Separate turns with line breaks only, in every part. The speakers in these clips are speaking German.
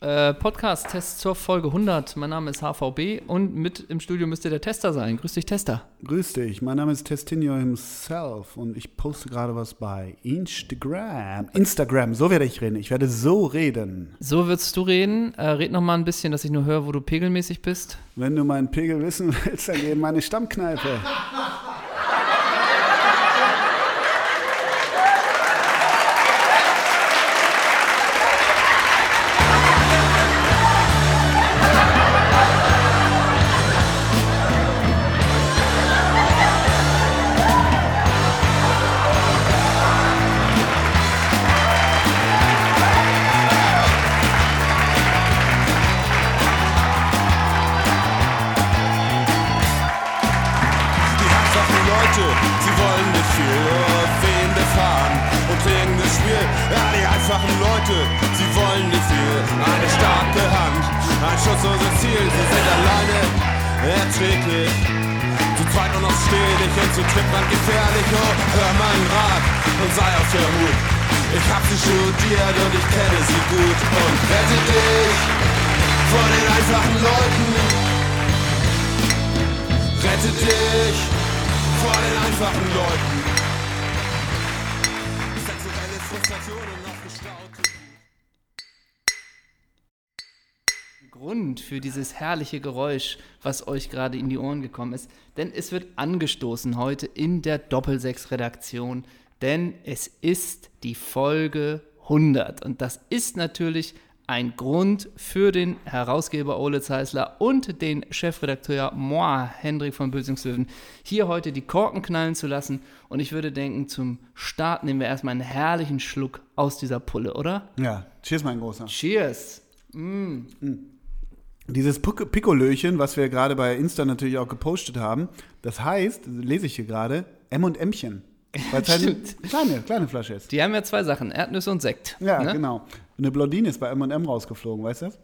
äh, Podcast-Test zur Folge 100. Mein Name ist HVB und mit im Studio müsste der Tester sein. Grüß dich, Tester.
Grüß dich, mein Name ist Testinio himself und ich poste gerade was bei Instagram. Instagram, so werde ich reden. Ich werde so reden.
So würdest du reden. Äh, red noch mal ein bisschen, dass ich nur höre, wo du pegelmäßig bist.
Wenn du meinen Pegel wissen willst, dann geh in meine Stammkneipe.
Die herzhaften Leute, sie wollen nicht viel nur wehende Fahnen und regendes Spiel. Ja, die einfachen Leute, sie wollen nicht viel. Eine starke Hand, ein schutzloses Ziel. Sie sind alleine, erträglich. Zu zweit und noch stetig und zu dritt man gefährlich. Oh, hör meinen Rat und sei auf der Hut. Ich hab sie studiert und ich kenne sie gut. Und rette dich vor den einfachen Leuten. Rette dich vor den einfachen Leuten. Sexuelle Frustrationen noch gestaut.
Grund für dieses herrliche Geräusch, was euch gerade in die Ohren gekommen ist. Denn es wird angestoßen heute in der Doppelsechs-Redaktion. Denn es ist die Folge 100. Und das ist natürlich ein Grund für den Herausgeber Ole Zeisler und den Chefredakteur Moa Hendrik von Bösingslöwen hier heute die Korken knallen zu lassen. Und ich würde denken, zum Start nehmen wir erstmal einen herrlichen Schluck aus dieser Pulle, oder?
Ja, cheers, mein Großer.
Cheers!
Dieses Puck- Pikolöchen, was wir gerade bei Insta natürlich auch gepostet haben, das heißt, lese ich hier gerade, M&M'chen. Weil es halt eine
Stimmt.
kleine, kleine Flasche ist.
Die haben ja zwei Sachen, Erdnüsse und Sekt.
Ja,
ne?
genau. Eine Blondine ist bei M&M rausgeflogen, weißt du das?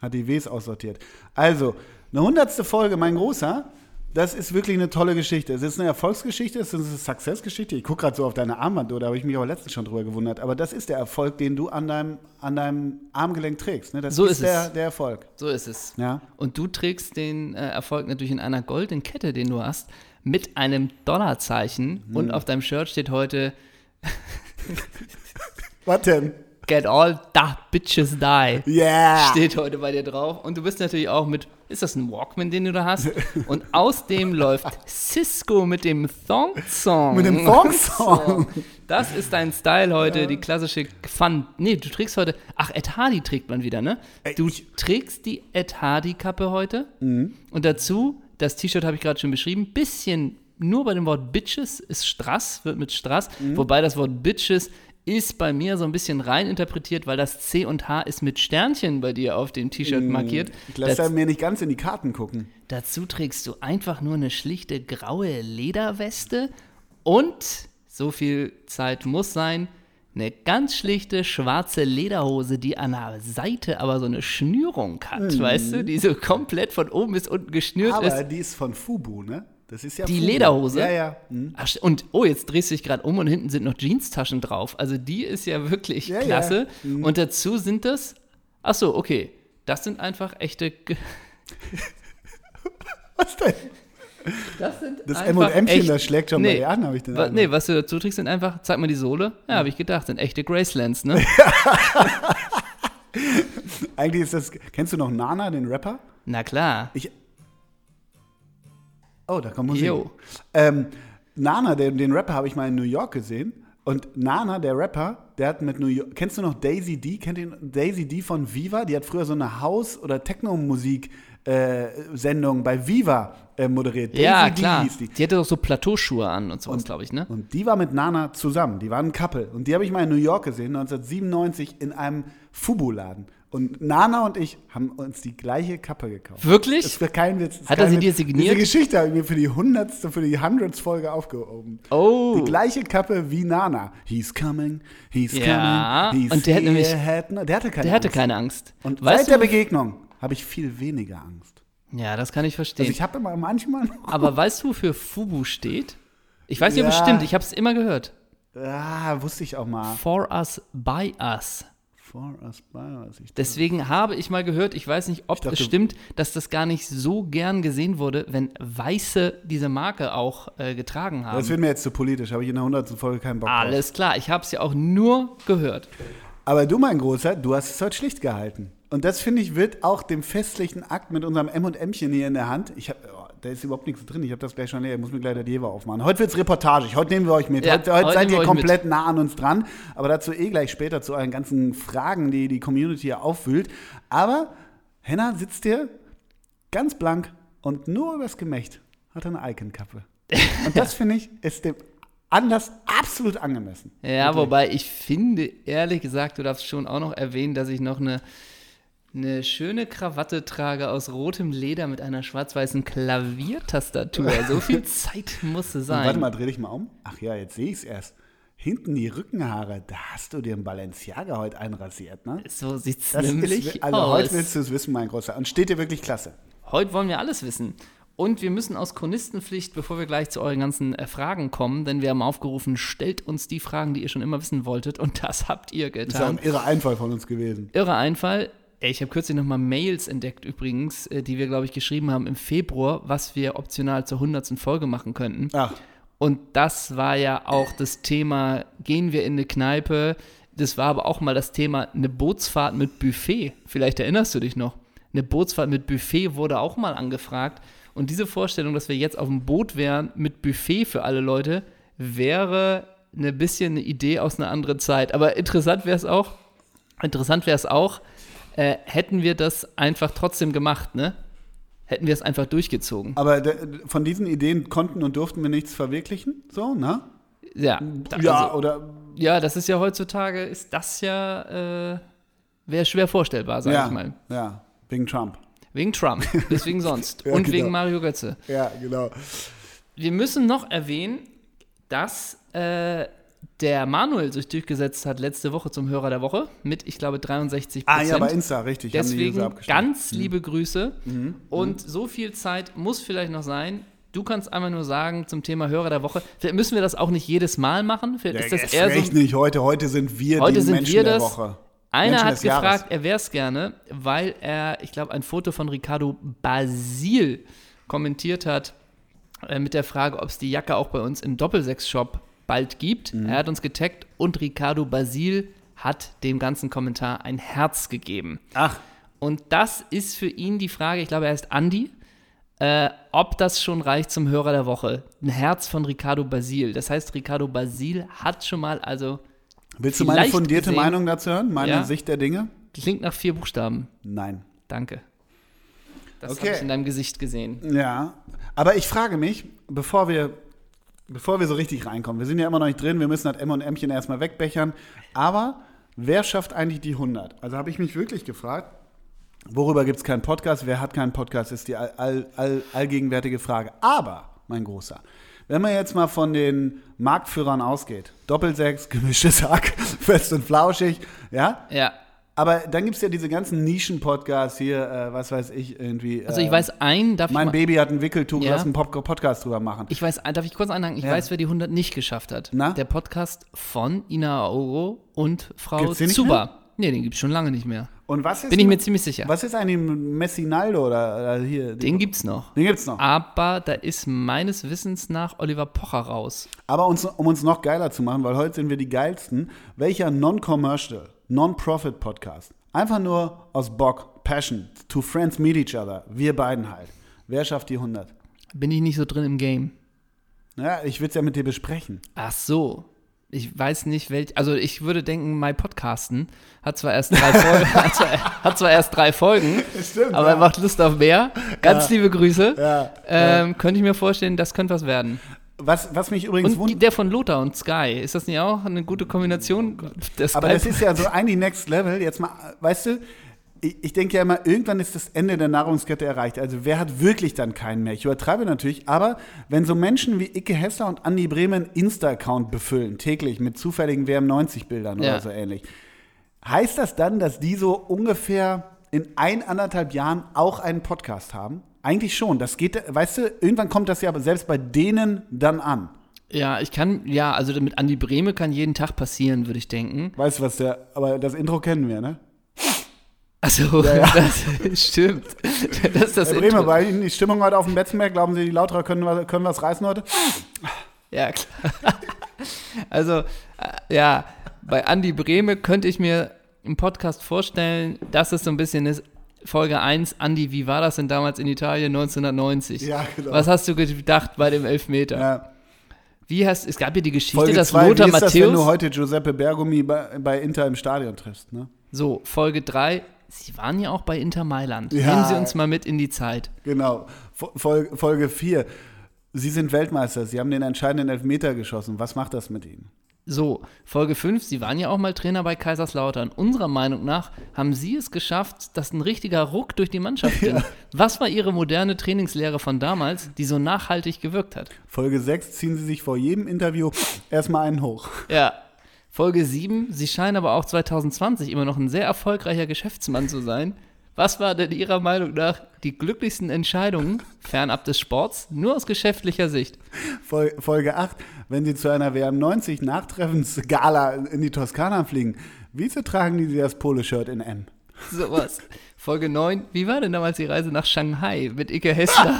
Hat die Ws aussortiert. Also, eine hundertste Folge, mein Großer, das ist wirklich eine tolle Geschichte. Es ist eine Erfolgsgeschichte, es ist eine Success-Geschichte. Ich gucke gerade so auf deine Armband, da habe ich mich auch letztens schon drüber gewundert. Aber das ist der Erfolg, den du an deinem, an deinem Armgelenk trägst. Ne? Das
So ist es.
der, der Erfolg.
So ist es.
Ja.
Und du trägst den äh, Erfolg natürlich in einer goldenen Kette, den du hast, mit einem Dollarzeichen.
Mhm.
Und auf deinem Shirt steht heute
Was denn?
Get all da bitches die.
Yeah!
Steht heute bei dir drauf. Und du bist natürlich auch mit, ist das ein Walkman, den du da hast? Und aus dem läuft Cisco mit dem Thong Song.
Mit dem Thong Song.
Das ist dein Style heute, die klassische Fun. Nee, du trägst heute, ach, Ed Hardy trägt man wieder, ne?
Ey,
Du
ich- Mhm.
trägst die Ed Hardy-Kappe heute. Und dazu, das T-Shirt habe ich gerade schon beschrieben, bisschen nur bei dem Wort Bitches ist Strass, wird mit Strass.
Mhm.
Wobei das Wort Bitches ist bei mir so ein bisschen rein interpretiert, weil das C und H ist mit Sternchen bei dir auf dem T-Shirt markiert.
Mhm. Ich lasse
Daz-
mir nicht ganz in die Karten gucken.
dazu trägst du einfach nur eine schlichte graue Lederweste und, so viel Zeit muss sein, eine ganz schlichte schwarze Lederhose, die an der Seite aber so eine Schnürung hat,
Mhm.
weißt du, die so komplett von oben bis unten geschnürt ist.
Aber die ist von Fubu, ne? Das ist ja
Die
Fubu.
Lederhose?
Ja, ja. Hm.
Ach, st- und oh, jetzt drehst du dich gerade um und hinten sind noch Jeanstaschen drauf. Also die ist ja wirklich
Ja, Mhm. ja.
klasse. Und dazu sind das. Ach so, okay. Das sind einfach echte. Ge-
Was denn?
Das sind
Das
einfach
M&M-chen,
echt-
das schlägt schon bei dir an, habe ich den
Wa-
Eindruck.
Nee, was du dazu trägst, sind einfach, zeig mal die Sohle. Ja, habe ich gedacht, sind echte Gracelands, ne?
Eigentlich ist das. Kennst du noch Nana, den Rapper?
Na klar.
Ich. Oh, da kommt Musik.
Jo.
Ähm, Nana, den, den Rapper, habe ich mal in New York gesehen. Und Nana, der Rapper, der hat mit New York. Kennst du noch Daisy D? Kennt ihr Daisy D von Viva? Die hat früher so eine House- oder Techno-Musik-Sendung bei Viva äh, moderiert. Daisy
ja,
D
klar.
hieß die.
Die hätte doch so Plateauschuhe an und sowas, glaube ich, ne?
Und die war mit Nana zusammen. Die waren ein Couple. Und die habe ich mal in New York gesehen, 1997, in einem Fubu-Laden. Und Nana und ich haben uns die gleiche Kappe gekauft.
Wirklich?
Das war kein Witz. das
Hat
ist
er sie
kein
dir
Witz.
signiert?
Diese Geschichte habe ich mir für die hundertste, für die hundredth-Folge aufgehoben.
Oh.
Die gleiche Kappe wie Nana. He's coming, he's
Ja,
coming, he's
und der hat nämlich-
here, no- Der hatte keine
Der hatte
Angst.
keine Angst.
Und
weißt
seit der
du,
Begegnung habe ich viel weniger Angst.
ja, das kann ich verstehen.
Also ich habe immer manchmal noch
Aber weißt du, wofür Fubu steht? Ich weiß nicht, ob es
Ja.
stimmt, ich habe es immer gehört.
Ah, wusste ich auch mal.
For us, by us.
For us by us. Ich
Deswegen habe ich mal gehört, ich weiß nicht, ob
dachte-
es stimmt, dass das gar nicht so gern gesehen wurde, wenn Weiße diese Marke auch äh, getragen haben.
das wird mir jetzt zu politisch, habe ich in der 100. Folge keinen Bock drauf.
Alles klar, ich habe es ja auch nur gehört.
Aber du, mein Großer, du hast es heute schlicht gehalten. Und das, finde ich, wird auch dem festlichen Akt mit unserem M&M'chen hier in der Hand, ich habe, oh, da ist überhaupt nichts drin, ich habe das gleich schon leer, ich muss mir gleich der Jever aufmachen. Heute wird's reportagig, heute nehmen wir euch mit,
Ja,
heute, heute,
heute
seid
nehmen wir
ihr
euch
komplett nah an uns dran, aber dazu eh gleich später zu euren ganzen Fragen, die die Community hier auffüllt. Aber Henna sitzt hier ganz blank und nur übers Gemächt hat eine Icon-Kappe. Und das, finde ich, ist dem Anlass absolut angemessen.
Ja, wobei ich finde, ehrlich gesagt, du darfst schon auch noch erwähnen, dass ich noch eine, eine schöne Krawatte trage aus rotem Leder mit einer schwarz-weißen Klaviertastatur. So viel Zeit muss es sein.
Warte mal, dreh dich mal um. Ach ja, jetzt sehe ich es erst. Hinten die Rückenhaare, da hast du dir einen Balenciaga heute einrasiert, ne?
So sieht's
Das
nämlich
ist, also
aus.
heute willst du es wissen, mein Großer. Und steht dir wirklich klasse.
Heute wollen wir alles wissen. Und wir müssen aus Chronistenpflicht, bevor wir gleich zu euren ganzen äh, Fragen kommen, denn wir haben aufgerufen, stellt uns die Fragen, die ihr schon immer wissen wolltet. Und das habt ihr
Das ist ja
getan.
ein irrer Einfall von uns gewesen.
Irrer Einfall. Ey, Ich habe kürzlich nochmal Mails entdeckt übrigens, äh, die wir, glaube ich, geschrieben haben im Februar, was wir optional zur 100. Folge machen könnten.
Ach,
Und das war ja auch das Thema, gehen wir in eine Kneipe. Das war aber auch mal das Thema, eine Bootsfahrt mit Buffet. Vielleicht erinnerst du dich noch. Eine Bootsfahrt mit Buffet wurde auch mal angefragt. Und diese Vorstellung, dass wir jetzt auf dem Boot wären mit Buffet für alle Leute, wäre ein bisschen eine Idee aus einer anderen Zeit. Aber interessant wäre es auch, interessant wäre es auch, äh, hätten wir das einfach trotzdem gemacht, ne? Hätten wir es einfach durchgezogen.
aber de- von diesen Ideen konnten und durften wir nichts verwirklichen, so, ne?
Ja,
ja,
also-
oder
Ja, das ist ja heutzutage, ist das ja, äh, wäre schwer vorstellbar, sag
ja,
ich mal.
ja, wegen Trump.
Wegen Trump, deswegen sonst.
Ja,
Und
genau.
wegen Mario Götze.
Ja, genau.
Wir müssen noch erwähnen, dass äh, der Manuel sich durchgesetzt hat letzte Woche zum Hörer der Woche mit, ich glaube, 63 Prozent.
Ah ja, bei Insta, richtig. haben die User
Deswegen
abgestimmt.
ganz liebe Grüße.
Mhm.
Und so viel Zeit muss vielleicht noch sein. Du kannst einmal nur sagen zum Thema Hörer der Woche. Vielleicht müssen wir das auch nicht jedes Mal machen. Vielleicht ist das
Erst
eher so
recht nicht heute. Heute sind wir
Heute
die
sind
Menschen
wir
der
das.
Woche.
Einer
Menschen
hat
des Jahres.
gefragt, er wäre es gerne, weil er, ich glaube, ein Foto von Ricardo Basil kommentiert hat äh, mit der Frage, ob es die Jacke auch bei uns im Doppelsechs-Shop bald gibt.
Mhm.
Er hat uns getaggt und Ricardo Basil hat dem ganzen Kommentar ein Herz gegeben.
Ach,
Und das ist für ihn die Frage, ich glaube, er heißt Andi, äh, ob das schon reicht zum Hörer der Woche. Ein Herz von Ricardo Basil. Das heißt, Ricardo Basil hat schon mal, also
willst du meine
Vielleicht
fundierte
gesehen-
Meinung dazu hören? Meine
Ja.
Sicht der Dinge?
klingt nach vier Buchstaben.
Nein.
Danke. Das
Okay.
habe ich in deinem Gesicht gesehen.
Ja, aber ich frage mich, bevor wir, bevor wir so richtig reinkommen, wir sind ja immer noch nicht drin, wir müssen das M&M'chen erstmal wegbechern, aber wer schafft eigentlich die 100? Also habe ich mich wirklich gefragt, worüber gibt es keinen Podcast, wer hat keinen Podcast, ist die all, all, all, allgegenwärtige Frage. Aber, mein Großer, wenn man jetzt mal von den Marktführern ausgeht, Doppelsechs, gemischtes Hack, fest und flauschig, ja,
Ja.
aber dann gibt es ja diese ganzen Nischen-Podcasts hier, äh, was weiß ich, irgendwie.
Also ich
äh,
weiß einen, darf
mein
ich mal,
Baby hat ein Wickeltuch,
Ja.
lass einen Pop Podcast drüber machen.
ich weiß, darf ich kurz einhaken, ich
Ja.
weiß, wer die 100 nicht geschafft hat.
Na?
Der Podcast von Ina Auro und Frau
Gibt's den nicht
Zuba. Nee, den gibt's schon lange nicht mehr.
Und was ist
Bin ich mir ziemlich sicher.
Was ist eigentlich mit Messinaldo oder, oder hier?
Den gibt's Ah. noch.
Den gibt's noch.
Aber da ist meines Wissens nach Oliver Pocher raus.
Aber uns, um uns noch geiler zu machen, weil heute sind wir die geilsten, welcher Non-Commercial, Non-Profit Podcast? Einfach nur aus Bock, Passion, two friends meet each other, wir beiden halt. Wer schafft die 100?
Bin ich nicht so drin im Game.
Ja, ich will es ja mit dir besprechen.
Ach so. Ich weiß nicht, welch. Also ich würde denken, My Podcasten hat zwar erst drei Folgen, hat, zwar, hat zwar erst drei Folgen,
Stimmt,
aber er macht Lust auf mehr. Ganz liebe Grüße.
Ja,
ähm, Könnte ich mir vorstellen, das könnte was werden.
Was, was mich übrigens
Und die-
wundert,
der von Lothar und Sky, ist das nicht auch eine gute Kombination? Das
Oh aber das ist ja so eigentlich Next Level. Jetzt mal, weißt du, ich, ich denke ja immer, irgendwann ist das Ende der Nahrungskette erreicht. Also wer hat wirklich dann keinen mehr? Ich übertreibe natürlich, aber wenn so Menschen wie Icke Hessler und Andi Bremer einen Insta-Account befüllen, täglich mit zufälligen WM90-Bildern
Ja.
oder so ähnlich, heißt das dann, dass die so ungefähr in ein, anderthalb Jahren auch einen Podcast haben? Eigentlich schon. Das geht, weißt du, irgendwann kommt das ja aber selbst bei denen dann an.
Ja, ich kann, ja, also mit Andi Breme kann jeden Tag passieren, würde ich denken.
Weißt du, was der. Aber das Intro kennen wir, ne?
Also, das stimmt. Das ist das
Herr Bremer,
Intro.
bei Ihnen Äh, die Stimmung heute auf dem Betzenberg, glauben Sie, die Lauterer können, was- können was reißen heute?
Ja, klar. Also, äh, ja, bei Andi Breme könnte ich mir im Podcast vorstellen, dass es so ein bisschen ist. Folge 1, Andi, wie war das denn damals in Italien 1990?
Ja, genau.
Was hast du gedacht bei dem Elfmeter?
Ja.
Wie hast, es gab ja die Geschichte,
Folge
dass
zwei,
Lothar
wie ist das, wenn du
Matthäus.
heute Giuseppe Bergomi bei, bei Inter im Stadion triffst, ne?
so, Folge 3, Sie waren ja auch bei Inter Mailand.
Ja.
Nehmen Sie uns mal mit in die Zeit.
Genau. Fol- Fol Folge 4. Sie sind Weltmeister, Sie haben den entscheidenden Elfmeter geschossen. Was macht das mit Ihnen?
So, Folge 5, Sie waren ja auch mal Trainer bei Kaiserslautern. Unserer Meinung nach haben Sie es geschafft, dass ein richtiger Ruck durch die Mannschaft ging. Was war Ihre moderne Trainingslehre von damals, die so nachhaltig gewirkt hat?
Folge 6 ziehen Sie sich vor jedem Interview erstmal einen hoch.
Ja. Folge 7, Sie scheinen aber auch 2020 immer noch ein sehr erfolgreicher Geschäftsmann zu sein. Was war denn Ihrer Meinung nach die glücklichsten Entscheidungen, fernab des Sports, nur aus geschäftlicher Sicht?
Fol Folge 8. Wenn Sie zu einer WM90 Nachtreffensgala in die Toskana fliegen, wieso tragen die das Polo-Shirt in M?
Sowas. Folge 9. Wie war denn damals die Reise nach Shanghai mit Ike Hessler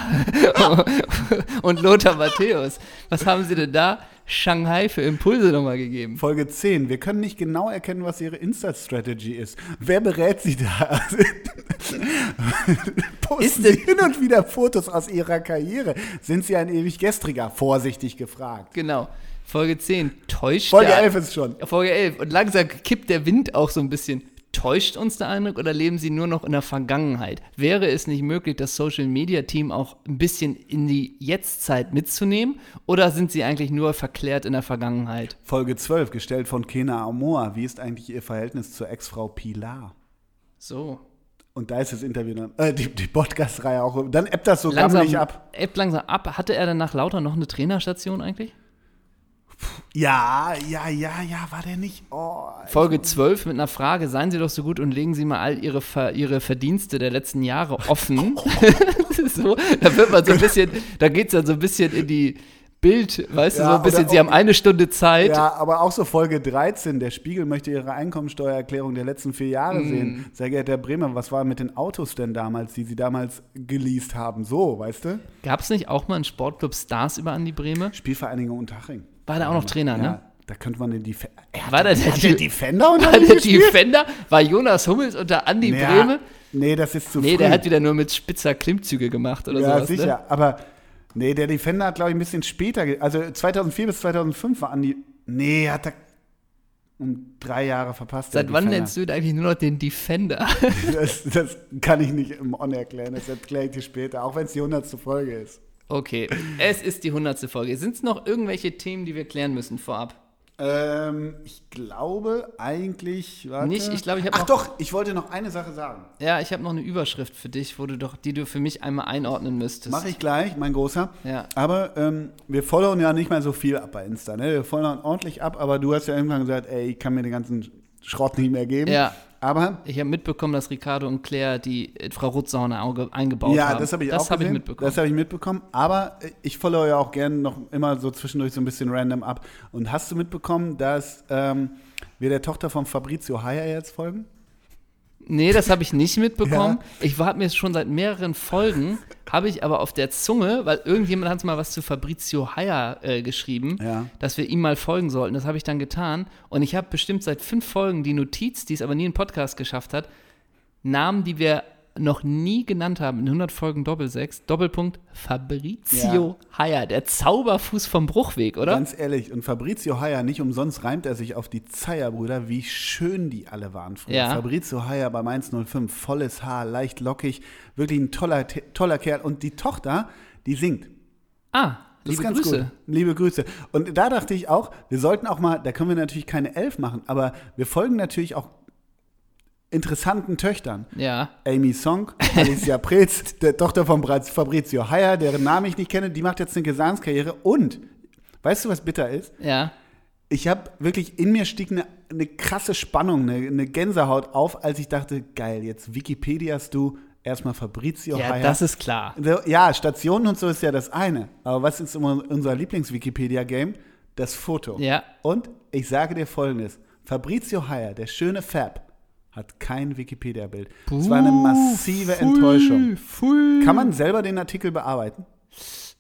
und Lothar Matthäus? Was haben Sie denn da Shanghai für Impulse nochmal gegeben?
Folge 10. Wir können nicht genau erkennen, was ihre Insta-Strategy ist. Wer berät sie da? Posten
Ist
sie
denn-
hin und wieder Fotos aus ihrer Karriere? Sind sie ein ewig gestriger? Vorsichtig gefragt.
Genau. Folge 10. Täuscht
Folge
der,
11 ist schon.
Folge 11. Und langsam kippt der Wind auch so ein bisschen. Täuscht uns der Eindruck oder leben Sie nur noch in der Vergangenheit? Wäre es nicht möglich, das Social Media Team auch ein bisschen in die Jetztzeit mitzunehmen? Oder sind Sie eigentlich nur verklärt in der Vergangenheit?
Folge 12, gestellt von Kena Amoa. Wie ist eigentlich ihr Verhältnis zur Ex-Frau Pilar?
So.
Und da ist das Interview dann, äh, die, die Podcast-Reihe auch. Dann ebbt das so gammelig
langsam
ab.
Ebbt langsam ab. Hatte er dann nach Lauter noch eine Trainerstation eigentlich?
Ja, ja, ja, ja, war der nicht? Oh,
Folge 12 mit einer Frage: Seien Sie doch so gut und legen Sie mal all Ihre, Ver Ihre Verdienste der letzten Jahre offen. so, da wird man so ein bisschen, da geht es dann so ein bisschen in die Bild, weißt
Ja,
du, so ein bisschen,
oder-
Sie haben eine Stunde Zeit.
Ja, aber auch so Folge 13. Der Spiegel möchte Ihre Einkommensteuererklärung der letzten vier Jahre
Mm.
sehen. Sehr geehrter Herr Bremer, was war mit den Autos denn damals, die Sie damals geleast haben? So, weißt du?
Gab es nicht auch mal einen Sportclub Stars über Andi Breme?
Spielvereinigung Unterhaching.
War der auch noch Trainer,
Ja,
ne?
da könnte man den Def er hat,
War der der,
hat der
Def-
Defender unter
war
ihm
der
gespielt?
Defender? War Jonas Hummels unter Andi
Ja,
Breme?
Nee, das ist zu
Nee,
früh.
der hat wieder nur mit spitzer Klimmzüge gemacht oder
ja,
sowas.
sicher.
Ne?
Aber nee, der Defender hat, glaube ich, ein bisschen später. ge- Also 2004 bis 2005 war Andi. Nee, hat er um drei Jahre verpasst. der
Seit wann
Defender.
nennst du denn eigentlich nur noch den Defender?
Das, das kann ich nicht im On erklären, das erkläre ich dir später, auch wenn es die hundertste Folge ist.
Okay, es ist die hundertste Folge. Sind es noch irgendwelche Themen, die wir klären müssen vorab?
Ähm, ich glaube eigentlich. Warte.
Nicht, ich glaube, ich hab
Ach
noch-
doch, ich wollte noch eine Sache sagen.
Ja, ich habe noch eine Überschrift für dich, wo du doch, die du für mich einmal einordnen müsstest.
Mache ich gleich, mein Großer.
Ja.
Aber ähm, wir followen ja nicht mal so viel ab bei Insta. Ne? Wir followen ordentlich ab, aber du hast ja irgendwann gesagt, ey, ich kann mir den ganzen Schrott nicht mehr geben.
Ja.
Aber.
Ich habe mitbekommen, dass Ricardo und Claire die äh, Frau Rutzauner Auge eingebaut haben.
Ja, das habe ich auch
Das habe ich
gesehen.
mitbekommen.
Das habe ich mitbekommen. Aber äh, ich follow ja auch gerne noch immer so zwischendurch so ein bisschen random ab. Und hast du mitbekommen, dass ähm, wir der Tochter von Fabrizio Haya jetzt folgen?
nee, das habe ich nicht mitbekommen.
Ja.
Ich war hab mir schon seit mehreren Folgen, habe ich aber auf der Zunge, weil irgendjemand hat mal was zu Fabrizio Haya äh, geschrieben,
Ja.
dass wir ihm mal folgen sollten. Das habe ich dann getan. Und ich habe bestimmt seit fünf Folgen die Notiz, die es aber nie in Podcast geschafft hat, Namen, die wir noch nie genannt haben, in 100 Folgen Doppelsechs, Doppelpunkt Fabrizio Haya, der Zauberfuß vom Bruchweg, oder?
Ganz ehrlich. Und Fabrizio Haya, nicht umsonst reimt er sich auf die Zeierbrüder, wie schön die alle waren früher.
Ja.
Fabrizio Haya bei Mainz 05, volles Haar, leicht lockig, wirklich ein toller, Te- toller Kerl. Und die Tochter, die singt.
ah,
Das
liebe
ist ganz
Grüße.
gut. Liebe Grüße. Und da dachte ich auch, wir sollten auch mal, da können wir natürlich keine Elf machen, aber wir folgen natürlich auch interessanten Töchtern.
Ja.
Amy Song, Alicia Preetz, der Tochter von Braz- Fabrizio Heyer, deren Namen ich nicht kenne, die macht jetzt eine Gesangskarriere. Und, weißt du, was bitter ist?
Ja.
Ich habe wirklich in mir stieg eine, eine krasse Spannung, eine, eine Gänsehaut auf, als ich dachte, geil, jetzt Wikipedias du erstmal Fabrizio
Ja,
Haier.
das ist klar.
So, Ja, Stationen und so ist ja das eine. Aber was ist immer unser Lieblings-Wikipedia-Game? Das Foto.
Ja.
Und ich sage dir folgendes: Fabrizio Haier, der schöne Fab, hat kein Wikipedia-Bild. Es war eine massive Enttäuschung.
Pfui.
Kann man selber den Artikel bearbeiten?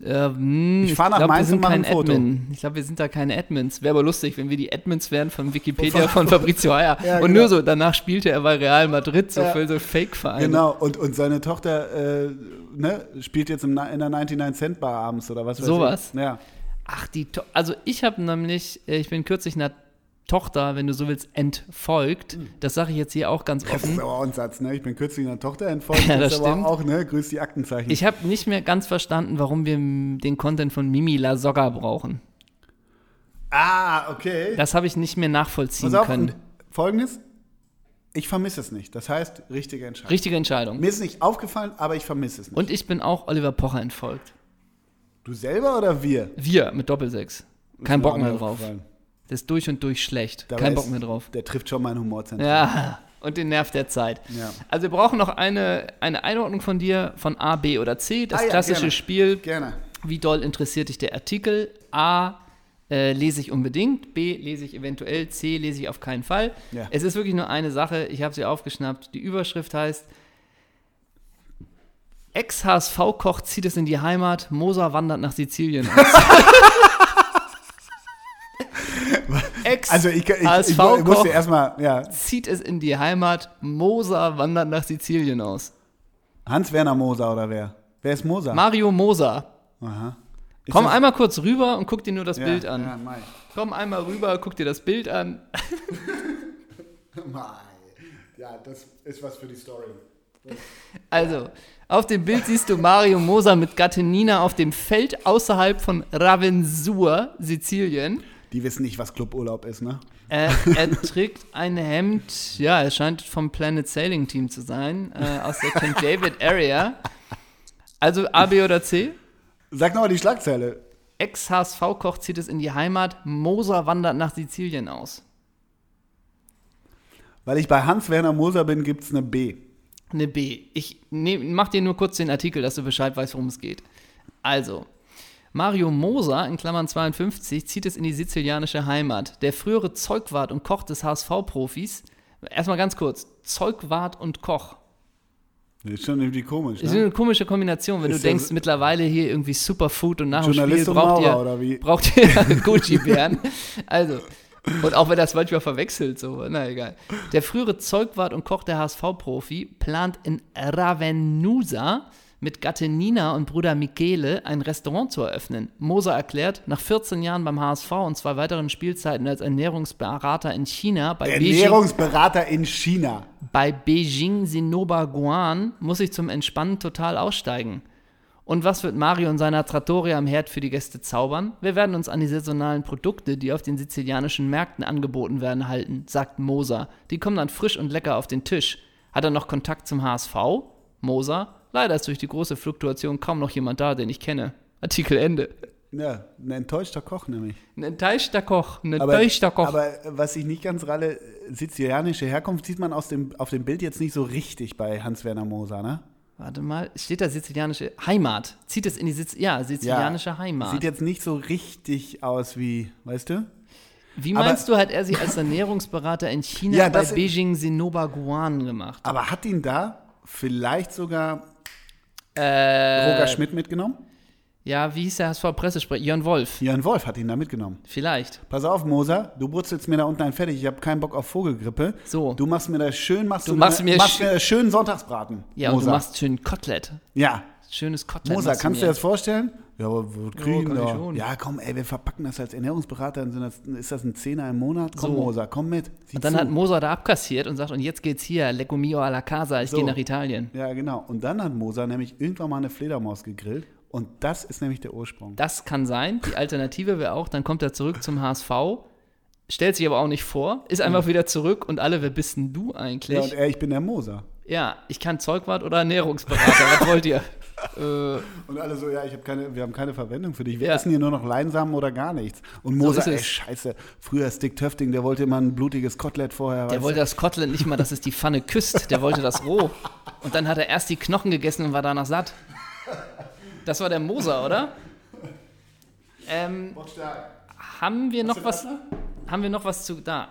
Ähm,
Ich fahr nach
glaub, wir
Mainz
sind
und mach
kein
ein Foto.
Admin. Ich glaube, wir sind da keine Admins. Wäre aber lustig, wenn wir die Admins wären von Wikipedia von Fabrizio Haier.
Ja,
und
genau.
nur so, danach spielte er bei Real Madrid, so
Ja.
für so Fake-Vereine.
Genau, und, und seine Tochter äh, ne, spielt jetzt im, Na- in der 99-Cent-Bar abends oder was weiß
Sowas.
ich. Ja.
Ach, die to Also ich habe nämlich, äh, ich bin kürzlich einer Tochter, wenn du so willst, entfolgt.
Hm.
Das sage ich jetzt hier auch ganz
Das ist
offen.
aber auch ein Satz, ne? Ich bin kürzlich einer Tochter entfolgt.
Ja, das
ist aber
stimmt.
auch, ne? Grüß die Aktenzeichen.
Ich habe nicht mehr ganz verstanden, warum wir m- den Content von Mimi Lasogga brauchen.
ah, okay.
Das habe ich nicht mehr nachvollziehen
Pass auf,
können.
und folgendes. Ich vermisse es nicht. Das heißt, richtige Entscheidung.
Richtige Entscheidung.
Mir ist nicht aufgefallen, aber ich vermisse es nicht.
Und ich bin auch Oliver Pocher entfolgt.
Du selber oder wir?
Wir mit Doppelsechs. Kein Bock
Mir
mehr
ist
drauf.
aufgefallen.
Das ist durch und durch schlecht.
Dabei
Kein
ist-
Bock mehr drauf.
Der trifft schon meinen Humorzentrum.
Ja, und den Nerv der Zeit.
Ja.
Also wir brauchen noch eine, eine Einordnung von dir von A, B oder C. Das
Ah ja,
klassische
gerne.
Spiel.
Gerne.
Wie doll interessiert dich der Artikel? A. Äh, lese ich unbedingt, B lese ich eventuell, C lese ich auf keinen Fall.
Ja.
Es ist wirklich nur eine Sache, ich habe sie aufgeschnappt. Die Überschrift heißt Ex-HSV-Koch zieht es in die Heimat, Moser wandert nach Sizilien.
Also ich, ich, ich, ich
HSV-Koch.
musste erstmal, ja,
zieht es in die Heimat, Moser wandert nach Sizilien aus.
Hans-Werner Moser oder wer? Wer ist Moser?
Mario Moser.
Aha. Ist
Komm
das-
einmal kurz rüber und guck dir nur das
ja,
Bild an.
Ja, Mai.
Komm einmal rüber, guck dir das Bild an.
Mai. Ja, das ist was für die Story.
Also, auf dem Bild siehst du Mario Moser mit Gattin Nina auf dem Feld außerhalb von Ravensur, Sizilien.
Die wissen nicht, was Cluburlaub ist, ne?
Äh, er trägt ein Hemd, ja, er scheint vom Planet Sailing Team zu sein, äh, aus der Camp David Area. Also A, B oder C?
Sag nochmal die Schlagzeile.
Ex-HSV-Koch zieht es in die Heimat, Moser wandert nach Sizilien aus.
Weil ich bei Hans-Werner Moser bin, gibt's eine B.
Eine B. Ich nehm, mach dir nur kurz den Artikel, dass du Bescheid weißt, worum es geht. Also, Mario Moser, in Klammern 52, zieht es in die sizilianische Heimat. Der frühere Zeugwart und Koch des HSV-Profis. Erstmal ganz kurz: Zeugwart und Koch.
Das ist schon irgendwie komisch,
Das
ne?
ist eine komische Kombination, wenn
Ist
du denkst,
ja-
mittlerweile hier irgendwie Superfood und nach dem Spiel
Journalist und
braucht
Maurer,
ihr,
oder wie?
braucht ihr Gucci-Bären. Also, und auch wenn das manchmal verwechselt, so, na egal. Der frühere Zeugwart und Koch der HSV-Profi plant in Ravenusa mit Gattin Nina und Bruder Michele ein Restaurant zu eröffnen. Moser erklärt, nach 14 Jahren beim HSV und zwei weiteren Spielzeiten als Ernährungsberater in China bei Beijing
Ernährungsberater in China.
bei Beijing Sinoba Guan muss ich zum Entspannen total aussteigen. Und was wird Mario in seiner Trattoria am Herd für die Gäste zaubern? Wir werden uns an die saisonalen Produkte, die auf den sizilianischen Märkten angeboten werden, halten, sagt Moser. Die kommen dann frisch und lecker auf den Tisch. Hat er noch Kontakt zum HSV? Moser? Leider ist durch die große Fluktuation kaum noch jemand da, den ich kenne. Artikel Ende.
Ja, ein enttäuschter Koch nämlich.
Ein enttäuschter Koch, ein enttäuschter Koch.
aber äh, was ich nicht ganz ralle, äh, sizilianische Herkunft sieht man aus dem, auf dem Bild jetzt nicht so richtig bei Hans-Werner Moser, ne?
Warte mal, steht da sizilianische Heimat? Zieht es in die Siz ja, sizilianische Heimat.
Sieht jetzt nicht so richtig aus wie, weißt du?
Wie
Aber-
meinst du, hat er sich als Ernährungsberater in China
Ja,
bei
das-
Beijing Sinoba Guan gemacht?
Aber hat ihn da vielleicht sogar
Äh,
Roger Schmidt mitgenommen?
Ja, wie hieß der HSV-Pressesprecher? Jörn Wolf.
Jörn Wolf hat ihn da mitgenommen.
Vielleicht.
Pass auf, Moser, du brutzelst mir da unten ein fertig. Ich habe keinen Bock auf Vogelgrippe.
So.
Du machst mir das schön, machst du,
machst
mir-
mir
machst
sch-
mir das schön Sonntagsbraten.
Ja, und
Moser.
du machst schön Kotelett.
Ja,
Schönes Kotelett.
Moser,
machst
kannst du
mir.
dir das vorstellen? Ja, aber wir kriegen
kann ich
ja,
schon.
ja, komm, ey, wir verpacken das als Ernährungsberater, dann sind das, ist das ein Zehner im Monat? Komm,
So.
Moser, komm mit. Sieh
Und dann
zu.
hat Moser da abkassiert und sagt, und jetzt geht's hier, Lecco mio alla casa, ich
So.
gehe nach Italien.
ja, genau. Und dann hat Moser nämlich irgendwann mal eine Fledermaus gegrillt und das ist nämlich der Ursprung.
Das kann sein. Die Alternative wäre auch, dann kommt er zurück zum HSV, stellt sich aber auch nicht vor, ist einfach wieder zurück und alle, wer bist denn du eigentlich?
Mhm. ja, und er, ich bin der Moser.
ja, ich kann Zeugwart oder Ernährungsberater, was wollt ihr? äh,
Und alle so, ja, ich hab keine, wir haben keine Verwendung für dich. Wir
Ja.
essen hier nur noch Leinsamen oder gar nichts. Und Moser,
ist
ey,
es.
scheiße, früher Stick Töfting, der wollte immer ein blutiges Kotelett vorher. weißt
Der
du?
wollte das Kotelett nicht mal, dass es die Pfanne küsst. Der wollte das roh. Und dann hat er erst die Knochen gegessen und war danach satt. Das war der Moser, oder? Ähm, haben wir noch was? Haben wir noch was zu da?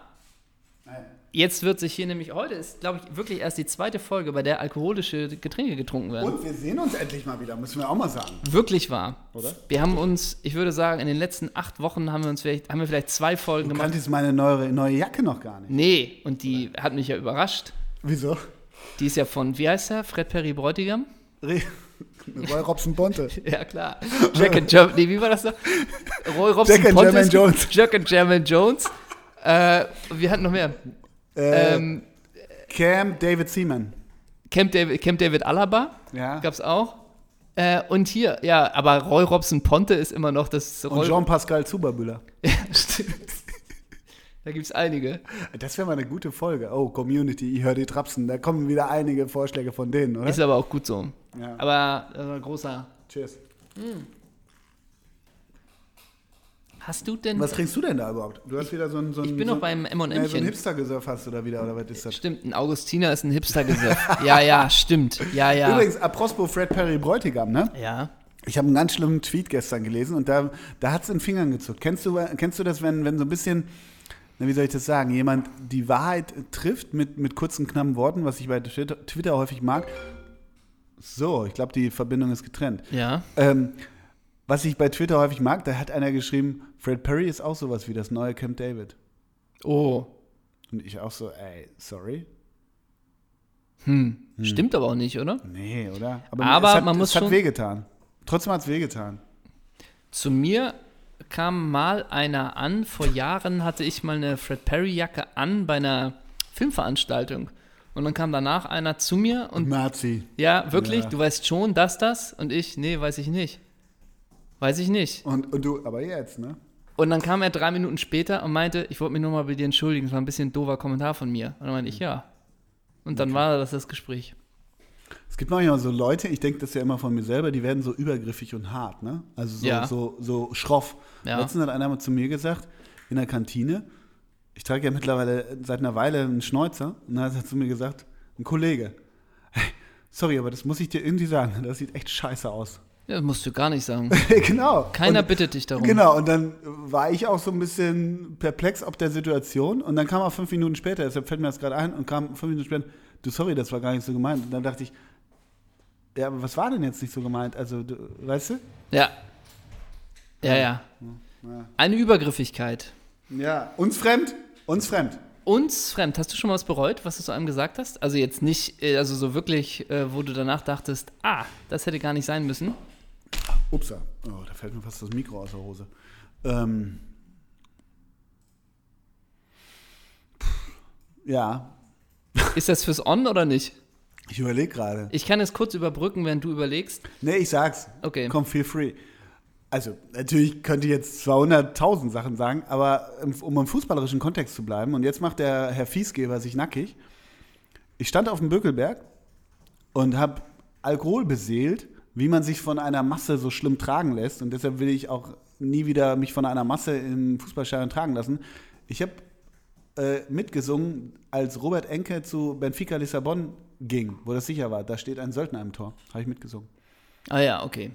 Jetzt wird sich hier nämlich heute ist, glaube ich, wirklich erst die zweite Folge, bei der alkoholische Getränke getrunken werden.
Und wir sehen uns endlich mal wieder, müssen wir auch mal sagen.
Wirklich wahr.
Oder?
Wir haben uns, ich würde sagen, in den letzten acht Wochen haben wir uns vielleicht, haben wir vielleicht zwei Folgen
Du
gemacht.
kanntest meine neue, neue Jacke noch gar nicht.
Nee, und die hat mich ja überrascht.
Wieso?
Die ist ja von, wie heißt er? Fred Perry Bräutigam?
Re Roy Robson Bonte.
Ja, klar. Jack and German, nee, wie war das noch? Roy Robson
Jack and
Pontes-
Jermaine Jones.
Jack and German Jones. äh, wir hatten noch mehr.
Äh,
Ähm,
Cam David Seaman.
Camp David, Camp David Alaba
Ja.
gab's auch. Äh, und hier, ja, aber Roy Robson Ponte ist immer noch das
Und
Roy
Jean-Pascal Zuberbühler.
Ja, stimmt. Da gibt's einige.
Das wäre mal eine gute Folge. Oh, Community, ich höre die Trapsen. Da kommen wieder einige Vorschläge von denen, oder?
Ist aber auch gut so.
Ja.
Aber äh, großer.
Cheers.
Hast du denn.
Was trinkst du denn da überhaupt? Du hast wieder so ein. So ein
ich bin
so
noch beim
Ja, so ein
MM-Chen.
Hipster-Gesurf hast du da wieder, oder was ist das?
stimmt, ein Augustiner ist ein hipster Ja, ja, stimmt. Ja, ja.
Übrigens, apropos Fred Perry Bräutigam, ne?
Ja.
Ich habe einen ganz schlimmen Tweet gestern gelesen und da, da hat es in den Fingern gezuckt. Kennst du, kennst du das, wenn, wenn so ein bisschen, na, wie soll ich das sagen, jemand die Wahrheit trifft mit, mit kurzen, knappen Worten, was ich bei Twitter, Twitter häufig mag? So, ich glaube, die Verbindung ist getrennt.
Ja.
Ähm, was ich bei Twitter häufig mag, da hat einer geschrieben, Fred Perry ist auch sowas wie das neue Camp David.
Oh.
Und ich auch so, ey, sorry? Hm.
Stimmt aber auch nicht, oder?
Nee, oder?
Aber
es hat,
man muss
es hat
schon-
wehgetan. Trotzdem hat es wehgetan.
Zu mir kam mal einer an, vor Jahren hatte ich mal eine Fred Perry-Jacke an bei einer Filmveranstaltung. Und dann kam danach einer zu mir und
Nazi.
ja, wirklich,
Ja.
du weißt schon, das, das? Und ich, nee, weiß ich nicht. Weiß ich nicht.
Und, und du, aber jetzt, ne?
Und dann kam er drei Minuten später und meinte, ich wollte mich nur mal bei dir entschuldigen, es war ein bisschen doofer Kommentar von mir. Und dann meinte ich,
Mhm.
ja. Und dann war das das Gespräch.
Es gibt manchmal so Leute, ich denke das ja immer von mir selber, die werden so übergriffig und hart, ne? Also so,
Ja.
so, so schroff.
Ja.
Letztens hat einer mal zu mir gesagt, in der Kantine, ich trage ja mittlerweile seit einer Weile einen Schnäuzer, und dann hat er zu mir gesagt, ein Kollege, hey, sorry, aber das muss ich dir irgendwie sagen, das sieht echt scheiße aus.
Ja, das musst du gar nicht sagen.
genau.
Keiner
und,
bittet dich darum.
Genau, und dann war ich auch so ein bisschen perplex ob der Situation und dann kam auch fünf Minuten später, deshalb fällt mir das gerade ein und kam fünf Minuten später, du sorry, das war gar nicht so gemeint. Und dann dachte ich, ja, aber was war denn jetzt nicht so gemeint? Also, du, weißt du?
Ja. Ja, ja. Eine Übergriffigkeit.
Ja. Uns fremd, uns fremd.
Uns fremd. Hast du schon mal was bereut, was du zu einem gesagt hast? Also jetzt nicht, äh, also so wirklich, äh, wo du danach dachtest, ah, das hätte gar nicht sein müssen.
Upsa. Oh, da fällt mir fast das Mikro aus der Hose. Ähm. Pff, Ja,
Ist das fürs On oder nicht?
ich überlege gerade.
Ich kann es kurz überbrücken, während du überlegst.
Nee, ich sag's.
Okay.
Komm, feel free. Also, natürlich könnte ich jetzt 200.000 Sachen sagen, aber im- um im fußballerischen Kontext zu bleiben, und jetzt macht der Herr Fiesgeber sich nackig. Ich stand auf dem Bökelberg und habe Alkohol beseelt, wie man sich von einer Masse so schlimm tragen lässt. Und deshalb will ich auch nie wieder mich von einer Masse im Fußballstadion tragen lassen. Ich habe äh, mitgesungen, als Robert Enke zu Benfica Lissabon ging, wo das sicher war. Da steht ein Söldner im Tor. Habe ich mitgesungen.
Ah ja, okay.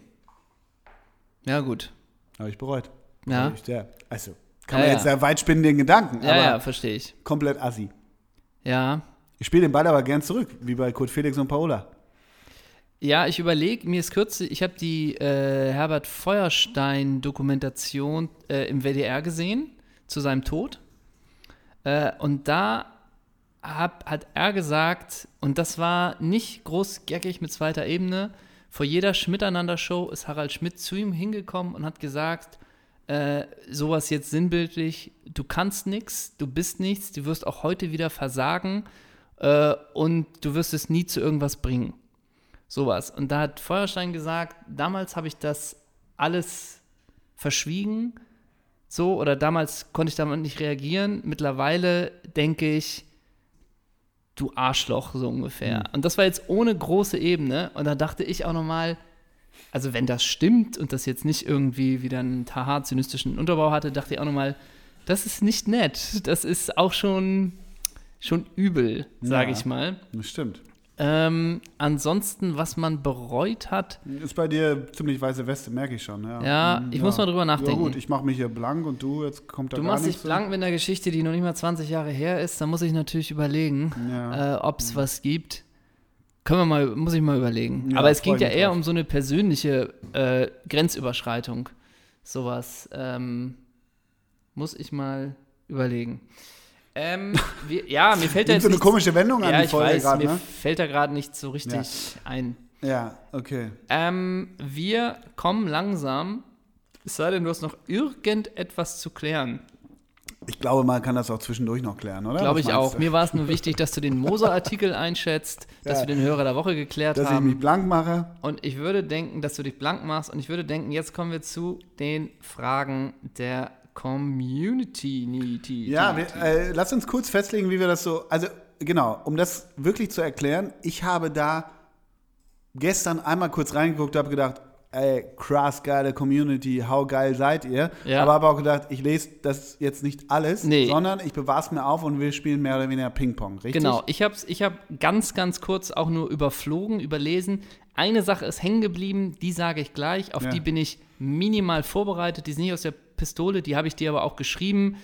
Ja, gut.
Habe ich bereut.
Ja.
Hab Ich sehr. Also, kann
Ja,
man
ja.
jetzt sehr weit spinnen, den Gedanken,
Ja,
aber
ja, verstehe ich.
komplett assi.
Ja.
Ich spiele den Ball aber gern zurück, wie bei Kurt Felix und Paola.
Ja, ich überlege, mir ist kürzlich, ich habe die äh, Herbert Feuerstein-Dokumentation äh, im WDR gesehen, zu seinem Tod. Äh, und da hab, hat er gesagt, und das war nicht groß geckig mit zweiter Ebene, vor jeder Schmiteinander-Show ist Harald Schmidt zu ihm hingekommen und hat gesagt, äh, sowas jetzt sinnbildlich, du kannst nichts, du bist nichts, du wirst auch heute wieder versagen äh, und du wirst es nie zu irgendwas bringen. Sowas. Und da hat Feuerstein gesagt, damals habe ich das alles verschwiegen. So, oder damals konnte ich damit nicht reagieren. Mittlerweile denke ich, du Arschloch, so ungefähr. Und das war jetzt ohne große Ebene. Und da dachte ich auch nochmal, also wenn das stimmt und das jetzt nicht irgendwie wieder einen taha-zynistischen Unterbau hatte, dachte ich auch nochmal, das ist nicht nett. Das ist auch schon, schon übel, sage
Ja.
ich mal.
Das stimmt.
Ähm, ansonsten, was man bereut hat,
Ist bei dir ziemlich weiße Weste, merke ich schon. Ja,
Ja,
Hm,
ich muss mal drüber nachdenken.
Ja, gut, ich mache mich hier blank und du, jetzt kommt da
du
gar
machst dich
nichts
blank mit einer Geschichte, die noch nicht mal 20 Jahre her ist. Da muss ich natürlich überlegen,
Ja.
äh, ob es was gibt. Können wir mal, muss ich mal überlegen.
Ja,
Aber es
freu
ging ja
mich
eher
drauf.
um so eine persönliche äh, Grenzüberschreitung. Sowas. Ähm, muss ich mal überlegen. Ähm, wir, ja, mir fällt da jetzt
Nimmt so eine
nichts-
komische Wendung an
ja,
die
ich
Folge
weiß,
gerade,
mir
ne?
fällt da gerade nicht so richtig ein.
Ja, okay.
Ähm, wir kommen langsam. Es sei denn, du hast noch irgendetwas zu klären.
Ich glaube, man kann das auch zwischendurch noch klären, oder?
Glaube
Was
ich
meinst
auch.
du?
Mir war es nur wichtig, dass du den Moser-Artikel einschätzt, dass
Ja.
wir den Hörer der Woche geklärt
Dass ich
haben.
mich blank mache.
und ich würde denken, dass du dich blank machst. Und ich würde denken, jetzt kommen wir zu den Fragen der Community.
Ja,
Genau.
wir, äh, lass uns kurz festlegen, wie wir das so. Also, genau, um das wirklich zu erklären, ich habe da gestern einmal kurz reingeguckt, habe gedacht, ey, krass geile Community, how geil seid ihr?
Ja.
Aber habe auch gedacht, ich lese das jetzt nicht alles,
Nee.
sondern ich bewahre es mir auf und wir spielen mehr oder weniger Ping-Pong, richtig?
Genau, ich habe ich hab ganz, ganz kurz auch nur überflogen, überlesen. Eine Sache ist hängen geblieben, die sage ich gleich, auf
Ja.
die bin ich minimal vorbereitet, die ist nicht aus der Pistole, die habe ich dir aber auch geschrieben.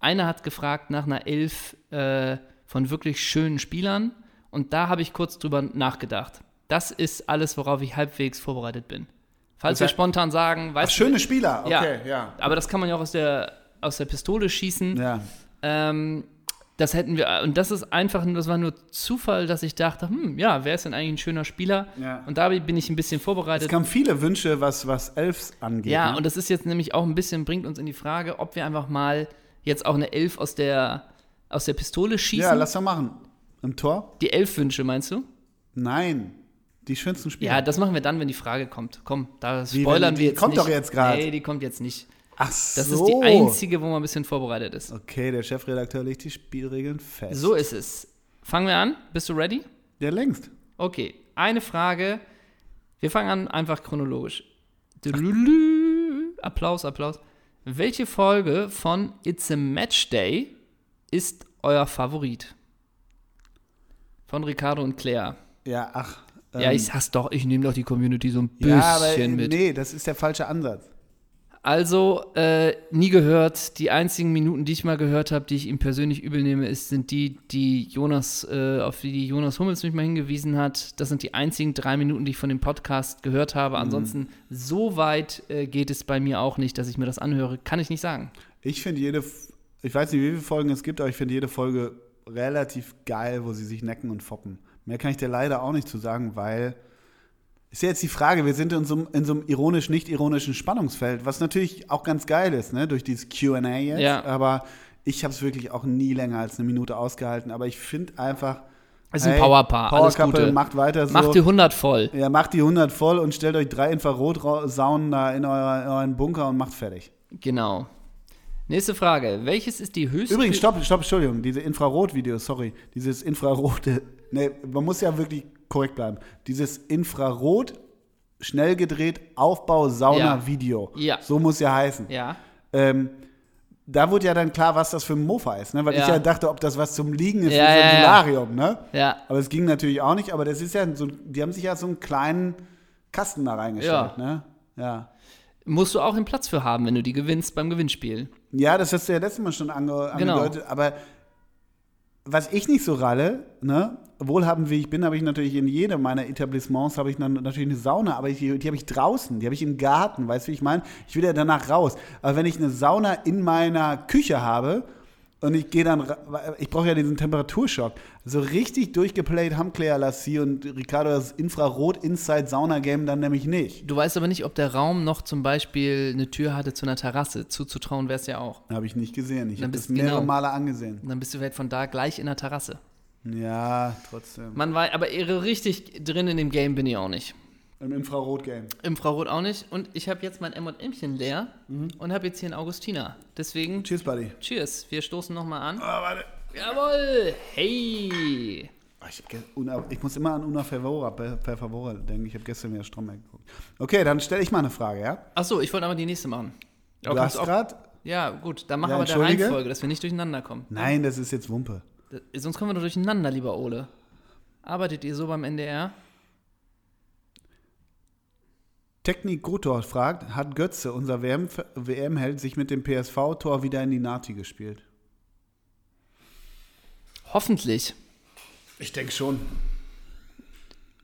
Einer hat gefragt nach einer Elf äh, von wirklich schönen Spielern und da habe ich kurz drüber nachgedacht. Das ist alles, worauf ich halbwegs vorbereitet bin. Falls
Das
wir
heißt-
spontan sagen, weißt du,
Schöne Spieler,
ja,
okay, ja.
aber das kann man ja auch aus der, aus der Pistole schießen.
Ja,
Ähm, das hätten wir, und das ist einfach, nur- das war nur Zufall, dass ich dachte, hm, ja, wer ist denn eigentlich ein schöner Spieler?
Ja.
Und dabei bin ich ein bisschen
es
vorbereitet.
kamen viele Wünsche, was, was Elfs angeht.
Ja,
ne?
und das ist jetzt nämlich auch ein bisschen, bringt uns in die Frage, ob wir einfach mal jetzt auch eine Elf aus der, aus der Pistole schießen.
ja, lass doch machen. Im Tor?
die Elf-Wünsche, meinst du?
Nein. Die schönsten Spieler.
Ja, das machen wir dann, wenn die Frage kommt. Komm, da
Wie,
spoilern
wenn die-
wir jetzt
kommt
nicht.
doch jetzt grad.
Nee, die kommt jetzt nicht.
Ach
Das
so.
ist die einzige, wo man ein bisschen vorbereitet ist.
Okay, der Chefredakteur legt die Spielregeln fest.
So ist es. Fangen wir an. Bist du ready?
Der längst.
Okay, eine Frage. Wir fangen an einfach chronologisch. Dululü. Applaus, Applaus. Welche Folge von It's a Match Day ist euer Favorit? Von Ricardo und Claire.
Ja, ach.
ja,
ähm,
ich sag's doch, ich nehme doch die Community so ein bisschen
ja, aber, äh,
mit.
Nee, das ist der falsche Ansatz.
Also, äh, nie gehört. Die einzigen Minuten, die ich mal gehört habe, die ich ihm persönlich übel nehme, ist, sind die, die Jonas, äh, auf die Jonas Hummels mich mal hingewiesen hat. Das sind die einzigen drei Minuten, die ich von dem Podcast gehört
Mhm.
habe. Ansonsten, so weit äh, geht es bei mir auch nicht, dass ich mir das anhöre. Kann ich nicht sagen.
Ich finde jede, F- ich weiß nicht, wie viele Folgen es gibt, aber ich finde jede Folge relativ geil, wo sie sich necken und foppen. Mehr kann ich dir leider auch nicht zu sagen, weil ist ja jetzt die Frage, wir sind in so, einem- in so einem ironisch-nicht-ironischen Spannungsfeld, was natürlich auch ganz geil ist, ne, durch dieses Q&A jetzt,
Ja.
aber ich habe es wirklich auch nie länger als eine Minute ausgehalten, aber ich finde einfach
Es ist ein Powerpaar,
Power
alles
Couple,
Gute.
macht weiter so.
Macht die 100 voll.
Ja, macht die 100 voll und stellt euch drei Infrarotsaunen da in, eurer, in euren Bunker und macht fertig.
Genau. Nächste Frage. Welches ist die höchste.
Übrigens, stopp, stopp, Entschuldigung, diese Infrarot-Videos, sorry, dieses Infrarote, ne, man muss ja wirklich korrekt bleiben, dieses Infrarot, schnell gedreht,
Ja.
Aufbau-Sauna-Video,
Ja.
so muss ja heißen.
Ja.
Ähm, da wurde ja dann klar, was das für ein Mofa ist, ne? weil
Ja.
ich ja dachte, ob das was zum Liegen ist,
Ja,
wie so
ja,
ein
ja.
Solarium, ne?
Ja.
Aber es ging natürlich auch nicht, aber das ist ja so, die haben sich ja so einen kleinen Kasten da reingestellt,
Ja.
ne? Ja.
Musst du auch den Platz für haben, wenn du die gewinnst beim Gewinnspiel.
Ja, das hast du ja letztes Mal schon ange
Genau.
angedeutet, aber was ich nicht so ralle, ne, wohlhabend wie ich bin, habe ich natürlich in jedem meiner Etablissements habe ich dann natürlich eine Sauna, aber ich, die habe ich draußen, die habe ich im Garten, weißt du, wie ich meine? Ich will ja danach raus. Aber wenn ich eine Sauna in meiner Küche habe und ich gehe dann, ra- ich brauche ja diesen Temperaturschock. So richtig durchgeplayt haben Claire Lassie und Ricardo das Infrarot-Inside-Sauna-Game dann nämlich nicht.
Du weißt aber nicht, ob der Raum noch zum Beispiel eine Tür hatte zu einer Terrasse. Zuzutrauen wäre es ja auch.
Habe ich nicht gesehen. Ich
Dann
habe das
bist-
mehrere
genau.
Male angesehen.
Und dann bist du vielleicht von da gleich in der Terrasse.
Ja, trotzdem.
Man war, aber irre richtig drin in dem Game bin ich auch nicht.
Im Infrarot-Game.
Infrarot auch nicht. Und ich habe jetzt mein M&M'chen leer und habe jetzt hier einen Augustiner. Deswegen,
Cheers, Buddy.
cheers. Wir stoßen nochmal
Oh,
an.
warte.
Jawohl! Hey!
Oh, Ich, hab ge- Una- ich muss immer an Una Favora, per, per Favora denken. Ich habe gestern wieder Stromberg geguckt. Okay, dann stelle ich mal eine Frage, ja?
Achso, ich wollte aber die nächste machen.
Du
Aber kannst
hast
auch-
gerade.
ja, gut, dann machen
Ja,
wir der
entschuldige.
Reihenfolge, dass wir nicht durcheinander kommen.
Nein, das ist jetzt Wumpe.
Da- Sonst kommen wir nur durcheinander, lieber Ole. Arbeitet ihr so beim NDR?
Technik Gotor fragt, hat Götze, unser WM-F- WM-Held, sich mit dem PSV-Tor wieder in die Nati gespielt?
Hoffentlich.
Ich denke schon.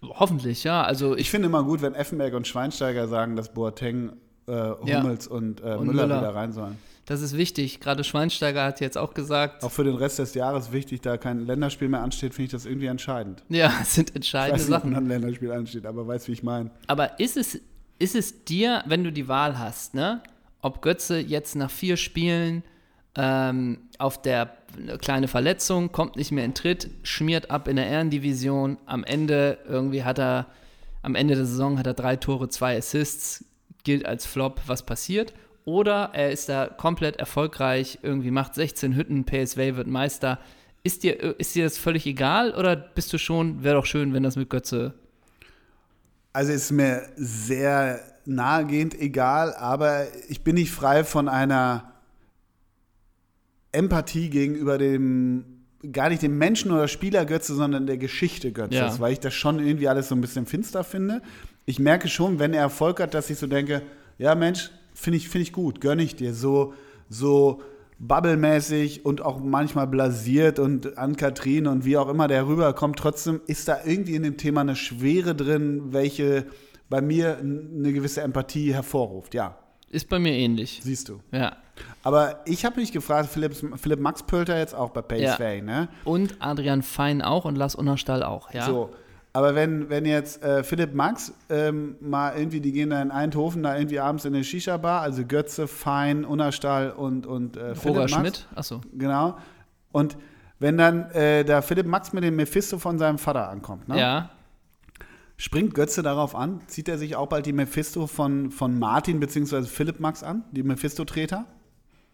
Hoffentlich, ja. Also
Ich
ich
finde immer gut, wenn Effenberg und Schweinsteiger sagen, dass Boateng, äh, Hummels und, äh,
Und
Müller,
Müller.
wieder rein sollen.
das ist wichtig. Gerade Schweinsteiger hat jetzt auch gesagt,
Auch für den Rest des Jahres wichtig, da kein Länderspiel mehr ansteht, finde ich das irgendwie entscheidend.
ja, es sind
Ich
entscheidende
weiß nicht, ob
Sachen.
ein Länderspiel ansteht, aber weißt, wie ich meine.
Aber ist es, ist es dir, wenn du die Wahl hast, ne? ob Götze jetzt nach vier Spielen ähm, auf der eine kleine Verletzung, kommt nicht mehr in Tritt, schmiert ab in der Ehrendivision, am Ende irgendwie hat er, am Ende der Saison hat er drei Tore, zwei Assists, gilt als Flop, was passiert? Oder er ist da komplett erfolgreich, irgendwie macht 16 Hütten, PSV wird Meister. Ist dir, ist dir das völlig egal oder bist du schon, wäre doch schön, wenn das mit Götze
Also ist mir sehr nahegehend egal, aber ich bin nicht frei von einer Empathie gegenüber dem, gar nicht dem Menschen oder Spieler Götze, sondern der Geschichte Götzes,
Ja.
weil ich das schon irgendwie alles so ein bisschen finster finde. Ich merke schon, wenn er Erfolg hat, dass ich so denke, ja Mensch, finde ich, finde ich gut, gönne ich dir. So, so bubblemäßig und auch manchmal blasiert und an Katrin und wie auch immer der rüberkommt, trotzdem ist da irgendwie in dem Thema eine Schwere drin, welche bei mir eine gewisse Empathie hervorruft. Ja,
ist bei mir ähnlich.
siehst du.
Ja.
Aber ich habe mich gefragt, Philipp, Philipp Max Pölter jetzt auch bei PSV, ne?
Und Adrian Fein auch und Lars Unnerstall auch, ja.
So. Aber wenn, wenn jetzt äh, Philipp Max ähm, mal irgendwie, die gehen da in Eindhoven, da irgendwie abends in eine Shisha-Bar, also Götze, Fein, Unnerstall und, und äh, Philipp
Roger
Max.
Schmidt, achso.
Genau. Und wenn dann äh, da Philipp Max mit dem Mephisto von seinem Vater ankommt, ne?
Ja.
springt Götze darauf an, zieht er sich auch bald die Mephisto von, von Martin bzw. Philipp Max an, die Mephisto-Treter?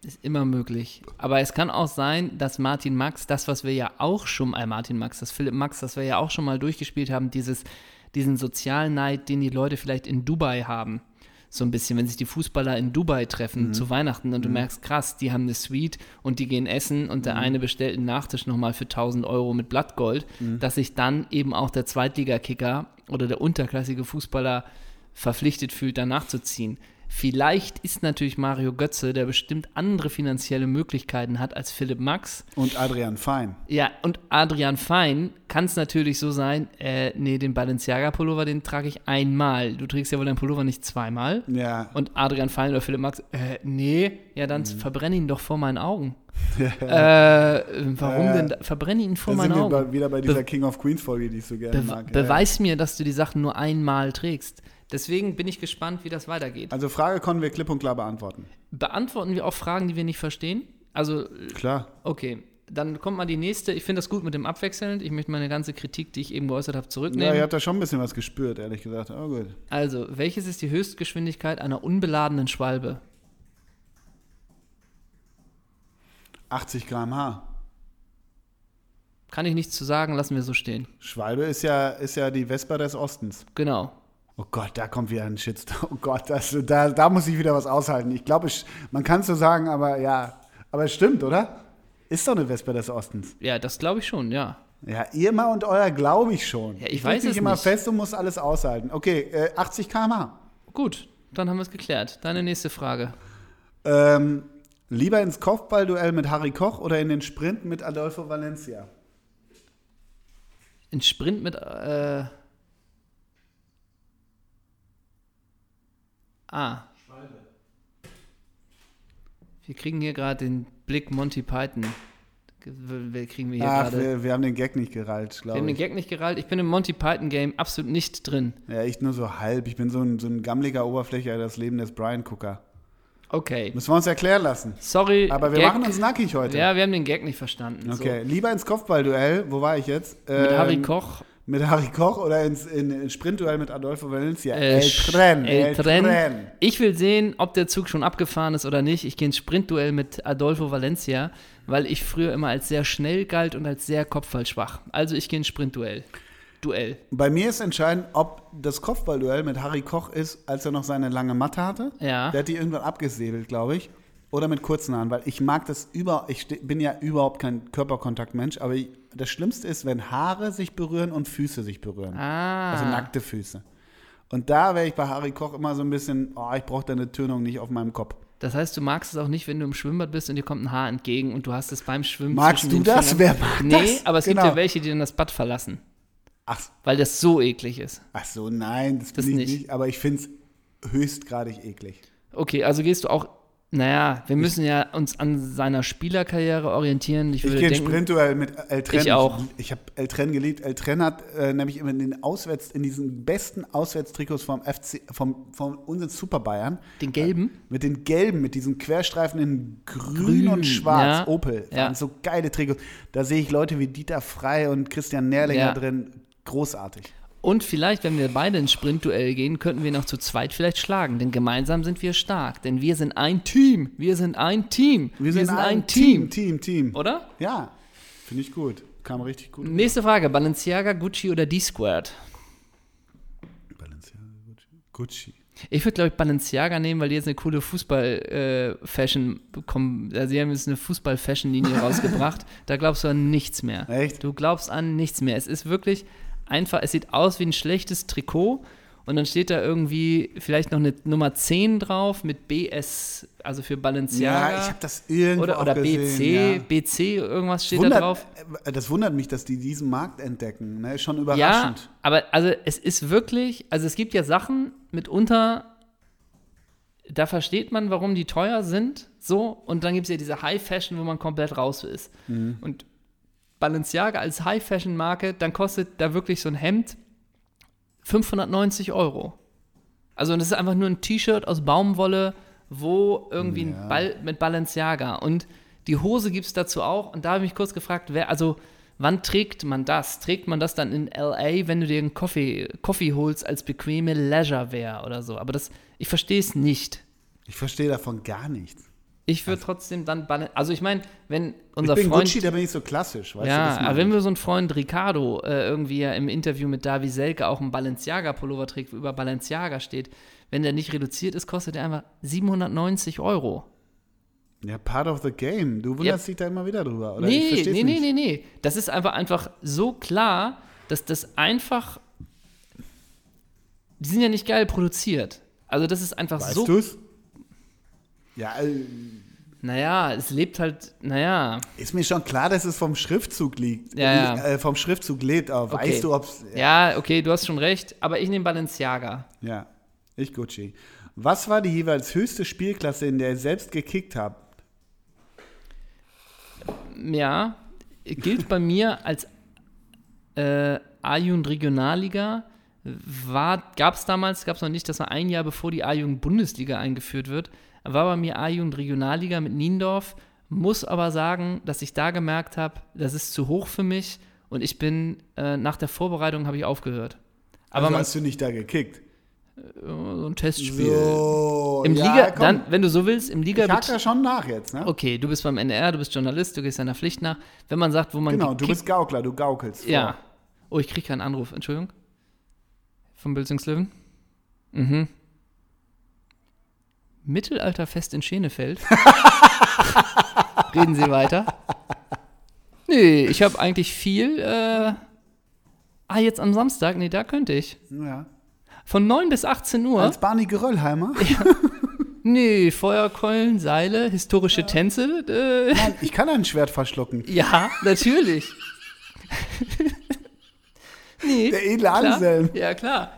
ist immer möglich. Aber es kann auch sein, dass Martin Max, das, was wir ja auch schon mal, Martin Max, das Philipp Max, das wir ja auch schon mal durchgespielt haben, dieses, diesen Sozialneid, den die Leute vielleicht in Dubai haben. So ein bisschen, wenn sich die Fußballer in Dubai treffen zu Weihnachten und du merkst, krass, die haben eine Suite und die gehen essen und der eine bestellt einen Nachtisch nochmal für 1000 Euro mit Blattgold, dass sich dann eben auch der Zweitligakicker oder der unterklassige Fußballer verpflichtet fühlt, danach zu ziehen. Vielleicht ist natürlich Mario Götze, der bestimmt andere finanzielle Möglichkeiten hat als Philipp Max.
Und Adrian Fein.
Ja, und Adrian Fein kann es natürlich so sein, äh, nee, den Balenciaga-Pullover, den trage ich einmal. Du trägst ja wohl deinen Pullover nicht zweimal.
Ja.
Und Adrian Fein oder Philipp Max, äh, nee, ja, dann verbrenne ihn doch vor meinen Augen. äh, warum
Mhm. Ja.
denn? Da? Verbrenne ihn vor
da
meinen
sind wir
Augen.
bei, wieder bei dieser King of Queens-Folge, die ich so gerne
Be
mag. Ja, ja.
Beweis mir, dass du die Sachen nur einmal trägst. Deswegen bin ich gespannt, wie das weitergeht.
Also Frage konnten wir klipp und klar beantworten.
Beantworten wir auch Fragen, die wir nicht verstehen? Also,
Klar.
okay, dann kommt mal die nächste. Ich finde das gut mit dem abwechselnd. Ich möchte meine ganze Kritik, die ich eben geäußert habe,
Ja,
zurücknehmen.
ihr habt da schon ein bisschen was gespürt, ehrlich gesagt. Oh gut.
Also, welches ist die Höchstgeschwindigkeit einer unbeladenen Schwalbe?
80 km/h.
Kann ich nichts zu sagen, lassen wir so stehen.
Schwalbe ist ja, ist ja die Vespa des Ostens.
Genau.
Oh Gott, da kommt wieder ein Shitstorm. Oh Gott, das, da, da muss ich wieder was aushalten. Ich glaube, ich- man kann es so sagen, aber ja. Aber es stimmt, oder? Ist doch eine Vespa des Ostens.
Ja, das glaube ich schon, ja.
Ja, ihr mal und euer glaube ich schon.
Ja, ich
leg
weiß
mich
es
immer
nicht.
fest und muss alles aushalten. Okay, äh, 80 km/h.
Gut, dann haben wir es geklärt. Deine nächste Frage.
Ähm, lieber ins Kopfballduell mit Harry Koch oder in den Sprint mit Adolfo Valencia?
Ein Sprint mit. Äh, ah. Wir kriegen hier gerade den Blick Monty Python. Ge- w- wir Kriegen wir hier
Ach,
gerade. Wir,
wir, wir haben den Gag nicht gerallt,
haben
glaube
den
ich.
Gag nicht gerallt. Ich bin im Monty Python Game absolut nicht drin.
Ja, ich nur so halb. Ich bin so ein, so ein gammeliger Oberflächer, das Leben des Brian-Gucker.
Okay.
Müssen wir uns erklären lassen.
Sorry.
Aber wir
Gag.
machen uns nackig heute.
Ja, wir haben den Gag nicht verstanden.
Okay, lieber ins Kopfballduell, wo war ich jetzt?
So. Mit
Ähm,
Harry Koch.
Mit Harry Koch oder ins in, in Sprintduell mit Adolfo Valencia?
Äh,
El Tren.
El Tren. Ich will sehen, ob der Zug schon abgefahren ist oder nicht. Ich gehe ins Sprintduell mit Adolfo Valencia, weil ich früher immer als sehr schnell galt und als sehr kopfballschwach. Also ich gehe ins Sprintduell. Duell.
Bei mir ist entscheidend, ob das Kopfballduell mit Harry Koch ist, als er noch seine lange Matte hatte.
Ja.
Der hat die irgendwann abgesäbelt, glaube ich. oder mit kurzen Haaren, weil ich mag das über, ich ste- bin ja überhaupt kein Körperkontaktmensch, aber ich, das Schlimmste ist, wenn Haare sich berühren und Füße sich berühren.
Ah.
Also nackte Füße. Und da wäre ich bei Harry Koch immer so ein bisschen, oh, ich brauche deine Tönung nicht auf meinem Kopf.
Das heißt, du magst es auch nicht, wenn du im Schwimmbad bist und dir kommt ein Haar entgegen und du hast es beim Schwimmen.
Magst
zwischen
du
den
das?
Fingern.
Wer mag
nee,
das?
Nee, aber es gibt
Genau.
ja welche, die dann das Bad verlassen,
Ach,
weil das so eklig ist.
ach so, nein, das,
Das
bin ich
nicht.
nicht. aber ich finde es höchstgradig eklig.
Okay, also gehst du auch. Naja, wir müssen ja uns an seiner Spielerkarriere orientieren. Ich
Ich
würde
gehe in
denken,
Sprintduell mit El Tren.
Ich auch.
Ich habe El Tren geliebt. El Tren hat äh, nämlich immer in den Auswärts, in diesen besten Auswärtstrikots vom FC, vom, vom unseren Super Bayern.
den gelben.
Mit den gelben, mit diesen Querstreifen in grün, und schwarz,
ja.
Opel.
Ja.
Waren so geile Trikots. Da sehe ich Leute wie Dieter Frey und Christian Nährlinger
Ja.
drin. Großartig.
Und vielleicht, wenn wir beide ins Sprintduell gehen, könnten wir noch zu zweit vielleicht schlagen. Denn gemeinsam sind wir stark. Denn wir sind ein Team. Wir sind ein Team.
Team, Team.
Oder?
Ja, finde ich gut. Kam richtig gut.
Nächste Frage. Balenciaga, Gucci oder D-Squared?
Balenciaga, Gucci. Gucci.
Ich würde, glaube ich, Balenciaga nehmen, weil die jetzt eine coole Fußball-Fashion bekommen. Also, sie haben jetzt eine Fußball-Fashion-Linie rausgebracht. Da glaubst du an nichts mehr.
Echt?
Du glaubst an nichts mehr. Es ist wirklich einfach, es sieht aus wie ein schlechtes Trikot. Und dann steht da irgendwie vielleicht noch eine Nummer 10 drauf mit BS, also für Balenciaga.
Ja, ich habe das irgendwo
oder
auch
oder
gesehen, ja.
BC, BC, irgendwas steht da
Wundert-
drauf.
äh, Das wundert mich, dass die diesen Markt entdecken. Ne? Ist schon
Ja,
überraschend.
aber also es ist wirklich, also es gibt ja Sachen mitunter, da versteht man, warum die teuer sind, so, und dann gibt es ja diese High Fashion, wo man komplett raus ist. Und Balenciaga als High Fashion Marke, dann kostet da wirklich so ein Hemd 590 Euro. Also das ist einfach nur ein T-Shirt aus Baumwolle, wo irgendwie ein Ball mit Balenciaga. Und die Hose gibt es dazu auch. Und da habe ich mich kurz gefragt, wer, also wann trägt man das? Trägt man das dann in LA, wenn du dir einen Coffee, Coffee holst als bequeme Leisure-Wear oder so? Aber das, ich verstehe es nicht.
Ich verstehe davon gar nichts.
Ich würde trotzdem dann Balen Also ich meine, wenn unser
ich bin
Freund.
Gucci, da bin ich so klassisch. Weißt du,
Ja,
das meine
aber wenn
ich.
wir so einen Freund Ricardo äh, irgendwie ja im Interview mit Davi Selke auch einen Balenciaga-Pullover trägt, wo über Balenciaga steht, wenn der nicht reduziert ist, kostet der einfach 790 Euro.
ja, part of the game. Du wunderst dich da immer wieder drüber. Oder? ich
Nee,
versteh's
nee, nee,
nicht.
nee, nee. Das ist einfach, einfach so klar, dass das einfach. Die sind ja nicht geil produziert. Also, das ist einfach
Weißt
so.
du's? Ja, äh,
Naja, es lebt halt. Naja.
ist mir schon klar, dass es vom Schriftzug liegt.
Ja, ja.
Äh, vom Schriftzug lebt. Aber
Okay.
weißt du, ob's.
Ja, okay, du hast schon recht. Aber ich nehme Balenciaga.
Ja, ich Gucci. Was war die jeweils höchste Spielklasse, in der ihr selbst gekickt habt?
Ja, gilt bei mir als äh, A-Jugend Regionalliga. Gab es damals, gab es noch nicht, das war ein Jahr bevor die A-Jugend Bundesliga eingeführt wird. War bei mir A-Jugend Regionalliga mit Niendorf. Muss aber sagen, dass ich da gemerkt habe, das ist zu hoch für mich und ich bin äh, nach der Vorbereitung habe ich aufgehört. Aber
also
man,
hast du nicht da gekickt?
so ein Testspiel.
So,
Im
ja,
Liga,
komm.
dann, wenn du so willst, im Liga
Ich hake da schon nach jetzt, ne?
Okay, du bist beim NDR, du bist Journalist, du gehst deiner Pflicht nach. Wenn man sagt, wo man
Genau, du
gekickt
bist Gaukler, du gaukelst. vor.
Ja. Oh, ich kriege keinen Anruf. Entschuldigung. Vom Bildungslöwen. Mhm. Mittelalterfest in Schenefeld. Reden Sie weiter. Nee, ich habe eigentlich viel. Äh, ah, jetzt am Samstag. Nee, da könnte ich.
ja.
Von 9 bis 18 Uhr.
Als Barney Geröllheimer?
Nee, Feuerkeulen, Seile, historische Tänze. Äh,
Nein, ich kann ein Schwert verschlucken.
ja, natürlich. nee,
Der edle
Klar.
Anselm.
Ja, klar.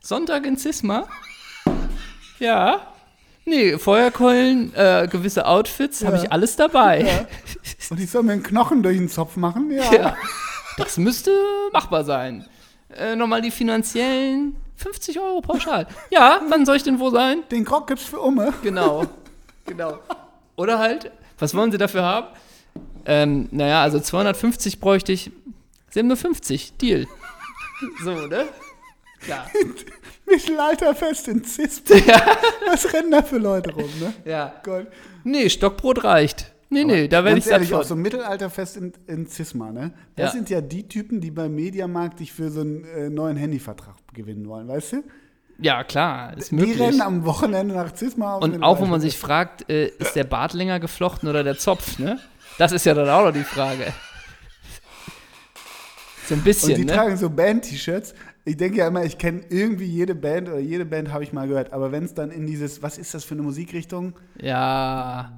Sonntag in Cisma. Ja. Nee, Feuerkeulen, äh, gewisse Outfits, habe ich alles dabei.
Und ich soll mir einen Knochen durch den Zopf machen? Ja.
Ja. Das müsste machbar sein. Äh, Nochmal die finanziellen 50 Euro pauschal. Ja, wann soll ich denn wo sein?
Den Grog gibt's für Umme.
Genau. genau. Oder halt, was wollen Sie dafür haben? Ähm, naja, also 250 bräuchte ich. Sie haben nur 50. Deal. So, ne? Klar.
Mittelalterfest in Zispen.
Ja.
Was rennen da für Leute rum, ne?
ja.
Gott.
Nee, Stockbrot reicht. Nee, nee, da werde ich
Ganz
satt
ehrlich, also auch
von.
so ein Mittelalterfest in, in Zisma, ne? Das
Ja.
sind ja die Typen, die beim Mediamarkt dich für so einen äh, neuen Handyvertrag gewinnen wollen, weißt du?
Ja, klar, ist
Die
möglich.
rennen am Wochenende nach Zisma. auf
Und
den
auch, wo man
Reisen.
sich fragt, äh, ist der Bart länger geflochten oder der Zopf, ne? Das ist ja dann auch noch die Frage. So ein bisschen,
Und die
ne?
tragen so Band-T-Shirts. Ich denke ja immer, ich kenne irgendwie jede Band oder jede Band habe ich mal gehört. Aber wenn es dann in dieses, was ist das für eine Musikrichtung?
Ja.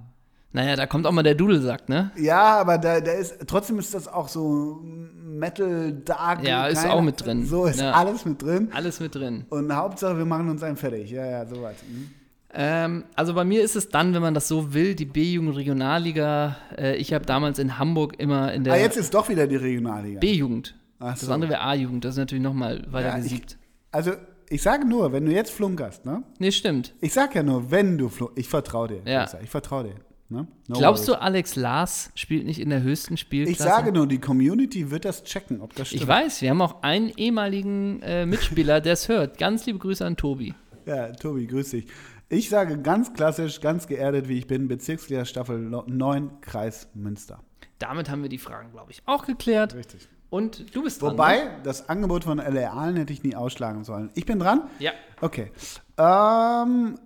Naja, da kommt auch mal der Dudelsack, ne?
Ja, aber da, da ist, trotzdem ist das auch so Metal, Dark.
Ja, ist
keine-
auch mit drin.
So ist
Ja.
alles mit drin.
Alles mit drin.
Und Hauptsache, wir machen uns einen fertig. Ja, ja, sowas. Mhm.
Ähm, also bei mir ist es dann, wenn man das so will, die B-Jugend Regionalliga. Äh, ich habe damals in Hamburg immer in der
Ah, jetzt ist doch wieder die Regionalliga.
B-Jugend.
Ach
Das
so.
andere wäre A-Jugend, das ist natürlich nochmal weiter
Ja, ich-
gesiebt.
Also, ich sage nur, wenn du jetzt flunkerst, ne?
Nee, stimmt.
Ich sag ja nur, wenn du flunkerst. Ich vertraue dir.
Ja.
Ich vertraue dir. Ne? No
Glaubst
worries.
du, Alex Lars spielt nicht in der höchsten Spielklasse?
Ich sage nur, die Community wird das checken, ob das stimmt.
Ich weiß, wir haben auch einen ehemaligen äh, Mitspieler, der es hört. Ganz liebe Grüße an Tobi.
Ja, Tobi, grüß dich. Ich sage ganz klassisch, ganz geerdet, wie ich bin, Bezirksliga Staffel 9, Kreis Münster.
Damit haben wir die Fragen, glaube ich, auch geklärt.
Richtig.
Und du bist dran. ne?
Wobei, das Angebot von LA Aalen hätte ich nie ausschlagen sollen. Ich bin dran?
Ja.
Okay. Ähm,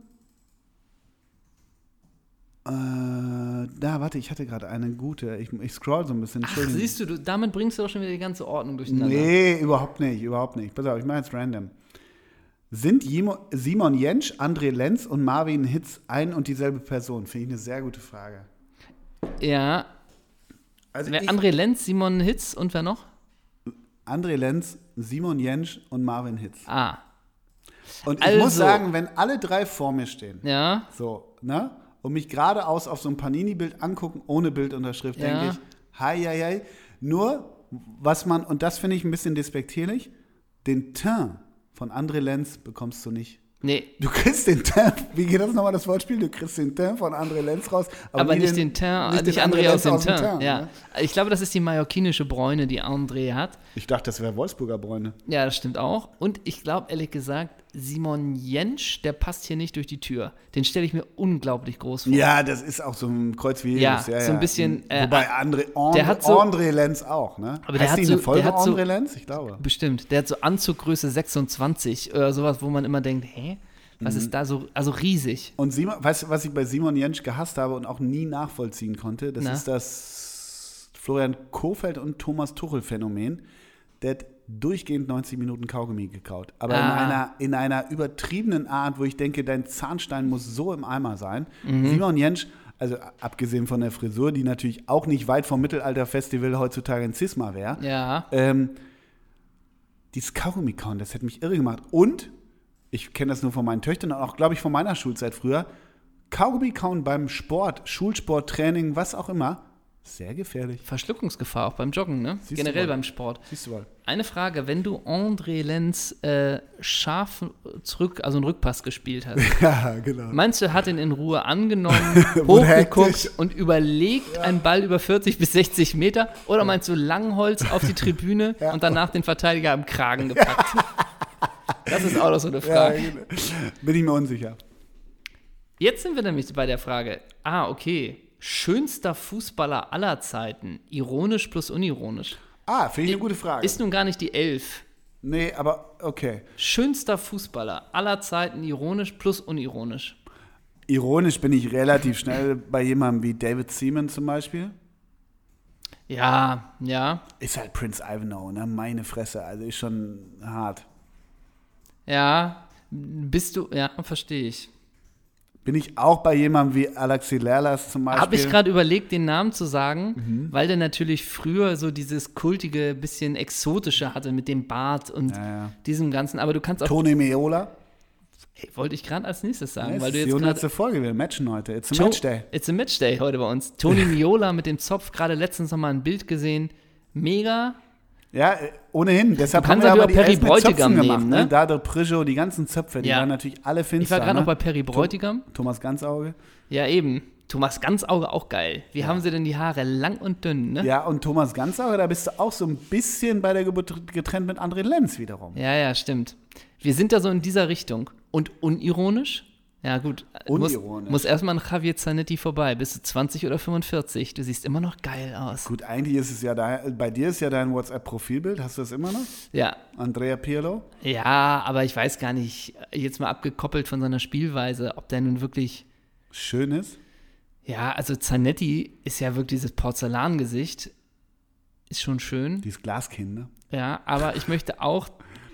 äh, da, warte, ich hatte gerade eine gute. Ich, ich scroll so ein bisschen.
Ach, siehst du, du, damit bringst du auch schon wieder die ganze Ordnung durcheinander.
Nee, überhaupt nicht, überhaupt nicht. Pass auf, ich mache jetzt random. Sind Jimo, Simon Jentsch, André Lenz und Marvin Hitz ein und dieselbe Person? Finde ich eine sehr gute Frage.
Ja,
Also
wer,
ich,
André Lenz, Simon Hitz und wer noch?
André Lenz, Simon Jentsch und Marvin Hitz.
Ah,
Und ich
Also-
muss sagen, wenn alle drei vor mir stehen,
ja.
so, ne? Und mich geradeaus auf so ein Panini-Bild angucken, ohne Bildunterschrift,
Ja.
denke ich, hei, hei, hei. Nur, was man, und das finde ich ein bisschen despektierlich, den Teint von André Lenz bekommst du nicht.
Nee,
Du kriegst den Term, wie geht das nochmal das Wortspiel? Du kriegst den Term von André Lenz raus.
aber
nie
nicht den, Teint, nicht,
André
André,
Lenz
aus dem Teint.
Teint,
ja.
ne?
Ich glaube, das ist die mallorquinische Bräune, die André hat.
Ich dachte, das wäre Wolfsburger Bräune.
Ja, das stimmt auch. Und ich glaube, ehrlich gesagt, Simon Jentsch, der passt hier nicht durch die Tür. Den stelle ich mir unglaublich groß vor.
Ja, das ist auch so ein Kreuz wie
Ja,
Jesus. Ja,
so ein bisschen, äh,
Wobei André, André,
der hat so-
André Lenz auch, ne?
Aber der
Heißt
hat
die
so-
eine Folge
der hat so-
André Lenz? Ich glaube.
Bestimmt. Der hat so Anzuggröße 26 oder sowas, wo man immer denkt, hä? Was
Mhm.
ist da so, also riesig.
Und Simon, weißt du, was ich bei Simon Jentsch gehasst habe und auch nie nachvollziehen konnte? Das
Na?
ist das Florian Kofeld und Thomas Tuchel-Phänomen. Der hat durchgehend 90 Minuten Kaugummi gekaut. Aber in,
Ah.
einer, in einer übertriebenen Art, wo ich denke, dein Zahnstein muss so im Eimer sein.
Mhm.
Simon Jentsch, also abgesehen von der Frisur, die natürlich auch nicht weit vom Mittelalter-Festival heutzutage in Cisma wäre,
Ja.
ähm, dieses Kaugummi-Kauen, das hätte mich irre gemacht. Und, ich kenne das nur von meinen Töchtern und auch, glaube ich, von meiner Schulzeit früher, Kaugummi-Kauen beim Sport, Schulsport, Training, was auch immer, sehr gefährlich.
Verschluckungsgefahr auch beim Joggen, ne?
du
Generell
mal.
beim Sport.
Siehst du mal.
Eine Frage, wenn du André Lenz äh, scharf zurück, also einen Rückpass gespielt hast,
Ja, genau.
meinst du, er hat ihn in Ruhe angenommen, hochgeguckt
hektisch.
und überlegt, einen Ball über 40 bis 60 Meter? Oder meinst du Langholz auf die Tribüne und danach den Verteidiger am Kragen gepackt? Das ist auch noch so eine
Ja,
Frage.
genau. Bin ich mir unsicher.
Jetzt sind wir nämlich bei der Frage, ah, okay, schönster Fußballer aller Zeiten, ironisch plus unironisch,
Ah, finde ich eine gute Frage.
ist nun gar nicht die Elf.
nee, aber okay.
Schönster Fußballer aller Zeiten, ironisch plus unironisch.
Ironisch bin ich relativ schnell bei jemandem wie David Seaman zum Beispiel.
Ja, ja,
Ist halt Prince Ivanhoe, ne? Meine Fresse. Also ist schon hart.
ja. Bist du, ja, verstehe ich.
Bin ich auch bei jemandem wie Alexi Lerlas zum Beispiel. Mhm.
Habe ich gerade überlegt, den Namen zu sagen, weil der natürlich früher so dieses kultige, bisschen exotische hatte mit dem Bart und
ja.
diesem Ganzen. Aber du kannst auch,
Tony Meola.
Ey, wollte ich gerade als nächstes sagen,
Ja,
weil
es
du
ist
jetzt
die
gerade
100. Folge, wir matchen heute. It's a
To-
Matchday.
It's a Matchday heute bei uns. Toni Miola mit dem Zopf, gerade letztens nochmal ein Bild gesehen. Mega.
Ja, äh, ohnehin. Deshalb haben
kannst
wir
halt
aber
auch
die
Perry
Elf mit
Bräutigam
Zöpfen gemacht.
nehmen, ne?
ne? Dado Prijo, die ganzen Zöpfe, die
Ja.
waren natürlich alle finster.
Ich war gerade
ne?
noch bei Perry Bräutigam.
Thomas Ganzauge.
Ja, eben. Thomas Ganzauge auch geil. Wie haben sie denn die Haare? Lang und dünn, ne?
Ja, und Thomas Ganzauge, da bist du auch so ein bisschen bei der Geburt getrennt mit André Lenz wiederum.
Ja, ja, stimmt. Wir sind da so in dieser Richtung. Und unironisch? Ja, gut. Muss,
Unironisch.
muss erstmal an Javier Zanetti vorbei. Bist du 20 oder 45? Du siehst immer noch geil aus.
Gut, eigentlich ist es ja dein, bei dir ist ja dein WhatsApp-Profilbild. Hast du das immer noch?
Ja.
Andrea Pirlo?
Ja, aber ich weiß gar nicht, jetzt mal abgekoppelt von seiner Spielweise, ob der nun wirklich.
Schönes.
Ja, also Zanetti ist ja wirklich dieses Porzellangesicht. Ist schon schön.
Dieses Glaskind, ne?
Ja, aber ich möchte auch,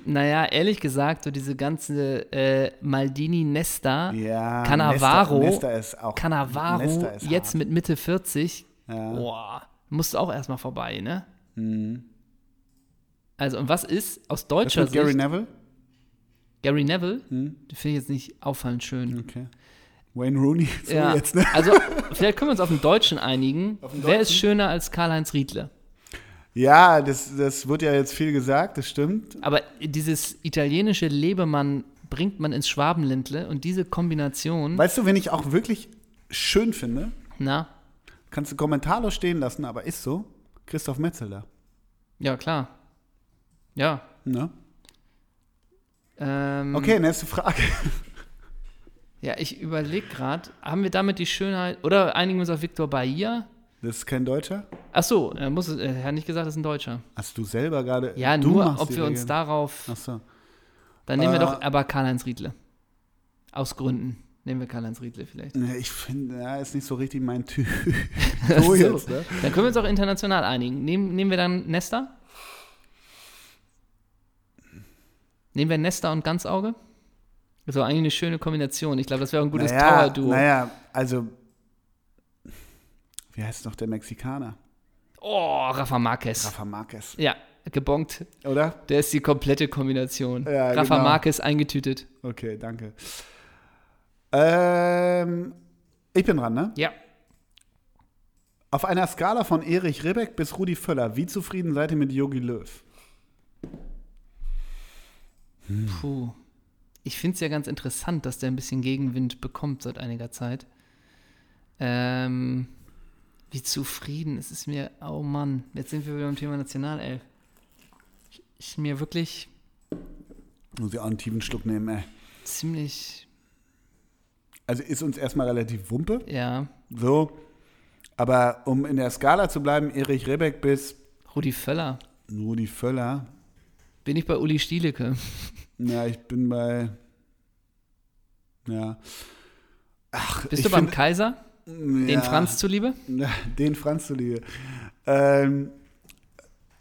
naja, ehrlich gesagt, so diese ganze äh, Maldini-Nesta,
Ja.
Cannavaro,
Nesta, Nesta ist auch.
Cannavaro,
Nesta ist
jetzt
hart.
mit Mitte 40,
Ja. Mhm.
boah, musst du auch erstmal vorbei, ne? Also, und was ist aus deutscher
Das mit
Sicht
Gary Ne- Mhm. Neville?
Gary Neville? Den finde ich jetzt nicht auffallend schön.
Okay. Wayne Rooney. So
Ja,
Mhm. jetzt, ne?
also vielleicht können wir uns auf den Deutschen einigen. Wer ist schöner als Karl-Heinz Riedle?
ja das, das wird ja jetzt viel gesagt, das stimmt.
Aber dieses italienische Lebemann bringt man ins Schwabenländle und diese Kombination,
Weißt du, wenn ich auch wirklich schön finde,
na,
kannst du kommentarlos stehen lassen, aber ist so. Christoph Metzelder.
Ja, klar. Ja.
Ne?
Ähm,
Okay, nächste Frage.
Ja, ich überlege gerade, haben wir damit die Schönheit, oder einigen wir uns auf Victor Bahia?
Das ist kein Deutscher.
Ach so, er muss, es- er hat nicht gesagt, das ist ein Deutscher.
Hast du selber gerade.
Ja,
du
nur,
machst
ob
die
wir uns
Regeln.
darauf,
Ach so.
dann nehmen wir
äh,
doch aber Karl-Heinz Riedle. Aus Gründen nehmen wir Karl-Heinz Riedle vielleicht.
Ne, Ich finde, ja, ist nicht so richtig mein Typ. so jetzt, ne?
Dann können wir uns auch international einigen. Nehmen, nehmen wir dann Nesta? Nehmen wir Nesta und Ganzauge? Das ist doch eigentlich eine schöne Kombination. Ich glaube, das wäre ein gutes Tower-Duo.
Naja, also. Wie heißt noch der Mexikaner?
Oh, Rafa Marquez.
Rafa Marquez,
Ja, gebonkt.
oder?
Der ist die komplette Kombination.
Ja,
Rafa
genau.
Marquez eingetütet.
Okay, danke. Ähm, ich bin dran, ne?
Ja.
Auf einer Skala von Erich Ribbeck bis Rudi Völler, wie zufrieden seid ihr mit Yogi Löw?
Puh. Ich finde es ja ganz interessant, dass der ein bisschen Gegenwind bekommt seit einiger Zeit. Ähm, wie zufrieden ist es mir. Oh Mann, jetzt sind wir wieder beim Thema Nationalelf. Ist mir wirklich
Muss ich auch einen tiefen Schluck nehmen, ey.
ziemlich,
Also ist uns erstmal relativ Wumpe,
ja,
so. Aber um in der Skala zu bleiben, Erich Ribbeck bis
Rudi Völler.
Rudi Völler.
Bin ich bei Uli Stielecke?
Ja, ich bin bei. Ja. Ach,
Bist
ich
du beim
find-
Kaiser? Den
ja.
Franz zuliebe?
Na, Den Franz zuliebe. Ähm,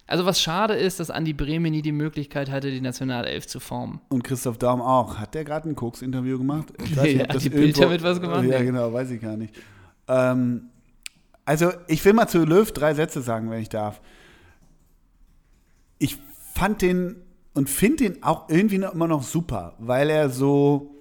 Also was schade ist, dass Andi Brehme nie die Möglichkeit hatte, die Nationalelf zu formen.
und Christoph Daum auch. Hat der gerade ein Koks-Interview gemacht? Ich weiß
Ja, die Bild damit was gemacht?
Ja,
Nee.
genau, weiß ich gar nicht. Ähm, also, ich will mal zu Löw drei Sätze sagen, wenn ich darf. Ich fand den und finde den auch irgendwie noch, immer noch super, weil er so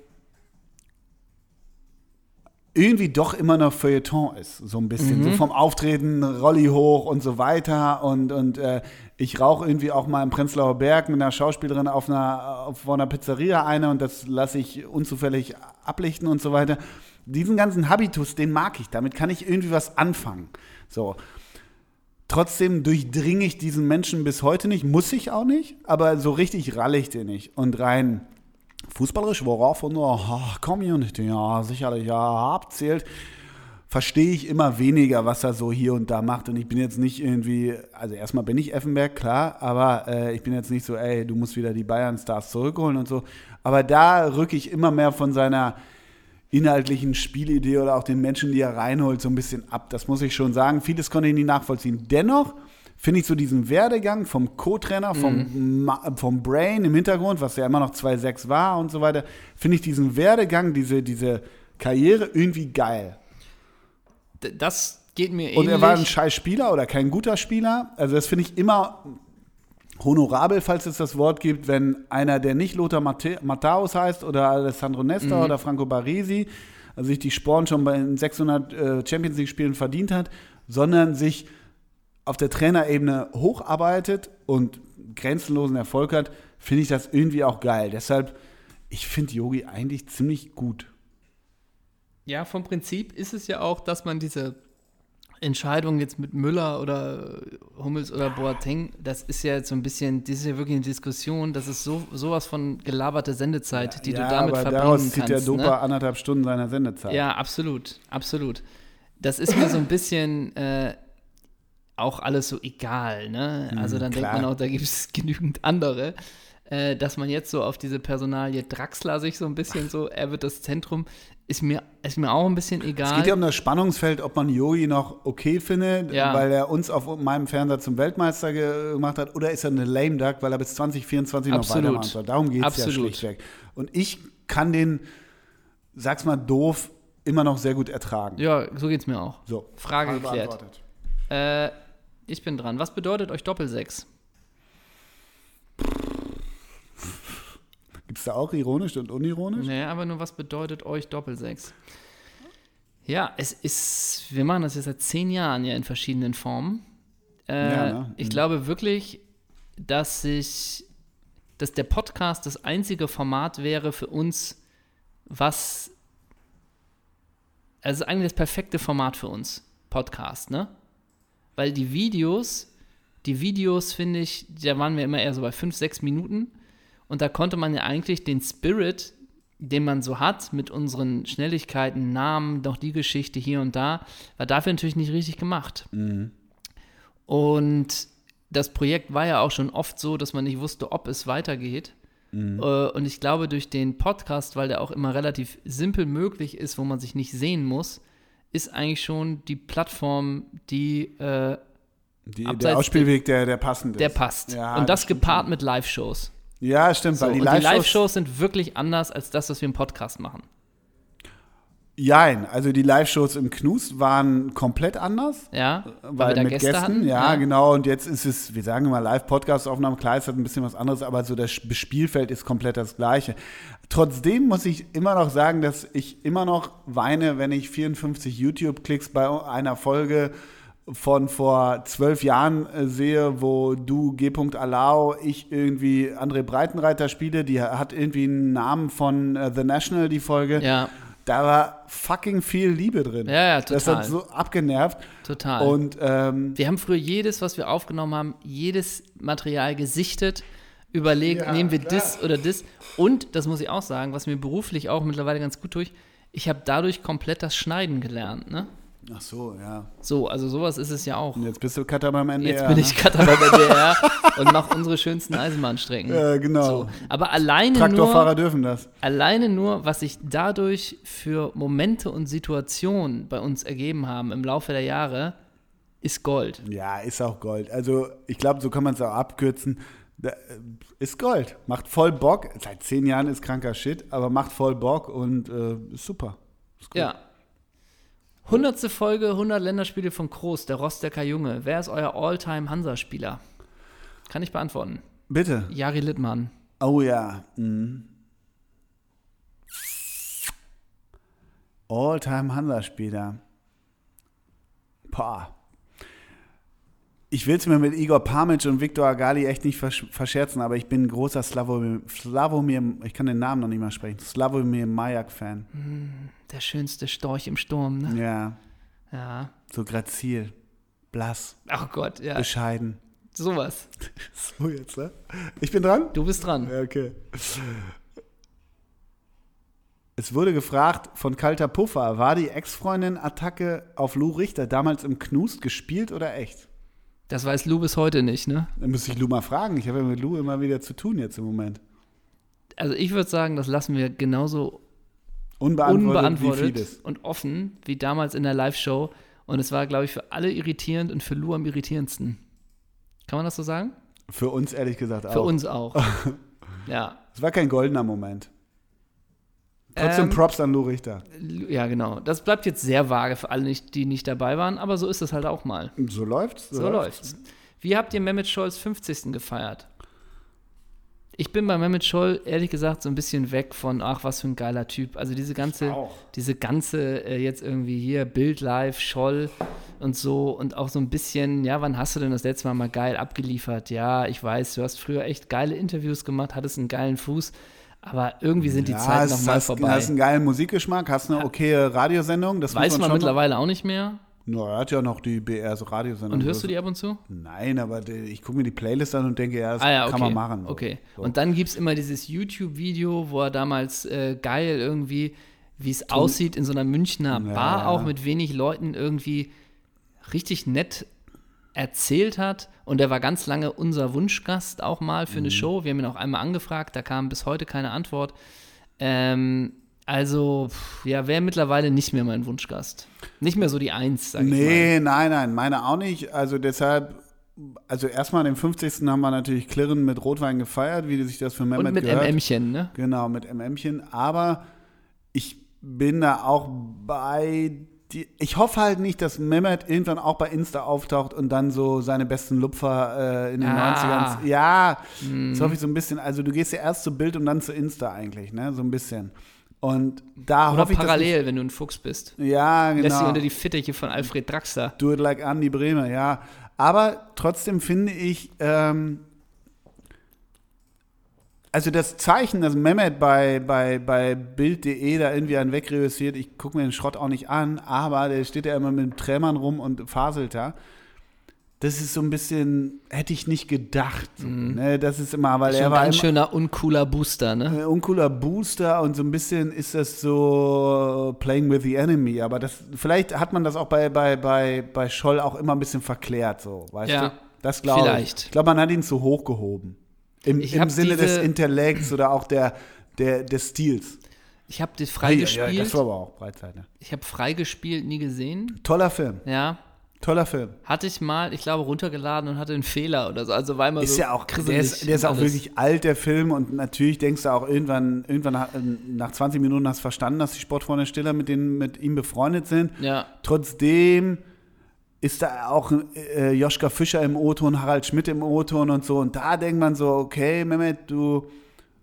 irgendwie doch immer noch Feuilleton ist, so ein bisschen. So vom Auftreten, Rolli hoch und so weiter. Und, und äh, ich rauche irgendwie auch mal im Prenzlauer Berg mit einer Schauspielerin auf einer, auf, vor einer Pizzeria eine und das lasse ich unzufällig ablichten und so weiter. Diesen ganzen Habitus, den mag ich. Damit kann ich irgendwie was anfangen. So. Trotzdem durchdringe ich diesen Menschen bis heute nicht, muss ich auch nicht, aber so richtig ralle ich den nicht. Und rein fußballerisch, worauf unsere Community ja sicherlich ja, abzählt, verstehe ich immer weniger, was er so hier und da macht. Und ich bin jetzt nicht irgendwie, also erstmal bin ich Effenberg, klar, aber äh, ich bin jetzt nicht so, ey, du musst wieder die Bayern-Stars zurückholen und so. Aber da rücke ich immer mehr von seiner inhaltlichen Spielidee oder auch den Menschen, die er reinholt, so ein bisschen ab. Das muss ich schon sagen. Vieles konnte ich nicht nachvollziehen. Dennoch finde ich so diesen Werdegang vom Co-Trainer, vom, Ma- vom Brain im Hintergrund, was ja immer noch 2-6 war und so weiter, finde ich diesen Werdegang, diese, diese Karriere irgendwie geil.
D das geht mir ähnlich.
Und er war ein scheiß Spieler oder kein guter Spieler. Also das finde ich immer honorabel, falls es das Wort gibt, wenn einer, der nicht Lothar Matthä- Matthäus heißt oder Alessandro
Mhm.
Nesta oder Franco Baresi, also sich die Sporen schon bei den 600 äh, Champions League-Spielen verdient hat, sondern sich auf der Trainerebene hocharbeitet und grenzenlosen Erfolg hat, finde ich das irgendwie auch geil. Deshalb, ich finde Yogi eigentlich ziemlich gut.
Ja, vom Prinzip ist es ja auch, dass man diese Entscheidung jetzt mit Müller oder Hummels oder Boateng, das ist ja jetzt so ein bisschen, das ist ja wirklich eine Diskussion, das ist so, sowas von gelaberte Sendezeit, die
ja,
du damit
aber
verbringen
daraus zieht
kannst.
der Dopa
ne?
anderthalb Stunden seiner Sendezeit.
Ja, absolut, absolut. Das ist mir so ein bisschen äh, auch alles so egal, ne? Also dann denkt
Mhm, klar.
man auch, da gibt es genügend andere. Äh, dass man jetzt so auf diese Personalie Draxler sich so ein bisschen so, er wird das Zentrum, ist mir, ist mir auch ein bisschen egal.
Es geht ja um das Spannungsfeld, ob man Yogi noch okay findet,
Ah. Ja.
weil er uns auf meinem Fernseher zum Weltmeister ge- gemacht hat, oder ist er eine lame duck, weil er bis 2024
Absolut.
noch weitermachen soll. Darum geht es ja
Absolut.
schlichtweg. Und ich kann den, sag's mal doof, immer noch sehr gut ertragen.
ja, so geht's mir auch.
So.
Frage
Frage
geklärt.
beantwortet.
Äh, ich bin dran. Was bedeutet euch Doppelsechs?
Gibt's da auch ironisch und unironisch?
Naja, aber nur was bedeutet euch Doppelsechs? Ja, es ist, wir machen das jetzt seit zehn Jahren ja in verschiedenen Formen. Äh,
Ja, ne?
Ich
Mhm.
glaube wirklich, dass sich, dass der Podcast das einzige Format wäre für uns, was, also es ist eigentlich das perfekte Format für uns, Podcast, ne? Weil die Videos, die Videos finde ich, da waren wir immer eher so bei fünf, sechs Minuten. Und da konnte man ja eigentlich den Spirit, den man so hat, mit unseren Schnelligkeiten, Namen, noch die Geschichte hier und da, war dafür natürlich nicht richtig gemacht.
Mhm.
Und das Projekt war ja auch schon oft so, dass man nicht wusste, ob es weitergeht.
Mhm.
Äh, Und ich glaube, durch den Podcast, weil der auch immer relativ simpel möglich ist, wo man sich nicht sehen muss, ist eigentlich schon die Plattform, die äh,
Die,
Abseits
der Ausspielweg, der, der passend
der
ist.
passt.
Ja,
und das,
stimmt.
gepaart mit Live-Shows.
Ja, stimmt,
So,
weil die
und die
Live-Shows.
Live-Shows sind wirklich anders als das, was wir im Podcast machen.
Jein, also die Live-Shows im Knust waren komplett anders.
Ja, weil,
weil
wir da
mit
Gäste
Gästen,
hatten.
ja,
genau.
genau. Und jetzt ist es, wir sagen immer Live-Podcast-Aufnahmen, klar, ist das ein bisschen was anderes, aber so das Spielfeld ist komplett das gleiche. Trotzdem muss ich immer noch sagen, dass ich immer noch weine, wenn ich 54 YouTube-Klicks bei einer Folge von vor zwölf Jahren äh, sehe, wo du G. Alao, ich irgendwie André Breitenreiter spiele, die hat irgendwie einen Namen von äh, The National, die Folge.
Ja,
Da war fucking viel Liebe drin.
Ja, ja,
Das
total.
hat so abgenervt.
total.
Und ähm,
wir haben früher jedes, was wir aufgenommen haben, jedes Material gesichtet, überlegt,
Ja,
nehmen wir
klar.
das oder das. Und, das muss ich auch sagen, was mir beruflich auch mittlerweile ganz gut durch, ich habe dadurch komplett das Schneiden gelernt. Ne?
Ach so, ja.
So, also sowas ist es ja auch.
Und jetzt bist du Cutter beim NDR.
Jetzt bin ich Cutter bei der DDR und mache unsere schönsten Eisenbahnstrecken.
Ne? Äh, genau.
So. Aber alleine nur,
Traktorfahrer dürfen das.
alleine nur, was sich dadurch für Momente und Situationen bei uns ergeben haben im Laufe der Jahre, ist Gold.
Ja, ist auch Gold. Also ich glaube, so kann man es auch abkürzen. Da, äh, ist Gold. Macht voll Bock. Seit zehn Jahren ist kranker Shit, aber macht voll Bock und äh, ist super. Ist gut.
Ja. Hundertste Folge, 100 Länderspiele von Kroos, der Rostocker Junge. Wer ist euer All-Time-Hansa-Spieler? Kann ich beantworten.
Bitte.
Jari Littmann.
Oh ja. Mhm. All-Time-Hansa-Spieler. Boah. Ich will es mir mit Igor Pamic und Viktor Agali echt nicht versch verscherzen, aber ich bin ein großer Slavomir, Slavomir ich kann den Namen noch nicht mal sprechen, Slavomir Majak-Fan.
Der schönste Storch im Sturm, ne?
Ja,
Ja.
so grazil, blass,
Ach Gott, ja.
bescheiden.
Sowas.
So jetzt, ne? Ich bin dran?
Du bist dran.
Ja, okay. Es wurde gefragt von Kalter Puffer, war die Ex-Freundin-Attacke auf Lou Richter damals im Knust gespielt oder echt?
Das weiß Lou bis heute nicht, ne?
Da müsste ich Lou mal fragen. Ich habe ja mit Lou immer wieder zu tun jetzt im Moment.
Also ich würde sagen, das lassen wir genauso
Unbeantwortet, wie vieles.
unbeantwortet und offen wie damals in der Live-Show. Und es war, glaube ich, für alle irritierend und für Lou am irritierendsten. Kann man das so sagen?
Für uns ehrlich gesagt auch.
Für uns auch. ja.
Es war kein goldener Moment. Trotzdem
Ähm,
Props an Lou Richter.
Ja, genau. Das bleibt jetzt sehr vage für alle, nicht, die nicht dabei waren, aber so ist es halt auch mal.
So läuft's.
So läuft's. Wie habt ihr Mehmet Scholls 50. gefeiert? Ich bin bei Mehmet Scholl ehrlich gesagt so ein bisschen weg von, ach, was für ein geiler Typ. Also diese ganze,
auch.
diese ganze äh, jetzt irgendwie hier, Bild Live, Scholl und so und auch so ein bisschen, ja, wann hast du denn das letzte Mal mal geil abgeliefert? Ja, ich weiß, du hast früher echt geile Interviews gemacht, hattest einen geilen Fuß, aber irgendwie sind die
ja,
Zeiten
hast,
nochmal
hast,
vorbei.
hast einen geilen Musikgeschmack, hast eine okay Radiosendung. Das muss
Weiß
man
man
schon
mittlerweile auch nicht mehr.
Na, er hat ja noch die BR, so Radiosendung.
Und hörst du die ab und zu?
Nein, aber die, ich gucke mir die Playlist an und denke, ja, das
Ah ja, okay.
kann man machen. So.
Okay.
So.
Und dann gibt es immer dieses YouTube-Video, wo er damals äh, geil irgendwie, wie es aussieht, in so einer Münchner
Ja,
Bar
ja.
auch mit wenig Leuten irgendwie richtig nett erzählt hat. Und er war ganz lange unser Wunschgast auch mal
Mhm.
für eine Show. Wir haben ihn auch einmal angefragt, da kam bis heute keine Antwort. Ähm, also, pff, ja, wäre mittlerweile nicht mehr mein Wunschgast. Nicht mehr so die Eins, sag ich mal.
Nee, nein, nein, meine auch nicht. Also deshalb, also erstmal den 50. haben wir natürlich Klirren mit Rotwein gefeiert, wie sich das für Mehmet
Und mit
halt gehört.
MMchen, ne?
Genau, mit MMchen. Aber ich bin da auch bei. Die, ich hoffe halt nicht, dass Mehmet irgendwann auch bei Insta auftaucht und dann so seine besten Lupfer äh, in den
Ah.
90ern. Ja, das hoffe ich so ein bisschen. Also, du gehst ja erst zu Bild und dann zu Insta eigentlich, ne? So ein bisschen. Und da
Oder
hoffe ich. dass
parallel, wenn du ein Fuchs bist.
nicht- Ja, genau.
Lässt sich unter die Fittiche von Alfred Draxler.
Do it like Andy Bremer, ja. Aber trotzdem finde ich, ähm, also das Zeichen, dass Mehmet bei, bei, bei Bild.de da irgendwie einen wegreüssiert, ich gucke mir den Schrott auch nicht an, aber der steht ja immer mit dem Trämern rum und faselt da. Das ist so ein bisschen, hätte ich nicht gedacht. So, ne? Das ist immer, weil
Schon
er
ein
war
ganz
immer,
schöner, uncooler Booster, ne?
äh, uncooler Booster und so ein bisschen ist das so äh, Playing with the Enemy, aber das vielleicht hat man das auch bei, bei, bei, bei Scholl auch immer ein bisschen verklärt, so, weißt
Ja,
du? Das glaube ich.
vielleicht.
Ich glaube, man hat ihn zu hoch gehoben. Im,
Ich
im
hab
Sinne des
diese-
Intellekts oder auch der, der, des Stils.
Ich habe das freigespielt.
das war aber auch Breitseite.
ich habe freigespielt, nie gesehen.
Toller Film,
Ja.
toller Film.
Hatte ich mal, ich glaube, runtergeladen und hatte einen Fehler oder so. Also war immer
Ist
so
ja auch, der
grisselig
ist, der ist
und
auch
alles.
wirklich alt, der Film. Und natürlich denkst du auch irgendwann, irgendwann nach, nach 20 Minuten hast du verstanden, dass die Sportfreunde Stiller mit, denen, mit ihm befreundet sind.
Ja.
Trotzdem ist da auch äh, Joschka Fischer im O-Ton, Harald Schmidt im O-Ton und so. Und da denkt man so, okay, Mehmet, du,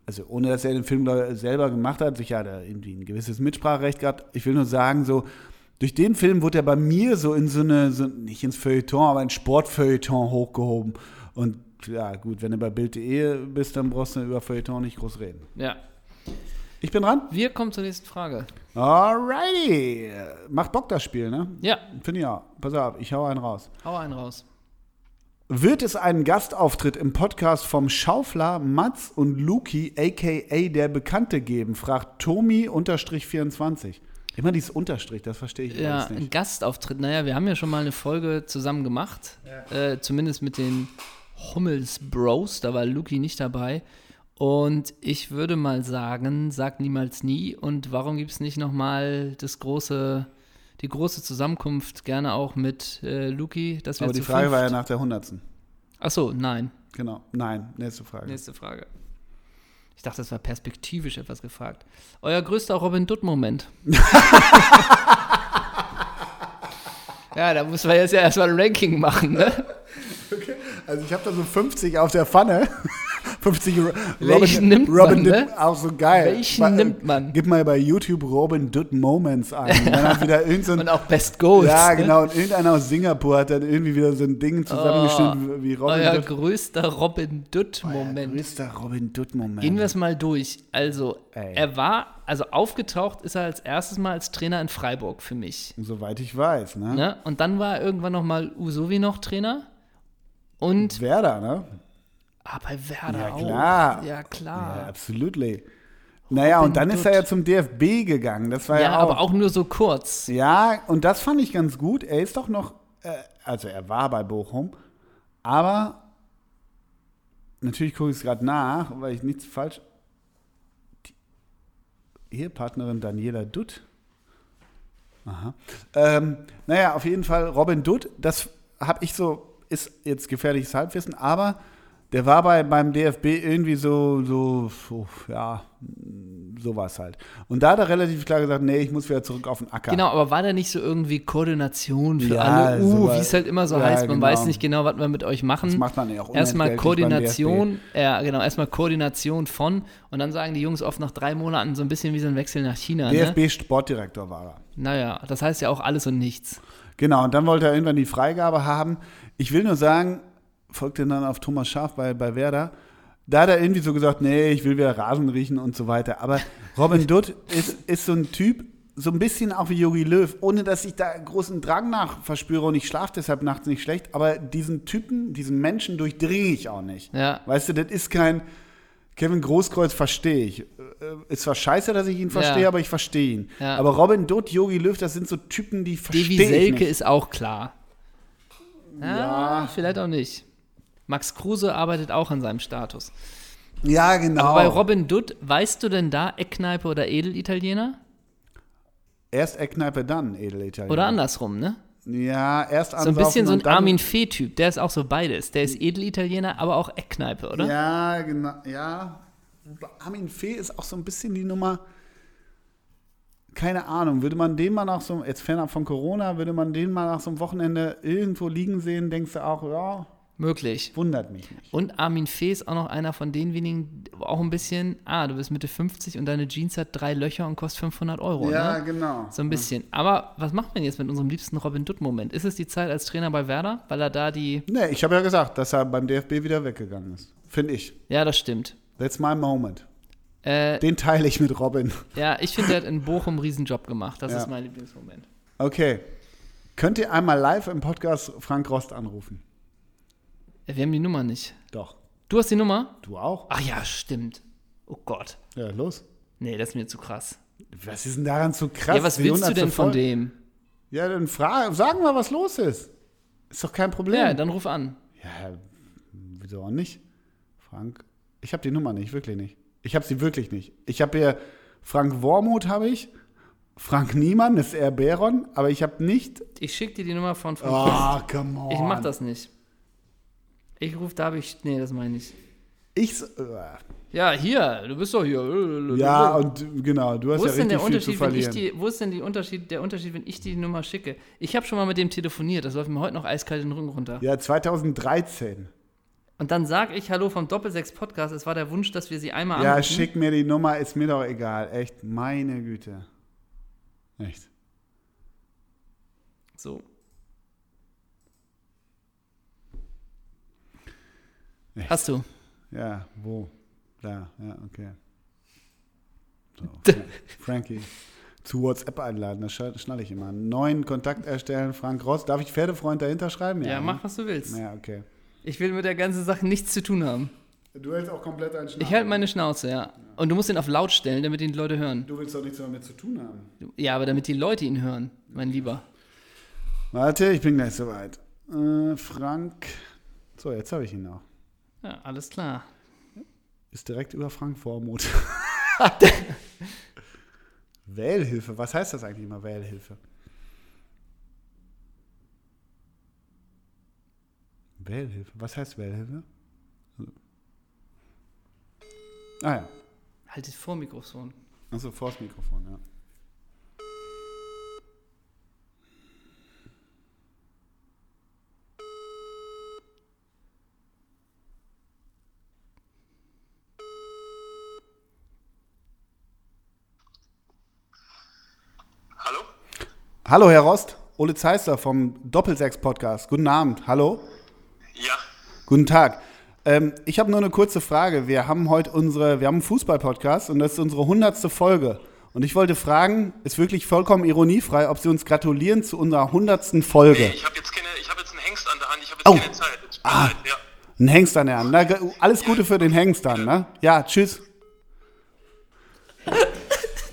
also ohne dass er den Film glaub, ich, selber gemacht hat, sicher hat er irgendwie ein gewisses Mitspracherecht gehabt. Ich will nur sagen, so, durch den Film wurde er bei mir so in so eine, so, nicht ins Feuilleton, aber ins Sportfeuilleton hochgehoben. Und ja, gut, wenn du bei Bild.de bist, dann brauchst du über Feuilleton nicht groß reden.
ja.
Ich bin dran.
Wir kommen zur nächsten Frage.
Alrighty. Macht Bock das Spiel, ne?
Ja,
Finde ich auch. Pass auf, ich hau einen raus.
hau einen raus.
Wird es einen Gastauftritt im Podcast vom Schaufler Mats und Luki, a.k.a. der Bekannte, geben? Fragt Tomi-24. Immer dieses Unterstrich, das verstehe ich
Ja,
alles
ein
nicht.
Gastauftritt. Naja, wir haben ja schon mal eine Folge zusammen gemacht. Äh, zumindest mit den Hummels Bros. Da war Luki nicht dabei. Und ich würde mal sagen, sag niemals nie. Und warum gibt es nicht nochmal das große, die große Zusammenkunft, gerne auch mit äh, Luki, dass wir
Aber die
zu
Frage war ja
fünft-
nach der Hundertsten.
Achso, nein.
Genau. Nein, nächste Frage.
Nächste Frage. Ich dachte, das war perspektivisch etwas gefragt. Euer größter Robin Dutt-Moment. ja, da muss man jetzt ja erstmal ein Ranking machen, ne?
Also ich habe da so 50 auf der Pfanne. 50 Ro-
Welchen
Robin,
nimmt
Robin
man,
Dutt,
ne?
auch so geil.
Welchen nimmt man?
Gib mal bei YouTube Robin Dutt Moments ein. Und dann hat wieder irgend so ein
Und auch Best Goals.
Ja,
ne?
genau. Und irgendeiner aus Singapur hat dann irgendwie wieder so ein Ding
Ah.
zusammengeschnitten, wie Robin
Euer
Dutt.
größter Robin
Ja,
Dutt-Moment.
größter Robin Dutt-Moment.
Gehen wir es mal durch. Also,
Ey.
er war, also aufgetaucht ist er als erstes Mal als Trainer in Freiburg für mich.
Soweit ich weiß, ne?
Ne? Und dann war er irgendwann nochmal Usovi noch Trainer. Und
Werder, ne?
ah, bei Werder
Ja,
auch.
klar.
Ja, klar.
Ja, absolutely. Naja, und dann ist er
Ah. Dutt.
ja zum DFB gegangen. Das war ja,
Ja,
auch,
aber auch nur so kurz.
Ja, und das fand ich ganz gut. Er ist doch noch, äh, also er war bei Bochum, aber natürlich gucke ich es gerade nach, weil ich nichts falsch. Die Ehepartnerin Daniela Dutt. Aha. Ähm, naja, auf jeden Fall Robin Dutt, das habe ich so, ist jetzt gefährliches Halbwissen, aber der war bei, beim DFB irgendwie so, so, so ja, sowas halt. Und da hat er relativ klar gesagt, nee, ich muss wieder zurück auf den Acker.
Genau, aber war da nicht so irgendwie Koordination für
Ja,
alle? Uh,
sowas.
wie es halt immer so
Ja,
heißt, man
genau.
weiß nicht genau, was wir mit euch machen.
Das macht man ja auch
Erstmal
unentgeltlich
Koordination, ja, genau, erstmal Koordination von und dann sagen die Jungs oft nach drei Monaten so ein bisschen wie so ein Wechsel nach China. Ne?
DFB-Sportdirektor war er.
Naja, das heißt ja auch alles und nichts.
Genau, und dann wollte er irgendwann die Freigabe haben. Ich will nur sagen, folgte dann auf Thomas Schaf bei, bei Werder. Da hat er irgendwie so gesagt, nee, ich will wieder Rasen riechen und so weiter. Aber Robin Dutt ist, ist so ein Typ, so ein bisschen auch wie Yogi Löw, ohne dass ich da großen Drang nach verspüre und ich schlafe deshalb nachts nicht schlecht, aber diesen Typen, diesen Menschen durchdringe ich auch nicht.
Ja.
Weißt du, das ist kein Kevin Großkreuz verstehe ich. Äh, Ist zwar scheiße, dass ich ihn verstehe,
Ja.
aber ich verstehe ihn.
Ja.
Aber Robin Dutt, Yogi Löw, das sind so Typen, die verstehe
Devi
ich nicht.
Selke ist auch klar. Ja, vielleicht auch nicht. Max Kruse arbeitet auch an seinem Status.
ja, genau.
Bei Robin Dutt, weißt du denn da Eckkneipe oder Edelitaliener?
Erst Eckkneipe, dann Edelitaliener.
Oder andersrum, ne?
Ja, erst
So ein bisschen
ansaufen
so
und
ein
dann- Hm.
Armin Fee-Typ, der ist auch so beides. Der ist Edelitaliener, aber auch Eckkneipe, oder?
Ja, genau. Ja. Armin Fee ist auch so ein bisschen die Nummer. Keine Ahnung, würde man den mal nach so einem, jetzt fernab von Corona, würde man den mal nach so einem Wochenende irgendwo liegen sehen, denkst du auch, ja,
Möglich.
wundert mich nicht.
Und Armin Fee ist auch noch einer von den wenigen, wo auch ein bisschen, ah, du bist Mitte 50 und deine Jeans hat drei Löcher und kostet 500 Euro,
Ja,
ne?
genau.
So ein bisschen. Aber was macht man jetzt mit unserem liebsten Robin Dutt-Moment? Ist es die Zeit als Trainer bei Werder, weil er da die,
Nee, ich habe ja gesagt, dass er beim DFB wieder weggegangen ist. Finde ich.
ja, das stimmt.
That's my moment.
Äh,
Den teile ich mit Robin.
ja, ich finde, der hat in Bochum einen Riesenjob gemacht. Das
Ja.
ist mein Lieblingsmoment.
Okay. Könnt ihr einmal live im Podcast Frank Rost anrufen?
Äh, Wir haben die Nummer nicht.
Doch.
Du hast die Nummer?
Du auch?
Ach ja, stimmt. Oh Gott.
Ja, los.
Nee, das ist mir zu krass.
Was ist denn daran so krass?
ja, was
Die
willst du
100.
denn von
Folge-
dem?
Ja, dann frag, sagen wir, was los ist. Ist doch kein Problem.
Ja, dann ruf an.
Ja, wieso auch nicht? Frank, ich habe die Nummer nicht, wirklich nicht. Ich habe sie wirklich nicht. Ich habe hier Frank Wormuth habe ich, Frank Niemann, das ist eher Baron, aber ich habe nicht.
Ich schicke dir die Nummer von von
Oh, come on.
Ich mach das nicht. Ich rufe da hab ich. Nee, das meine ich. nicht.
Ich, s- äh,
Ja, hier, du bist doch hier.
ja, und äh, genau, du hast
wo
ja
ist denn
richtig
der
viel zu
Unterschied, wenn ich
verlieren.
die, wo ist denn die Unterschied, der Unterschied, wenn ich die Nummer schicke? Ich habe schon mal mit dem telefoniert, das läuft mir heute noch eiskalt den Rücken runter.
ja, 2013.
Und dann sag ich Hallo vom Doppelsechs-Podcast, es war der Wunsch, dass wir sie einmal
Ja,
anrufen.
schick mir die Nummer, ist mir doch egal. Echt, meine Güte. Echt.
So.
Echt?
Hast du.
Ja, wo? Da, ja, okay. So,
D-
Fra- Frankie. Zu WhatsApp einladen, das scha- schnall ich immer. Einen neuen Kontakt erstellen, Frank Ross. Darf ich Pferdefreund dahinter schreiben?
Ja,
ne?
mach, was du willst.
Ja, okay.
Ich will mit der ganzen Sache nichts zu tun haben.
Du hältst auch komplett einen Schnapp.
Ich halt halte meine Schnauze, ja. Und du musst ihn auf laut stellen, damit ihn die Leute hören.
Du willst doch nichts mehr mit zu tun haben.
Ja, aber damit die Leute ihn hören, mein Lieber.
Warte, ich bin gleich soweit. Äh, Frank. So, jetzt habe ich ihn auch.
Ja, alles klar.
Ist direkt über Frank Vormut. Wählhilfe, was heißt das eigentlich immer, Wählhilfe? Wählhilfe, was heißt Wählhilfe? Also- Ah ja,
Haltet vor Mikrofon.
also vors Mikrofon, ja.
Hallo?
Hallo Herr Rost, Ole Zeisler vom Doppelsechs-Podcast. Guten Abend, hallo.
Ja.
Guten Tag. Ähm, ich habe nur eine kurze Frage. Wir haben heute unsere, wir haben einen Fußball-Podcast und das ist unsere hundertste Folge. Und ich wollte fragen, ist wirklich vollkommen ironiefrei, ob Sie uns gratulieren zu unserer hundertsten
Nee,
Folge.
ich habe jetzt keine, ich habe jetzt einen Hengst an der Hand, ich habe jetzt
Oh.
keine Zeit. Ich bin
Ah.
halt- ja.
Ein Hengst an der Hand. Na, ge- alles Gute für den Hengst dann, ne? Ja, tschüss.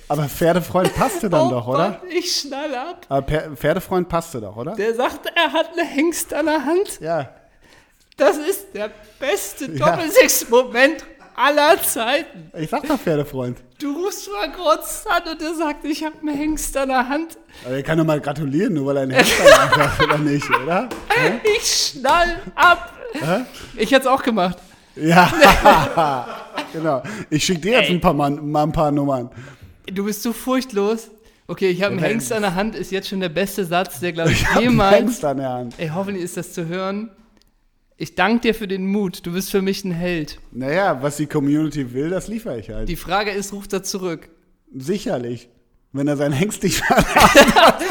Aber Pferdefreund passte dann
Oh
doch, oder?
ich schnall ab.
Aber Per- Pferdefreund passte doch, oder?
Der sagt, er hat eine Hengst an der Hand.
Ja.
Das ist der beste
Ja.
Doppelsechs-Moment aller Zeiten.
Ich sag doch Pferdefreund.
Du rufst mal kurz an und er sagt, ich habe eine Hengst an der Hand.
Aber er kann doch mal gratulieren, nur weil er einen Hengst an der Hand hat, oder nicht, oder?
Ich schnall ab. Ich hätte es auch gemacht.
Ja, genau. Ich schicke dir jetzt ein paar, Mann, mal ein paar Nummern.
Du bist so furchtlos. Okay, ich habe einen
wenn-
Hengst an der Hand, ist jetzt schon der beste Satz, der, glaube ich,
Ich hab einen
jemals
Hengst an der Hand.
Ey, hoffentlich ist das zu hören. Ich danke dir für den Mut. Du bist für mich ein Held.
Naja, was die Community will, das liefere ich halt.
Die Frage ist, ruft er zurück?
Sicherlich. Wenn er seinen Hengst nicht hat.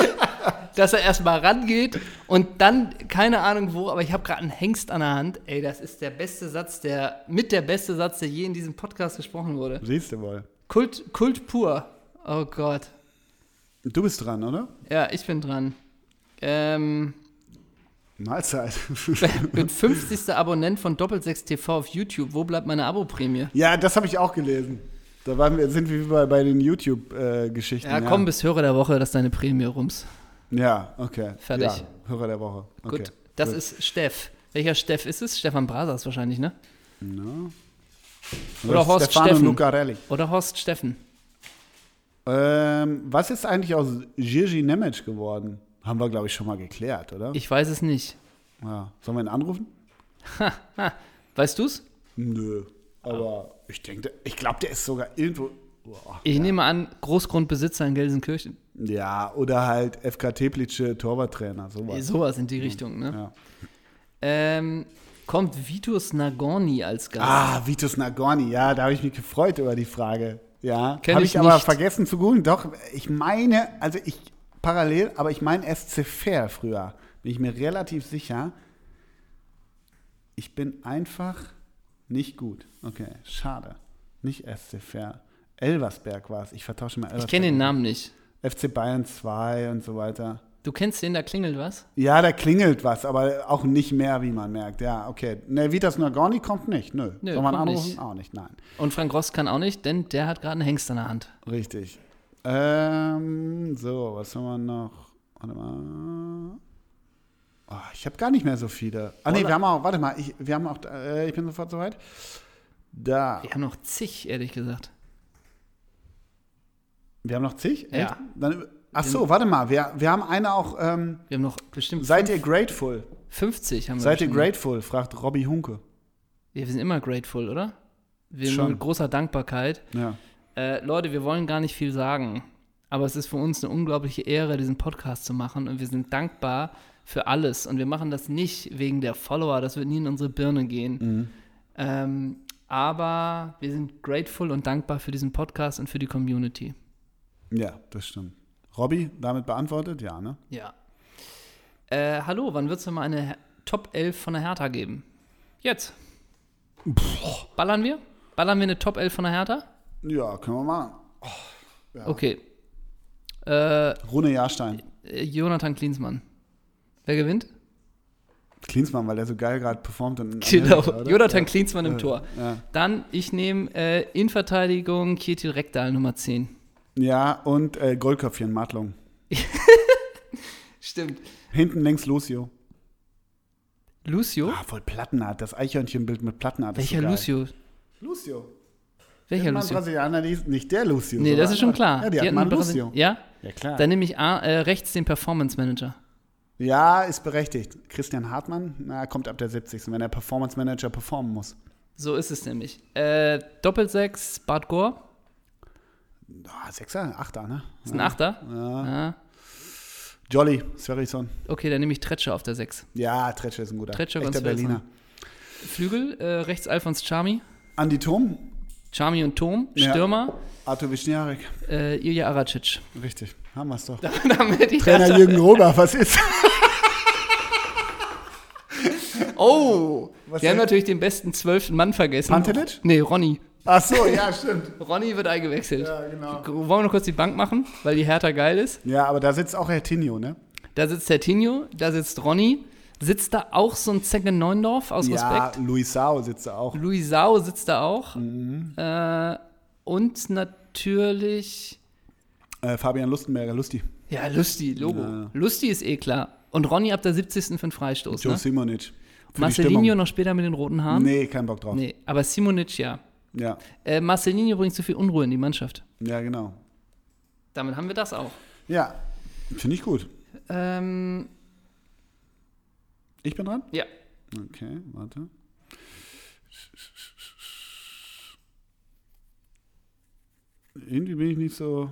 Dass er erstmal rangeht und dann, keine Ahnung wo, aber ich habe gerade einen Hengst an der Hand. Ey, das ist der beste Satz, der, mit der beste Satz, der je in diesem Podcast gesprochen wurde.
Siehst du wohl.
Kult, Kult pur. Oh Gott.
Du bist dran, oder?
Ja, ich bin dran. Ähm,
Mahlzeit.
bin 50. Abonnent von Doppelsechs TV auf YouTube. Wo bleibt meine Abo-Prämie?
ja, das habe ich auch gelesen. Da waren wir, sind wir bei, bei den YouTube-Geschichten.
Ja, komm, bis Hörer der Woche, dass deine Prämie rums.
Ja, okay.
Fertig.
Ja, Hörer der Woche. Okay.
Gut, das ist Steff. Welcher Steff ist es? Stefan Brasers wahrscheinlich, ne?
Oder
Oder Horst
Stefano
Steffen.
Lucarelli.
Oder Horst Steffen.
Ähm, was ist eigentlich aus Gigi Nemec geworden? Haben wir, glaube ich, schon mal geklärt, oder?
Ich weiß es nicht.
ja. Sollen wir ihn anrufen?
Ha, weißt du's?
Nö. Aber ich denke, ich glaube, der ist sogar irgendwo. Boah.
Ich nehme an, Großgrundbesitzer in Gelsenkirchen.
Ja, oder halt FK Teplice Torwarttrainer, sowas.
Sowas in die Richtung, ne?
Ja.
Ähm, kommt Vitus Nagorny als Gast?
Ah, Vitus Nagorni, ja, da habe ich mich gefreut über die Frage. Ja,
Kenn
habe
ich
ich, aber
nicht.
vergessen zu googeln. Doch, ich meine, also ich parallel, aber ich meine SC Fair früher. Bin ich mir relativ sicher. Ich bin einfach nicht gut. Okay, schade. Nicht SC Fair. Elversberg war es. Ich vertausche mal
ich
Elversberg. um.
kenne den Namen nicht.
FC Bayern 2 und so weiter.
Du kennst den, da klingelt was?
Ja, da klingelt was, aber auch nicht mehr, wie man merkt. Ja, okay. Ne, Vitas Nagorni kommt nicht. Nö.
Nö,
Soll man
kommt
anrufen?
nicht.
Auch nicht, nein.
Und Frank Ross kann auch nicht, denn der hat gerade einen Hengst an der Hand.
Richtig. Ähm, so, was haben wir noch? Warte mal. Oh, ich habe gar nicht mehr so viele. Ah, nee, wir haben auch, warte mal, ich, wir haben auch, äh, ich bin sofort soweit. Da.
Wir haben noch zig, ehrlich gesagt.
Wir haben noch zig?
Ja.
Dann, ach so, warte mal, wir, wir haben eine auch, ähm,
Wir haben noch bestimmt
seid ihr grateful?
50 haben wir
Seid ihr
bestimmt.
grateful? fragt Robby Hunke.
Ja, wir sind immer grateful, oder? Wir
Schon.
Schon. mit großer Dankbarkeit.
Ja.
Äh, Leute, wir wollen gar nicht viel sagen, aber es ist für uns eine unglaubliche Ehre, diesen Podcast zu machen und wir sind dankbar für alles. Und wir machen das nicht wegen der Follower, das wird nie in unsere Birne gehen.
Mhm.
Ähm, aber wir sind grateful und dankbar für diesen Podcast und für die Community.
Ja, das stimmt. Robby, damit beantwortet? Ja, ne?
Ja. Äh, hallo, wann wird es mal eine Her- Top 11 von der Hertha geben? Jetzt. Ballern wir? Ballern wir eine Top 11 von der Hertha?
Ja, können wir machen.
Okay. Äh,
Rune Jahrstein.
äh, Jonathan Klinsmann. Wer gewinnt?
Klinsmann, weil der so geil gerade performt. in
Genau.
Amerika, oder?
Jonathan Klinsmann im Tor. Dann, ich nehme äh, Innenverteidigung Kjetil Rekdal Nummer 10.
Ja, und äh, Goldköpfchen, Matlung.
Stimmt.
Hinten links Lucio.
Lucio?
Ah, voll Plattenart. Das Eichhörnchenbild mit Plattenart. ist
Welcher
so geil.
Lucio?
Lucio.
Welcher
Mann,
Lucio?
Brasilianer, die ist nicht der Lucio.
Nee,
sondern
das ist schon
andere.
klar.
Ja, die, hat
hatten
mal
einen Brasil-
Lucio.
Ja?
Ja, klar.
Dann nehme ich A, äh, rechts den Performance Manager.
ja, ist berechtigt. Christian Hartmann, na, kommt ab der 70. Wenn der Performance Manager performen muss.
So ist es nämlich. Äh, Doppelsechs, Bart Gore.
Ah, Sechser, Achter, ne?
Ist ein Achter. Ja.
Jolly, Sverrisson.
Okay, dann nehme ich Tretsche auf der Sechs.
Ja, Tretsche ist ein guter.
Tretsche
Echter
ganz
Berliner.
Flügel, äh, rechts Alphons Charmi.
Andi Thom,
Charmi und Tom.
Ja.
Stürmer,
Arthur Wischniarek.
äh, Ilya Aracic.
Richtig, haben wir's doch.
Damit die
Trainer Jürgen Rober, was ist?
Oh,
Was
wir haben
denn?
natürlich den besten zwölften Mann vergessen.
Pantelic?
Nee, Ronny.
Ach so, ja, stimmt.
Ronny wird eingewechselt.
Ja, genau.
Wollen wir noch kurz die Bank machen, weil die Hertha geil ist.
Ja, aber da sitzt auch Herr Tinio, ne?
Da sitzt Tertinho, da sitzt Ronny. Sitzt da auch so ein Zecke Neundorf aus
Ja,
Respekt?
Luis Sao sitzt da auch.
Luisao sitzt da auch.
Mhm.
Äh, und natürlich,
Äh, Fabian Lustenberger, Lusti.
ja, Lusti, Logo.
Ja.
Lusti ist eh klar. Und Ronny ab der 70. für den Freistoß.
Joe
Ne?
Simonic. Für die
Marcelinho
Stimmung.
noch später mit den roten Haaren.
Nee, kein Bock drauf.
Nee, aber Simonic ja.
Ja.
Äh, Marcelinho bringt zu viel Unruhe in die Mannschaft.
ja, genau.
Damit haben wir das auch.
Ja, finde ich gut.
Ähm,
Ich bin dran?
ja.
Okay, warte. Irgendwie bin ich nicht so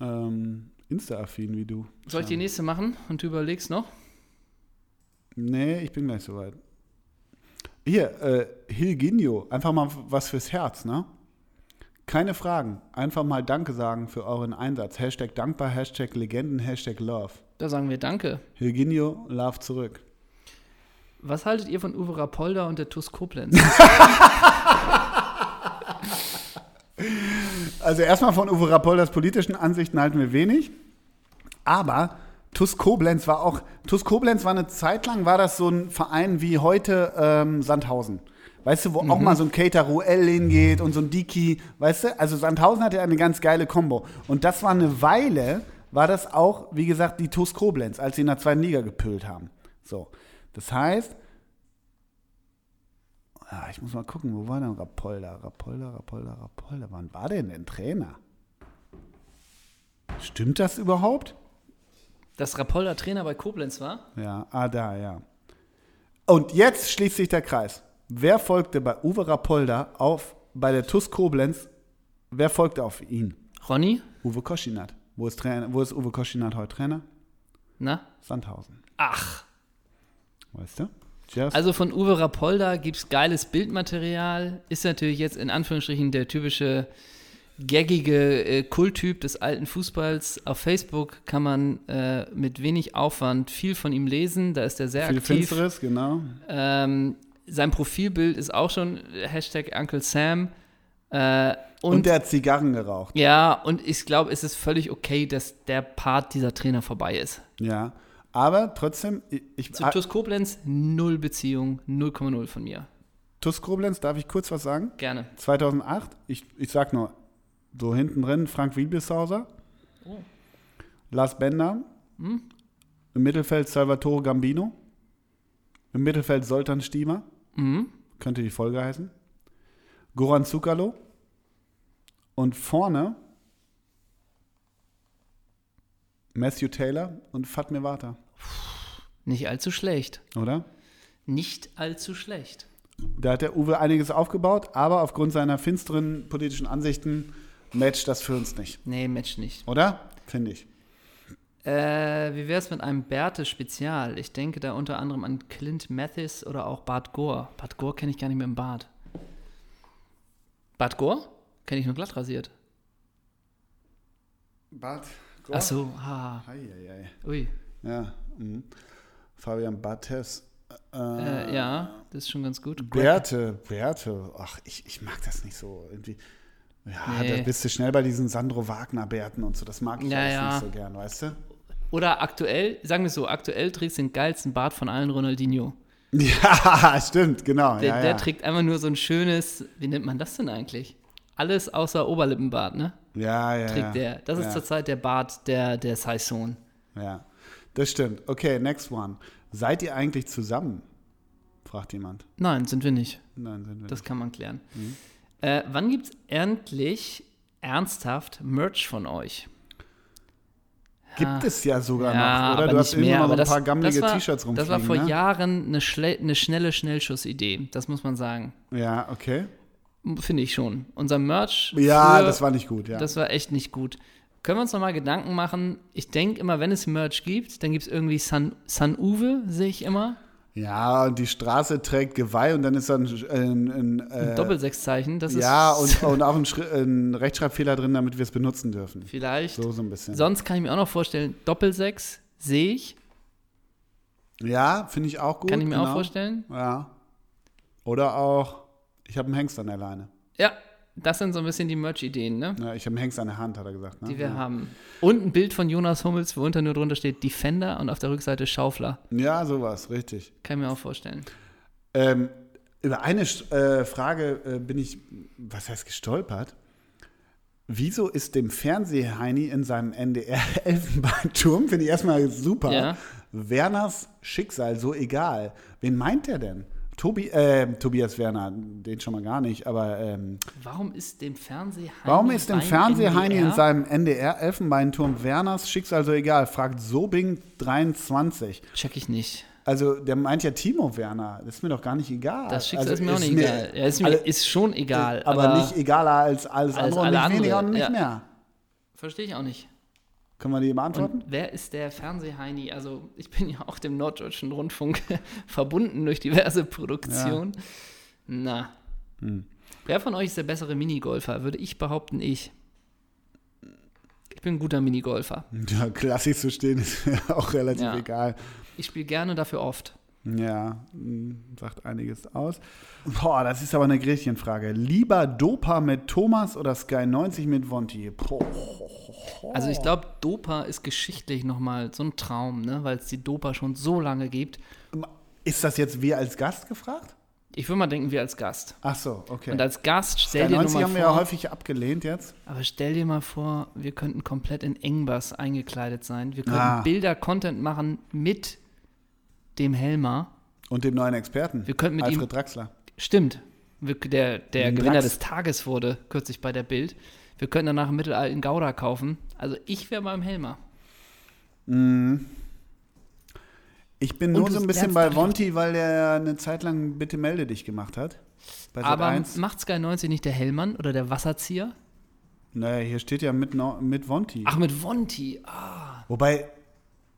ähm, Insta-affin wie du.
Soll ich die nächste machen und du überlegst noch?
Nee, ich bin gleich soweit. Hier, äh, Hilginio, einfach mal was fürs Herz, ne? Keine Fragen, einfach mal Danke sagen für euren Einsatz. Hashtag dankbar, Hashtag Legenden, Hashtag Love.
Da sagen wir Danke.
Hilginio, Love zurück.
Was haltet ihr von Uwe Rapolda und der TUS Koblenz?
Also erstmal von Uwe Rappolders politischen Ansichten halten wir wenig. Aber TuS Koblenz war auch, TuS Koblenz war eine Zeit lang, war das so ein Verein wie heute ähm, Sandhausen. Weißt du, wo auch mal so ein Cater Ruel hingeht und so ein Diki, weißt du? Also Sandhausen hatte eine ganz geile Kombo. Und das war eine Weile, war das auch, wie gesagt, die TuS Koblenz, als sie in der zweiten Liga gepölt haben. So, das heißt, ah, ich muss mal gucken, wo war denn Rapolda? Rapolda, Rapolda, Rapolda. Wann war denn denn Trainer? Stimmt das überhaupt?
Dass Rapolda Trainer bei Koblenz war?
Ja, ah, da, ja. Und jetzt schließt sich der Kreis. Wer folgte bei Uwe Rapolda auf, bei der TUS Koblenz, wer folgte auf ihn?
Ronny?
Uwe Koschinat. Wo ist, Trainer, wo ist Uwe Koschinat heute Trainer?
Na?
Sandhausen.
Ach.
Weißt du? Just
Also von Uwe Rapolda gibt es geiles Bildmaterial. Ist natürlich jetzt in Anführungsstrichen der typische gaggige äh, Kulttyp des alten Fußballs. Auf Facebook kann man äh, mit wenig Aufwand viel von ihm lesen. Da ist er sehr
viel
aktiv.
Finsteres, genau.
Ähm, sein Profilbild ist auch schon äh, Hashtag Uncle Sam. Äh,
Und,
und,
der hat Zigarren geraucht.
ja, und ich glaube, es ist völlig okay, dass der Part dieser Trainer vorbei ist.
Ja. Aber trotzdem, ich- ich, ah,
Zu TuS Koblenz, null Beziehung, 0,0 von mir.
TUS Koblenz, darf ich kurz was sagen?
Gerne.
2008, ich, ich sag nur, so hinten drin Frank Wiebishauser, Lars Bender, im Mittelfeld Salvatore Gambino, im Mittelfeld Soltan Stiemer, könnte die Folge heißen, Goran Zuckerlo und vorne Matthew Taylor und Fatme Wata,
Nicht allzu schlecht.
oder?
Nicht allzu schlecht.
Da hat der Uwe einiges aufgebaut, aber aufgrund seiner finsteren politischen Ansichten matcht das für uns nicht.
Nee, Match nicht.
Oder? Finde ich.
Äh, wie wär's mit einem Bärte-Spezial? Ich denke da unter anderem an Clint Mathis oder auch Bart Gore. Bart Gore kenne ich gar nicht mehr im Bart. Bart Gore? Kenne ich nur glatt rasiert.
Bart.
Ach so, ha.
Eieiei.
Ui.
Ja. Mhm. Fabian Bartes.
Äh, ja, das ist schon ganz gut.
Bärte, Bärte. Ach, ich, ich mag das nicht so. Irgendwie. Ja,
Nee.
da bist du schnell bei diesen Sandro Wagner-Bärten und so. Das mag ich
Ja,
alles
ja.
nicht so gern, weißt du?
Oder aktuell, sagen wir es so, aktuell trägst du den geilsten Bart von allen Ronaldinho.
Ja, stimmt, genau.
Der,
ja,
der
ja.
trägt einfach nur so ein schönes, wie nennt man das denn eigentlich? Alles außer Oberlippenbart, ne?
ja, ja,
Trägt
ja.
der. Das
ja.
ist zurzeit der Bart der, der Saison.
Ja, das stimmt. Okay, next one. Seid ihr eigentlich zusammen? Fragt jemand.
Nein, sind wir nicht.
Nein, sind wir
Das kann man klären.
Mhm.
Äh, wann gibt's endlich ernsthaft Merch von euch?
nicht. Gibt es ja sogar
Ah. Ja,
noch, oder?
aber
Du hast
nicht mehr,
immer
aber
noch ein
das,
paar gammelige
das war-
T-Shirts rumfliegen,
Das war vor
ne?
Jahren eine, schle eine schnelle Schnellschussidee, das muss man sagen.
Ja, okay.
Finde ich schon. Unser Merch.
Ja,
für-
das war nicht gut, ja.
Das war echt nicht gut. Können wir uns nochmal Gedanken machen? Ich denke immer, wenn es Merch gibt, dann gibt es irgendwie San, San Uwe, sehe ich immer.
ja, und die Straße trägt Geweih und dann ist da ein, ein, ein, äh,
Doppelsechszeichen, das
Ja,
ist
und, und auch ein, Schri- ein Rechtschreibfehler drin, damit wir es benutzen dürfen.
vielleicht.
So, so ein bisschen.
Sonst kann ich mir auch noch vorstellen, Doppelsechs sehe ich,
ja, finde ich auch gut.
kann ich mir
genau.
auch vorstellen.
Ja. Oder auch, ich habe einen Hengst an der Leine.
Ja, das sind so ein bisschen die Merch-Ideen, ne?
Ja, ich habe einen Hengst an der Hand, hat er gesagt. Ne?
Die wir
ja.
haben. Und ein Bild von Jonas Hummels, wo unter nur drunter steht Defender und auf der Rückseite Schaufler.
ja, sowas, richtig.
Kann ich mir auch vorstellen.
Ähm, über eine Sch- äh, Frage äh, bin ich, was heißt gestolpert? Wieso ist dem Fernsehheini in seinem NDR-Elfenbeinturm, finde ich erstmal super,
Ja.
Werners Schicksal so egal? Wen meint er denn? Tobi, äh, Tobias Werner, den schon mal gar nicht, aber ähm,
Warum ist dem Fernsehheini
warum ist dem
beim
Fernsehheini in
NDR?
seinem NDR-Elfenbeinturm Werners Schicksal so egal? Fragt Sobing23.
Check ich nicht.
Also, der meint ja Timo Werner. Das ist mir doch gar nicht egal.
Das Schicksal
also,
ist mir auch nicht egal. Ja, ist, mir,
alle-
ist schon egal.
aber, nicht egaler als alles
als
andere und
alle
nicht weniger
andere,
und nicht
ja.
mehr.
Verstehe ich auch nicht.
Können wir die beantworten?
Und wer ist der Fernsehheini? Also, ich bin ja auch dem Norddeutschen Rundfunk verbunden durch diverse Produktionen. Na.
Hm.
Wer von euch ist der bessere Minigolfer? Würde ich behaupten, ich. Ich bin ein guter Minigolfer.
Ja, klassisch zu stehen ist mir auch relativ
Ja.
egal.
Ich spiele gerne dafür oft.
Ja, mh,
mm,
sagt einiges aus. Boah, das ist aber eine Gretchenfrage. Lieber Dopa mit Thomas oder Sky 90 mit Vonti? Boah.
Also
Oh.
ich glaube, Dopa ist geschichtlich nochmal so ein Traum, ne? weil es die Dopa schon so lange gibt.
Ist das jetzt wir als Gast gefragt?
Ich würde mal denken, wir als Gast.
Ach so, okay.
Und als Gast
Sky
stell dir nur
90
mal
haben
vor,
wir ja häufig abgelehnt jetzt.
aber stell dir mal vor, wir könnten komplett in Engbass eingekleidet sein. Wir könnten
Ah.
Bilder, Content machen mit dem Helmer.
Und dem neuen Experten.
Wir könnten mit
Alfred
ihm-
Draxler.
Stimmt. Wir, der der
Den
Gewinner
Drax.
des Tages wurde kürzlich bei der Bild. Wir könnten danach einen mittelalten Gouda kaufen. Also ich wäre beim Helmer.
Ich bin
Und
nur
du
so ein bisschen
lernst
bei
dadurch-
Vonti, weil der eine Zeit lang Bitte melde dich gemacht hat. Bei
Aber
Sat.1.
macht Sky 90 nicht der Hellmann oder der Wasserzieher?
Naja, hier steht ja mit, no mit Vonti.
Ach, mit Wonti. Ah,
Wobei,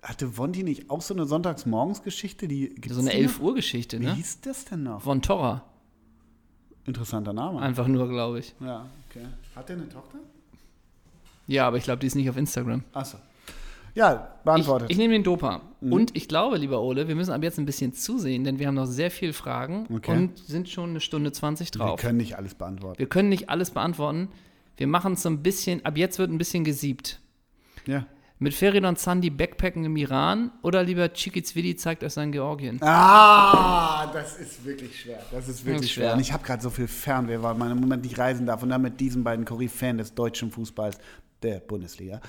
hatte Vonti nicht auch so eine Sonntagsmorgensgeschichte? Die gibt's
so eine
die noch?
11 Uhr Geschichte,
Wie
ne?
hieß das denn noch?
Von Torra.
Interessanter Name.
Einfach nur, glaube ich.
Ja, okay. Hat der eine Tochter?
Ja, aber ich glaube, die ist nicht auf Instagram.
Achso. Ja,
Ich,
beantwortet.
ich nehme den Dopa.
Mhm.
Und ich glaube, lieber Ole, wir müssen ab jetzt ein bisschen zusehen, denn wir haben noch sehr viele Fragen
Okay.
und sind schon eine Stunde 20
Wir
drauf.
können nicht alles beantworten.
Wir können nicht alles beantworten. Wir machen es so ein bisschen, ab jetzt wird ein bisschen gesiebt.
Ja.
Mit Feridan Sandi backpacken im Iran oder lieber Chikizvili zeigt euch sein Georgien?
Ah, das ist wirklich schwer. Das ist wirklich
Ist
schwer.
schwer.
Und ich habe gerade so viel Fernweh, weil man im Moment nicht reisen darf. Und dann mit diesen beiden Koryphäen des deutschen Fußballs der Bundesliga.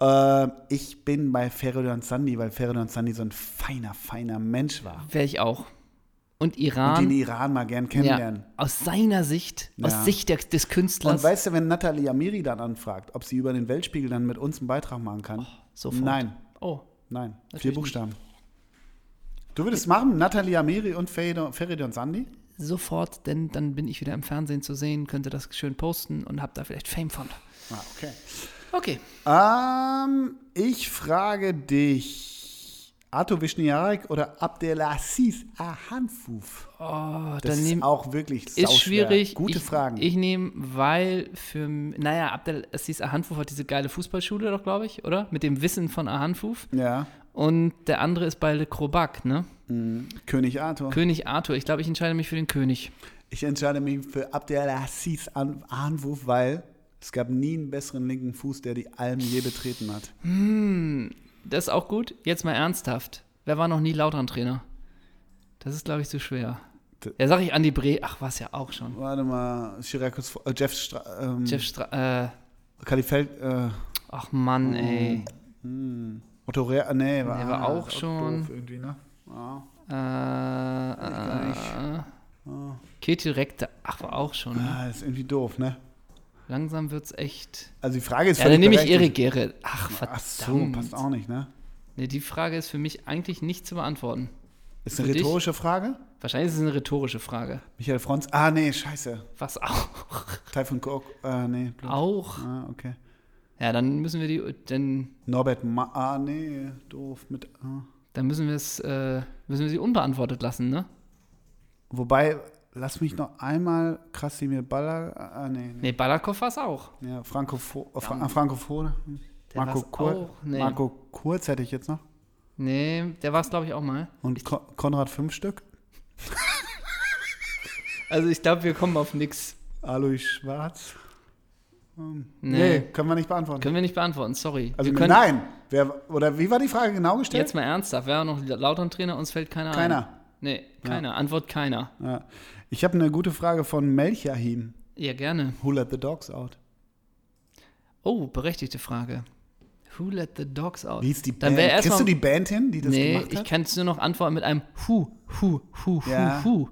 Ähm, ich bin bei Feridun Sandi, weil Feridun Sandi so ein feiner, feiner Mensch war.
Wäre ich auch. Und
Den
Iran,
Iran mal gern
ja,
kennenlernen.
aus seiner Sicht,
Ja.
aus Sicht der, des
Und
Künstlers,
weißt du, wenn Natalie Amiri dann anfragt, ob sie über den Weltspiegel dann mit uns einen Beitrag machen kann?
sofort.
Nein,
Oh,
nein. Vier
Natürlich
Buchstaben. Du würdest machen, Natalie Amiri und Feridun Feridun Sandi?
sofort, denn dann bin ich wieder im Fernsehen zu sehen, könnte das schön posten und hab da vielleicht Fame von.
Ah, okay.
Okay.
Ähm, ich frage dich, Arto Wischniarek oder Abdelaziz Ahanfouf?
Oh,
Das
dann
ist
nehm,
auch wirklich
ist
sauschwer.
schwierig.
Gute
ich,
Fragen.
Ich nehme, weil für, naja, Abdel Assis Ahanfuf hat diese geile Fußballschule doch, glaube ich, oder? Mit dem Wissen von Ahanfuf.
ja,
Und der andere ist bei Le Crobac, ne?
König Arthur.
König Arthur. Ich glaube, ich entscheide mich für den König.
ich entscheide mich für Abdelaziz An- Ahanfouf, weil es gab nie einen besseren linken Fuß, der die Alm je betreten hat.
Das ist auch gut. Jetzt mal ernsthaft. Wer war noch nie Lautern-Trainer? Das ist, glaube ich, zu schwer.
D-
Ja, sag ich Andi Bre. Ach, was ja auch schon.
Warte mal, Chirakus, äh, Jeff, Stra ähm,
Jeff Stra äh,
Kalifeld, äh,
Ach Mann,
Oh.
ey.
Otto Rea, nee, war,
Der war
ah,
auch
doof
schon.
irgendwie, ne?
Äh, äh, äh. Ketil Rekte. Ach, war auch schon. Ne?
Ah, ist irgendwie doof, ne?
Langsam wird's echt.
Also die Frage ist
Ja, dann nehme ich
berechtigt.
Erik Gerrit. Ach,
Ach so,
verdammt.
passt auch nicht, ne?
nee, die Frage ist für mich eigentlich nicht zu beantworten.
Ist eine
Für dich?
rhetorische Frage?
Wahrscheinlich ist es eine rhetorische Frage.
Michael Franz. Ah, nee, scheiße.
Was auch.
Taifun Kork. Ah, nee. blöd.
Auch.
Ah, okay.
Ja, dann müssen wir die, dann,
Norbert Ma. Ah, nee, doof. Mit, ah.
dann müssen wir es, äh, müssen wir sie unbeantwortet lassen, ne?
Wobei, lass mich noch einmal Krasimir Baller. Ah, nee. nee.
Nee, Balakow war es auch.
Ja, Franco, Fo, äh, Fra, ah, Franco Foda.
Der
Marco,
war's
Kur,
auch, nee.
Marco Kurz hätte ich jetzt noch.
Nee, der war es, glaube ich, auch mal.
Und Ko Konrad fünf Stück.
Also ich glaube, wir kommen auf nix.
Alois Schwarz. Hm.
Nee.
können wir nicht beantworten.
Können wir nicht beantworten, sorry.
also,
wir können,
nein. Wer, oder wie war die Frage genau gestellt?
Jetzt mal ernsthaft, wer war noch Lautern-Trainer? Uns fällt keiner ein.
Keiner.
Nee, keiner. Antwort keiner.
Ja. Ich habe eine gute Frage von Melchahim.
Ja, gerne.
Who let the dogs out?
Oh, berechtigte Frage. Who let the dogs out?
Wie ist die
Dann wär
Band?
erst
Kriegst
mal-
du die Band hin, die das
Nee,
gemacht
ich
hat?
kann es nur noch antworten mit einem Hu, Hu, Hu, Hu,
Ja.
Hu.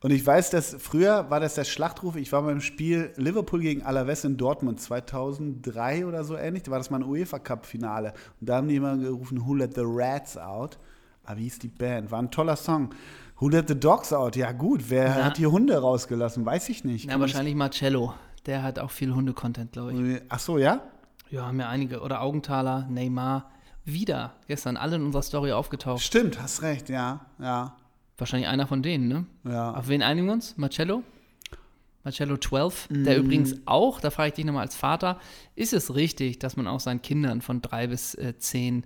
Und ich weiß, dass früher war das der Schlachtruf. Ich war beim Spiel Liverpool gegen Alaves in Dortmund 2003 oder so ähnlich. Da war das mal ein UEFA Cup Finale. Und da haben die immer gerufen, Who let the rats out? Aber wie hieß die Band? War ein toller Song. Who let the dogs out? Ja gut, wer
Na.
hat die Hunde rausgelassen? Weiß ich nicht.
Na, wahrscheinlich Marcello. Der hat auch viel Hunde-Content, glaube ich.
Ach so, ja?
Ja, haben ja einige. Oder Augenthaler, Neymar. Wieder. Gestern alle in unserer Story aufgetaucht.
Stimmt, hast recht, ja, ja.
Wahrscheinlich einer von denen, ne?
Ja.
Auf wen einigen wir uns? Marcello? Marcello 12, der
Mm.
übrigens auch, da frage ich dich nochmal als Vater, ist es richtig, dass man auch seinen Kindern von drei bis äh, zehn,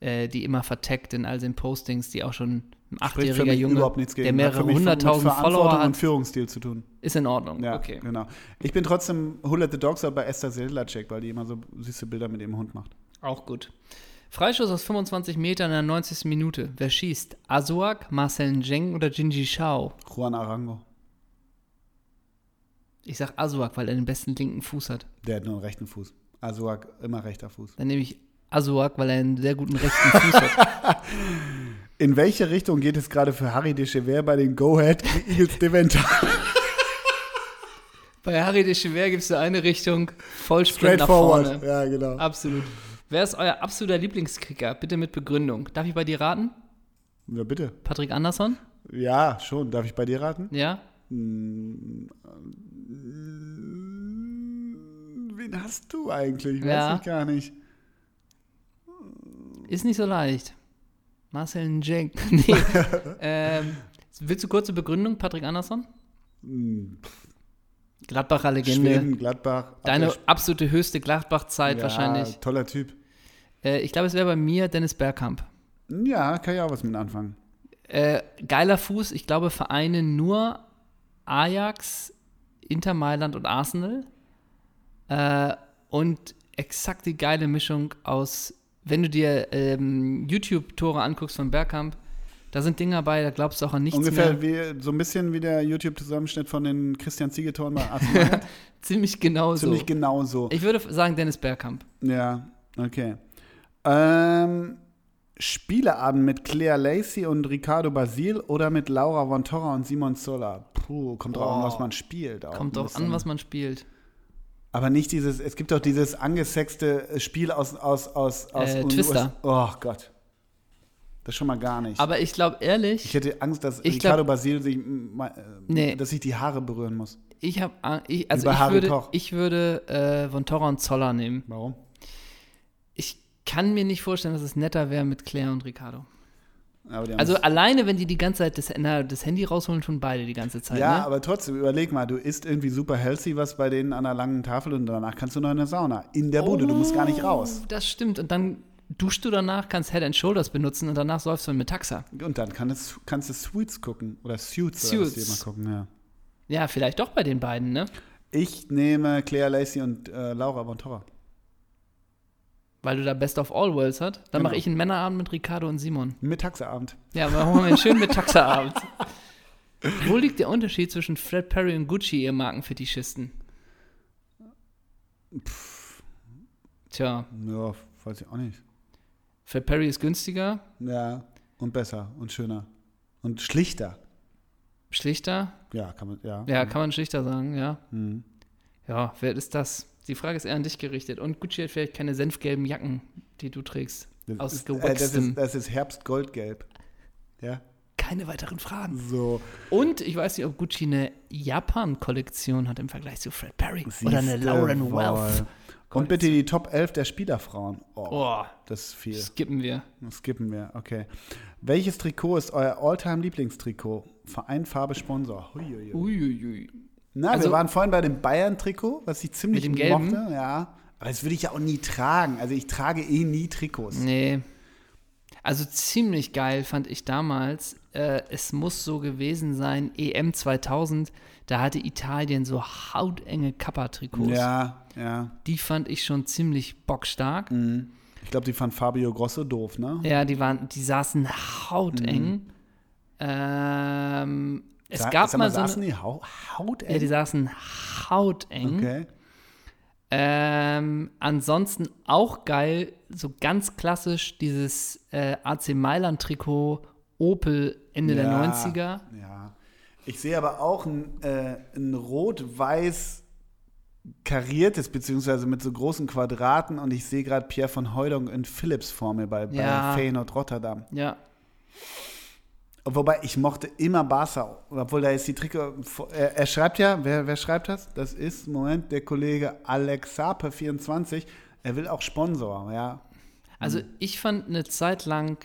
äh, die immer verteckt in all den Postings, die auch schon Ein
Spricht für
achtjähriger
mich
Junge,
überhaupt nichts gegen.
der
Hat für
mehrere
mich
hunderttausend
mit Verantwortung
Follower
und
hat,
Führungsstil zu tun.
ist in Ordnung.
Ja,
okay.
genau. Ich bin trotzdem Who Let the Dogs Out bei Esther Sedlacek, weil die immer so süße Bilder mit ihrem Hund macht.
Auch gut. Freischuss aus 25 Metern in der 90. Minute. Wer schießt? Azuak, Marcel Njeng oder Jinji Shao?
Juan Arango.
Ich sag Azuak, weil er den besten linken Fuß hat.
Der hat nur einen rechten Fuß. Also Azuak, immer rechter Fuß.
Dann nehme ich Azuak, weil er einen sehr guten rechten Fuß hat.
In welche Richtung geht es gerade für Harry de Chever bei den Go-Ahead Eagles Deventer?
Bei Harry de Chever gibst du eine Richtung, Vollsprint nach
Straightforward.
vorne.
Ja, genau.
Absolut. Wer ist euer absoluter Lieblingskicker? Bitte mit Begründung. Darf ich bei dir raten?
Ja, bitte.
Patrick Andersson?
Ja, schon. Darf ich bei dir raten?
Ja?
Wen hast du eigentlich? Weiß
Ja.
ich gar nicht.
Ist nicht so leicht. Marcel Njeng. nee. ähm, willst du kurze Begründung, Patrick Andersson? Gladbacher Legende.
Hm. Schweden, Gladbach.
Deine
Abwehr-
absolute höchste Gladbach-Zeit
ja,
wahrscheinlich.
Toller Typ.
Äh, ich glaube, es wäre bei mir Dennis Bergkamp.
Ja, kann ich auch was mit anfangen.
Äh, geiler Fuß, ich glaube, Vereine nur Ajax, Inter Mailand und Arsenal. Äh, und exakt die geile Mischung aus, wenn du dir ähm, YouTube-Tore anguckst von Bergkamp, da sind Dinger bei, da glaubst du auch an nichts
Ungefähr
mehr.
wie, so ein bisschen wie der YouTube-Zusammenschnitt von den Christian Ziegetoren bei Arsenal.
Ziemlich genau so.
Ziemlich genau so.
ich würde sagen Dennis Bergkamp.
Ja, okay. Ähm, Spieleabend mit Claire Lacey und Ricardo Basil oder mit Laura von Torra und Simon Zoller? Puh, kommt drauf an, was man spielt. Auch
Kommt
ein
drauf an,
bisschen.
was man spielt.
Aber nicht dieses, es gibt doch dieses angesexte Spiel aus, aus, aus, aus
Äh,
und-
Twister.
Oh Gott. Das schon mal gar nicht.
Aber ich glaube ehrlich.
ich hätte Angst, dass
Ich glaub-
Ricardo Basil sich, m, ma- äh,
Nee.
dass sich die Haare berühren muss.
Ich habe ich, also
Über
ich
Harry
würde,
Koch.
ich würde äh, von Torra und Zoller nehmen.
Warum?
Ich kann mir nicht vorstellen, dass es netter wäre mit Claire und Ricardo.
Aber die haben
Also
es-
alleine, wenn die die ganze Zeit das, na, das Handy rausholen, schon beide die ganze Zeit.
ja,
ne?
aber trotzdem, überleg mal, du isst irgendwie super healthy was bei denen an einer langen Tafel und danach kannst du noch in der Sauna. In der Bude, du musst gar nicht raus.
Oh, das stimmt. Und dann duschst du danach, kannst Head and Shoulders benutzen und danach säufst du mit Taxa.
Und dann kann es, kannst du Suits gucken oder Suits, Oder was die
Suits.
immer gucken, ja.
Ja, vielleicht doch bei den beiden, ne?
Ich nehme Claire Lacey und äh, Laura von Torra.
Weil du da Best of All Worlds hat. Dann
Genau.
mache ich einen Männerabend mit Ricardo und Simon.
Mittagsabend.
Ja, aber machen wir einen schönen mit Taxa-Abend. Wo liegt der Unterschied zwischen Fred Perry und Gucci, ihr Markenfetischisten? Tja,
Ja, weiß ich auch nicht.
Fred Perry ist günstiger,
Ja, und besser und schöner. Und schlichter.
schlichter.
Ja, kann man, ja.
Ja, kann man schlichter sagen, ja.
Mhm.
Ja, wer ist das? Die Frage ist eher an dich gerichtet. Und Gucci hat vielleicht keine senfgelben Jacken, die du trägst.
Das
aus
ist, äh, das,
gewachstem.
ist, das ist Herbstgoldgelb. Ja,
keine weiteren Fragen.
so.
Und ich weiß nicht, ob Gucci eine Japan-Kollektion hat im Vergleich zu Fred Perry. Oder eine
Siehste
Lauren
wohl.
Wealth.
Und bitte die Top 11 der Spielerfrauen. Oh,
Oh,
das ist viel.
skippen wir.
Das skippen wir, okay. Welches Trikot ist euer All-Time-Lieblingstrikot? Verein, Farbe, Sponsor. Huiuiui.
Uiuiui.
Na,
Also-
wir waren vorhin bei dem Bayern-Trikot, was ich ziemlich
Mit dem gelben?
mochte. Ja, aber das würde ich ja auch nie tragen. Also ich trage eh nie Trikots.
Nee. Also ziemlich geil fand ich damals. Äh, es muss so gewesen sein, EM 2000, da hatte Italien so hautenge Kappa-Trikots.
Ja, ja.
Die fand ich schon ziemlich bockstark.
Mhm. Ich glaube, die fand Fabio Grosso doof, ne?
Ja, die waren, die saßen hauteng. Ähm, es
Mhm. Sa-
gab
sag
mal so
saßen
eine,
die Hau Haut
ja, die saßen hauteng.
Okay.
Ähm, ansonsten auch geil, so ganz klassisch dieses äh, AC Mailand-Trikot Opel Ende der
Ja.
90er.
Ja. Ich sehe aber auch ein, äh, ein rot-weiß kariertes, beziehungsweise mit so großen Quadraten und ich sehe gerade Pierre von Heudong in Philips vor mir bei,
Ja.
bei Feyenoord Rotterdam.
Ja.
Wobei ich mochte immer Barca, obwohl da jetzt die Trikot. Er, er schreibt ja, wer, wer schreibt das? Das ist, Moment, der Kollege Alex Harpe 24. Er will auch Sponsor, ja.
Also
Mhm.
ich fand eine Zeit lang,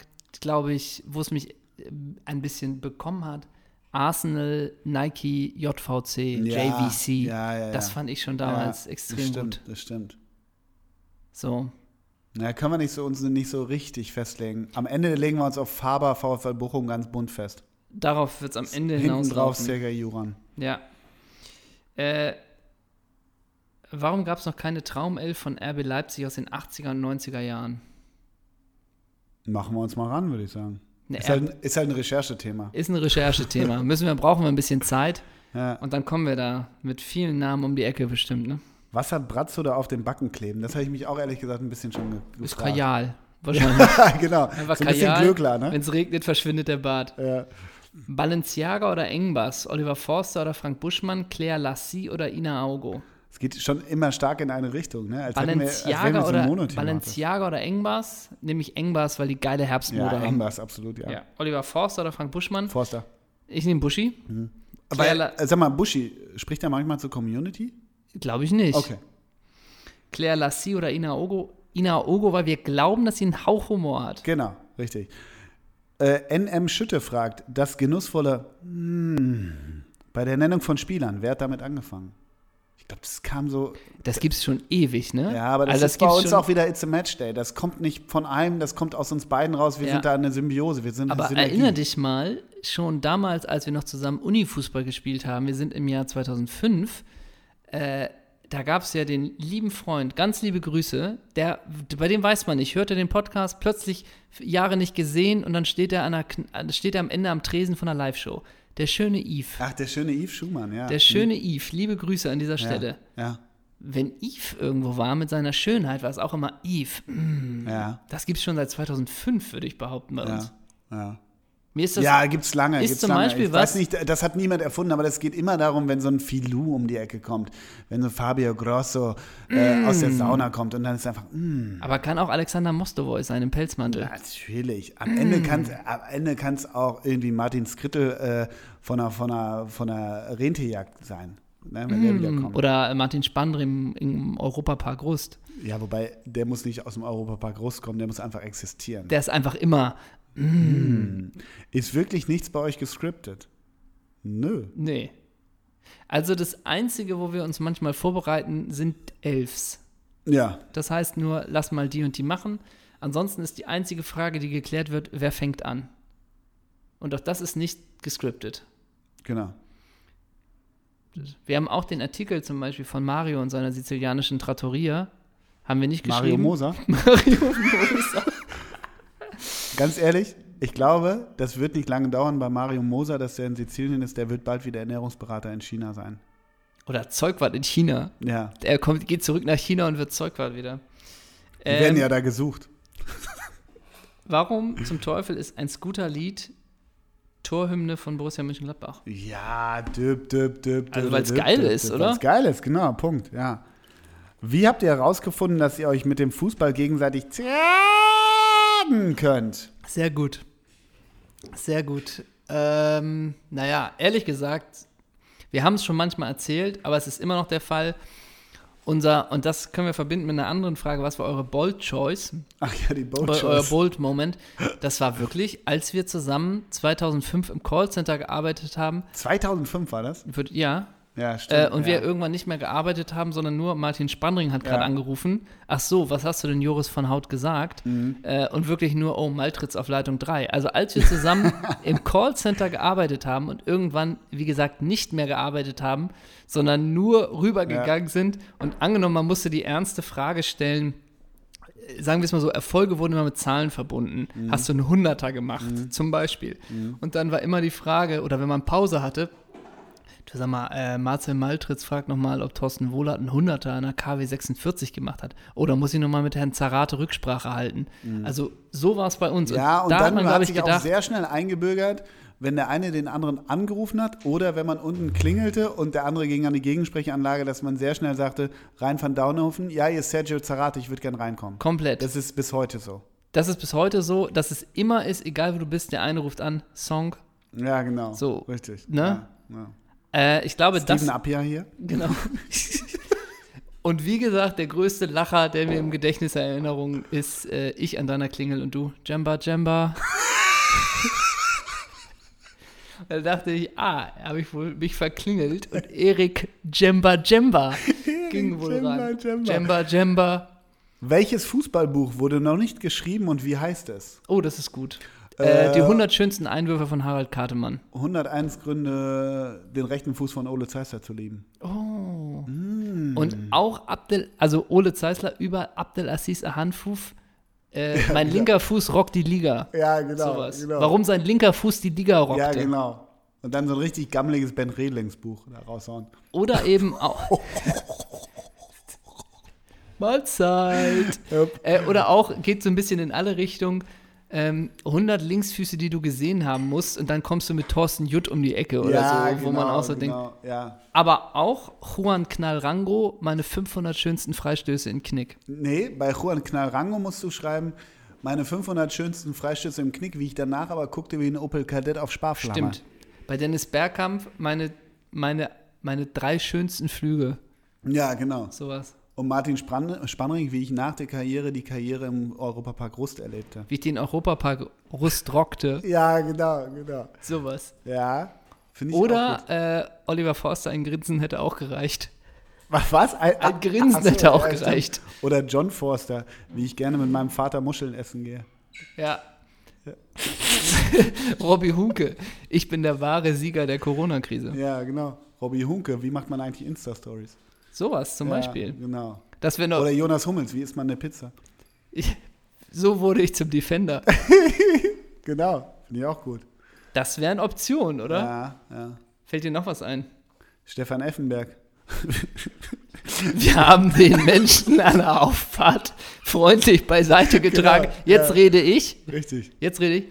glaube ich, wo es mich äh, ein bisschen bekommen hat, Arsenal, Nike, JVC,
Ja,
JVC.
ja, ja, ja.
Das fand ich schon damals
ja,
extrem
das stimmt,
gut.
Das stimmt.
So.
Na, können wir nicht so, uns nicht so richtig festlegen. Am Ende legen wir uns auf Faber, VfL Bochum ganz bunt fest.
Darauf wird es am Ende
Hinten drauf
hinauslaufen.
Sergei Juran.
Ja. Äh, warum gab es noch keine Traumelf von RB Leipzig aus den 80er und 90er Jahren?
Machen wir uns mal ran, würde ich sagen.
Ne,
Ist halt, ist halt ein Recherchethema.
Ist ein Recherchethema. Müssen wir, brauchen wir ein bisschen Zeit.
Ja.
Und dann kommen wir da mit vielen Namen um die Ecke bestimmt, ne?
Was hat Bratzo da auf den Backen kleben? Das habe ich mich auch ehrlich gesagt ein bisschen schon ge
Ist
gefragt.
Kajal. Wahrscheinlich.
genau.
Einfach
so ein bisschen
Kajal.
Glöckler, ne?
Wenn es regnet, verschwindet der Bart.
Ja.
Balenciaga oder Engbass? Oliver Forster oder Frank Buschmann? Claire Lassie oder Ina Augo?
Es geht schon immer stark in eine Richtung, ne? Als hätten wir- als wären
Balenciaga,
wir so ein
oder,
Monothema.
Balenciaga oder Engbass? Nämlich Engbass, weil die geile Herbstmode
Ja,
haben.
Engbass, absolut, ja.
Ja. Oliver Forster oder Frank Buschmann?
Forster.
Ich nehme Buschi.
Aber
Claire La-
äh, sag mal, Buschi, spricht er manchmal zur Community?
Glaube ich nicht.
Okay.
Claire Lassie oder Ina Ogo? Ina Ogo, weil wir glauben, dass sie einen Hauch Humor hat.
Genau, richtig. Äh, NM Schütte fragt, das genussvolle mm, bei der Nennung von Spielern, wer hat damit angefangen? Ich glaube, das kam so.
Das gibt's schon ewig, ne?
Ja, aber das,
Also
ist bei
gibt's
uns
schon,
auch wieder It's a Match Day. Das kommt nicht von einem, das kommt aus uns beiden raus. Wir
Ja.
sind da eine Symbiose. Wir sind
Aber
Synergie.
erinnere dich mal, schon damals, als wir noch zusammen Unifußball gespielt haben, wir sind im Jahr 2005, äh, da gab's ja den lieben Freund, ganz liebe Grüße, der, bei dem weiß man nicht, hört er den Podcast, plötzlich Jahre nicht gesehen und dann steht er, an der, Kn- äh, steht er am Ende am Tresen von einer Live-Show. Der schöne Yves.
Ach, der schöne Yves Schumann, ja.
Der schöne Yves, liebe Grüße an dieser
ja.
Stelle.
Ja,
wenn Eve irgendwo war mit seiner Schönheit, war es auch immer Eve. Mm,
ja,
Das gibt es schon seit 2005, würde ich behaupten, bei uns.
ja. ja.
Mir ist das,
ja, gibt's lange.
ist
gibt's
zum
lange.
Beispiel
ich
was-
weiß nicht, das hat niemand erfunden, aber das geht immer darum, wenn so ein Filou um die Ecke kommt, wenn so Fabio Grosso äh, aus
Mm.
der Sauna kommt und dann ist einfach, mm,
aber kann auch Alexander Mostovoy sein im Pelzmantel.
natürlich. Am
Mm.
Ende kann's, am Ende kann's auch irgendwie Martin Skrittel äh, von einer von einer von einer Rentierjagd sein, ne, wenn
Mm.
der wiederkommt.
Oder Martin Spandre im, im Europapark Rust.
Ja, wobei der muss nicht aus dem Europapark rauskommen, der muss einfach existieren.
Der ist einfach immer,
ist wirklich nichts bei euch gescriptet? Nö.
nee. Also das Einzige, wo wir uns manchmal vorbereiten, sind Elfs.
Ja,
Das heißt nur, lass mal die und die machen. Ansonsten ist die einzige Frage, die geklärt wird, wer fängt an? Und auch das ist nicht gescriptet.
genau.
Wir haben auch den Artikel zum Beispiel von Mario und seiner sizilianischen Trattoria. Haben wir nicht
Mario
geschrieben.
Moser.
Mario Moser.
Ganz ehrlich, ich glaube, das wird nicht lange dauern bei Mario Moser, dass der in Sizilien ist. Der wird bald wieder Ernährungsberater in China sein.
Oder Zeugwart in China.
Ja.
Er kommt, geht zurück nach China und wird Zeugwart wieder.
Die
Ähm,
werden ja da gesucht.
Warum zum Teufel ist ein Scooter-Lied Torhymne von Borussia Mönchengladbach?
Ja, düb, düb, düb.
Also,
düb,
weil's
düb,
geil
düb,
ist,
düb,
oder?
Weil's geil ist, genau, Punkt, ja. Wie habt ihr herausgefunden, dass ihr euch mit dem Fußball gegenseitig tragen könnt?
Sehr gut. Sehr gut. Ähm, naja, ehrlich gesagt, wir haben es schon manchmal erzählt, aber es ist immer noch der Fall. Unser, und das können wir verbinden mit einer anderen Frage, was war eure Bold Choice?
Ach ja, die
Eu- euer
Botschaft.
Bold Moment. Das war wirklich, als wir zusammen 2005 im Callcenter gearbeitet haben,
2005 war das?
wird, ja,
Ja, stimmt.
äh, und
ja.
wir irgendwann nicht mehr gearbeitet haben, sondern nur Martin Spandring hat gerade
Ja.
angerufen. Ach so, was hast du denn Joris von Haut gesagt?
Mhm.
Äh, und wirklich nur, oh, Maltritz auf Leitung 3. Also als wir zusammen im Callcenter gearbeitet haben und irgendwann, wie gesagt, nicht mehr gearbeitet haben, sondern nur rübergegangen sind und angenommen, man musste die ernste Frage stellen, sagen wir es mal so, Erfolge wurden immer mit Zahlen verbunden.
Mhm.
Hast du einen Hunderter gemacht, zum Beispiel. Und dann war immer die Frage, oder wenn man Pause hatte, du sag mal, äh, Marcel Maltritz fragt nochmal, ob Thorsten Wohlert einen Hunderter an der KW 46 gemacht hat. Oder muss ich nochmal mit Herrn Zarate Rücksprache halten? Also so war es bei uns.
Mhm. Ja, und
da
dann
hat man,
hat
glaube ich,
sich auch
gedacht,
sehr schnell eingebürgert, wenn der eine den anderen angerufen hat oder wenn man unten klingelte und der andere ging an die Gegensprechanlage, dass man sehr schnell sagte, rein van Daunhofen, ja, hier ist Sergio Zarate, ich würde gern reinkommen.
komplett.
Das ist bis heute so.
das ist bis heute so, dass es immer ist, egal wo du bist, der eine ruft an, Song.
Ja, genau.
So,
Richtig.
ne?
Ja, ja.
Äh, ich glaube, das...
Steven Appia hier.
Genau. und wie gesagt, der größte Lacher, der mir im Gedächtnis der Erinnerung ist, äh, ich an deiner Klingel und du, Jamba, Jamba. da dachte ich, ah, habe ich wohl mich verklingelt und Erik Jamba, Jamba ging wohl
Jemba,
ran.
Jemba.
Jamba, Jamba.
Welches Fußballbuch wurde noch nicht geschrieben und wie heißt es?
Oh, das ist gut. Äh, die 100 schönsten Einwürfe von Harald Kartemann.
101 Gründe, den rechten Fuß von Ole Zeisser zu lieben. Hm.
Und auch Abdel, also Ole Zeisler über Abdelaziz Ahanfouf. Äh, mein linker Fuß rockt die Liga.
Ja, genau,
Sowas.
genau.
Warum sein linker Fuß die Liga rockte.
Ja, genau. Und dann so ein richtig gammeliges Ben Redlings-Buch da raushauen.
Oder eben auch. Mahlzeit.
Yep.
Äh, oder auch, geht so ein bisschen in alle Richtungen. Ähm, 100 Linksfüße, die du gesehen haben musst, und dann kommst du mit Thorsten Jutt um die Ecke oder
ja,
so, wo man auch so denkt.
genau, Ja.
Aber auch Juan Knallrango, meine 500 schönsten Freistöße in Knick.
Nee, bei Juan Knallrango musst du schreiben, meine 500 schönsten Freistöße im Knick, wie ich danach aber guckte wie ein Opel Kadett auf Sparflamme.
Stimmt. Bei Dennis Bergkamp meine, meine, meine drei schönsten Flüge.
Ja, genau.
Sowas.
Und Martin Spann Spannring, wie ich nach der Karriere die Karriere im Europapark Rust erlebte.
Wie ich den Europapark Rust rockte.
Ja, genau, genau.
Sowas.
Ja, finde ich auch gut.
Oder äh, Oliver Forster, ein Grinsen hätte auch gereicht.
Wa- Was? Ein,
Ein Grinsen
Ach so,
hätte auch
ja, stimmt.
gereicht.
Oder John Forster, wie ich gerne mit meinem Vater Muscheln essen gehe.
Ja. Robby Hunke, ich bin der wahre Sieger der Corona-Krise.
Ja, genau. Robby Hunke, wie macht man eigentlich Insta-Stories?
Sowas zum
ja,
Beispiel.
Genau.
Das wäre
Oder
noch.
Jonas Hummels, wie isst man eine Pizza?
Ich, so wurde ich zum Defender.
Genau, finde ich auch gut.
Das wären Optionen, oder?
Ja, ja.
Fällt dir noch was ein?
Stefan Effenberg.
Wir haben den Menschen an der Auffahrt freundlich beiseite getragen.
Genau,
Jetzt
ja.
rede ich.
Richtig.
Jetzt rede ich.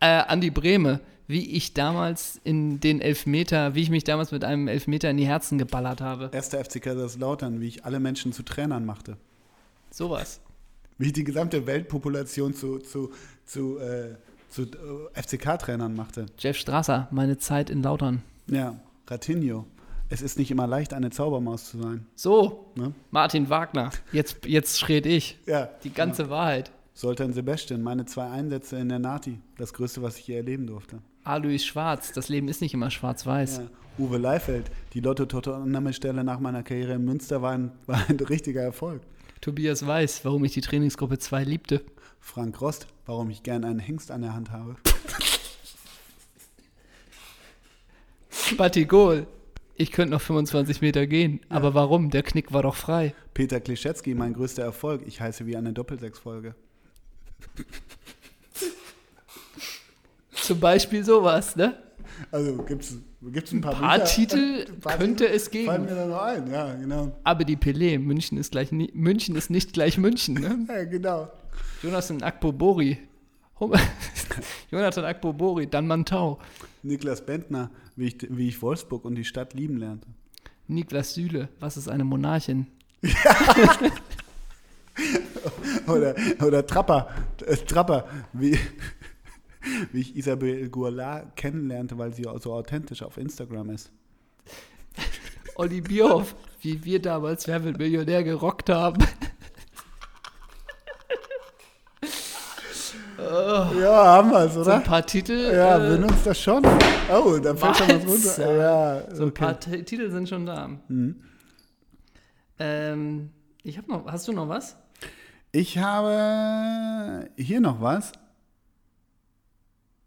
Äh, Andi Brehme, wie ich damals in den Elfmeter, wie ich mich damals mit einem Elfmeter in die Herzen geballert habe.
Erster FC Kaiserslautern, wie ich alle Menschen zu Trainern machte.
Sowas.
Wie ich die gesamte Weltpopulation zu, zu, zu, äh, zu äh, FCK-Trainern machte.
Jeff Strasser, meine Zeit in Lautern.
Ja, Ratinho. Es ist nicht immer leicht, eine Zaubermaus zu sein.
So,
Ne?
Martin Wagner, jetzt, jetzt rede ich.
Ja.
Die ganze Wahrheit.
Soltan Sebastian, meine zwei Einsätze in der Nati. Das Größte, was ich je erleben durfte.
Alois Schwarz, das Leben ist nicht immer schwarz-weiß.
Ja. Uwe Leifeld, die Lotto-Toto-Annahmestelle nach meiner Karriere in Münster war ein, war ein richtiger Erfolg.
Tobias Weiß, warum ich die Trainingsgruppe 2 liebte.
Frank Rost, warum ich gern einen Hengst an der Hand habe.
Batigol, ich könnte noch 25 Meter gehen. Aber warum? Der Knick war doch frei.
Peter Klischetzky, mein größter Erfolg. Ich heiße wie eine Doppelsechsfolge.
Zum Beispiel sowas, ne?
Also gibt's, gibt's ein paar,
Ein paar
Bücher? Äh,
Titel
Ein paar
könnte
Titel
es geben.
Fallen mir da noch ein, ja, genau.
Aber die Pelé, München ist, gleich nie, München ist nicht gleich München, ne?
Ja, genau.
Jonas und Akpobori. Hum- Jonathan Akpobori, dann Mantau.
Niklas Bentner, wie ich, wie ich Wolfsburg und die Stadt lieben lernte.
Niklas Süle, was ist eine Monarchin?
Oder, oder Trapper, äh, Trapper, wie, wie ich Isabel Gourlat kennenlernte, weil sie so authentisch auf Instagram ist.
Olli Bierhoff, wie wir damals Wer wird Millionär gerockt haben.
Ja, haben wir's,
So ein
oder?
paar Titel,
ja,
äh,
benutzt das schon. Oh, da fällt schon was
was?
runter. Ja,
so ein paar T Titel sind schon da.
Mhm.
Ähm, ich habe noch, hast du noch was?
Ich habe hier noch was.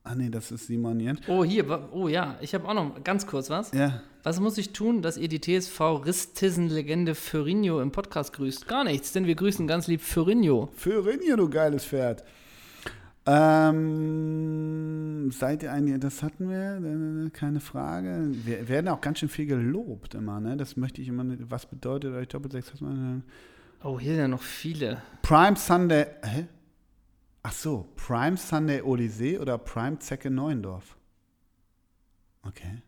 Ah nee, das ist Simon Jent.
Oh, hier, wa- oh ja, ich habe auch noch ganz kurz was.
Ja.
Was muss ich tun, dass ihr die TSV Ristissen-Legende Fiorinho im Podcast grüßt? Gar nichts, denn wir grüßen ganz lieb Fiorinho.
Für Rinje, du geiles Pferd. Ähm, seid ihr eigentlich, das hatten wir, äh, keine Frage. Wir werden auch ganz schön viel gelobt immer, ne? Das möchte ich immer, nicht- was bedeutet euch Doppelsechs? Was man-
Oh, hier sind ja noch viele.
Prime Sunday, hä? Ach so, Prime Sunday Odyssee oder Prime Zecke Neuendorf? Okay.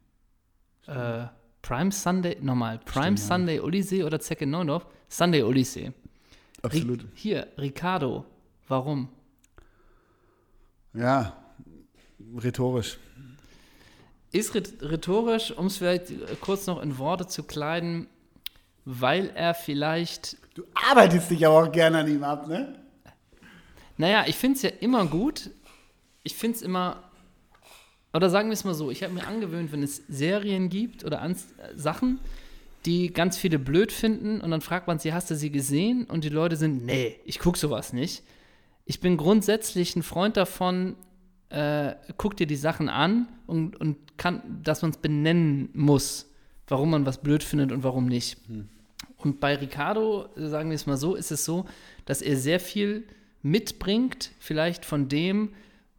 Äh, Prime Sunday, nochmal, Prime Sunday Odyssey oder Zecke Neundorf? Sunday Odyssey. Ri-
Absolut.
Hier, Ricardo. Warum?
Ja, rhetorisch.
Ist rhet- rhetorisch, um es vielleicht äh, kurz noch in Worte zu kleiden, weil er vielleicht
Du arbeitest dich aber auch gerne an ihm ab, ne?
Naja, ich finde es ja immer gut. Ich finde es immer. Oder sagen wir es mal so, ich habe mir angewöhnt, wenn es Serien gibt oder ans- äh, Sachen, die ganz viele blöd finden und dann fragt man sie, hast du sie gesehen? Und die Leute sind, nee, ich gucke sowas nicht. Ich bin grundsätzlich ein Freund davon, äh, guck dir die Sachen an und, und kann, dass man es benennen muss, warum man was blöd findet und warum nicht. Und bei Ricardo, äh, sagen wir es mal so, ist es so, dass er sehr viel mitbringt, vielleicht von dem,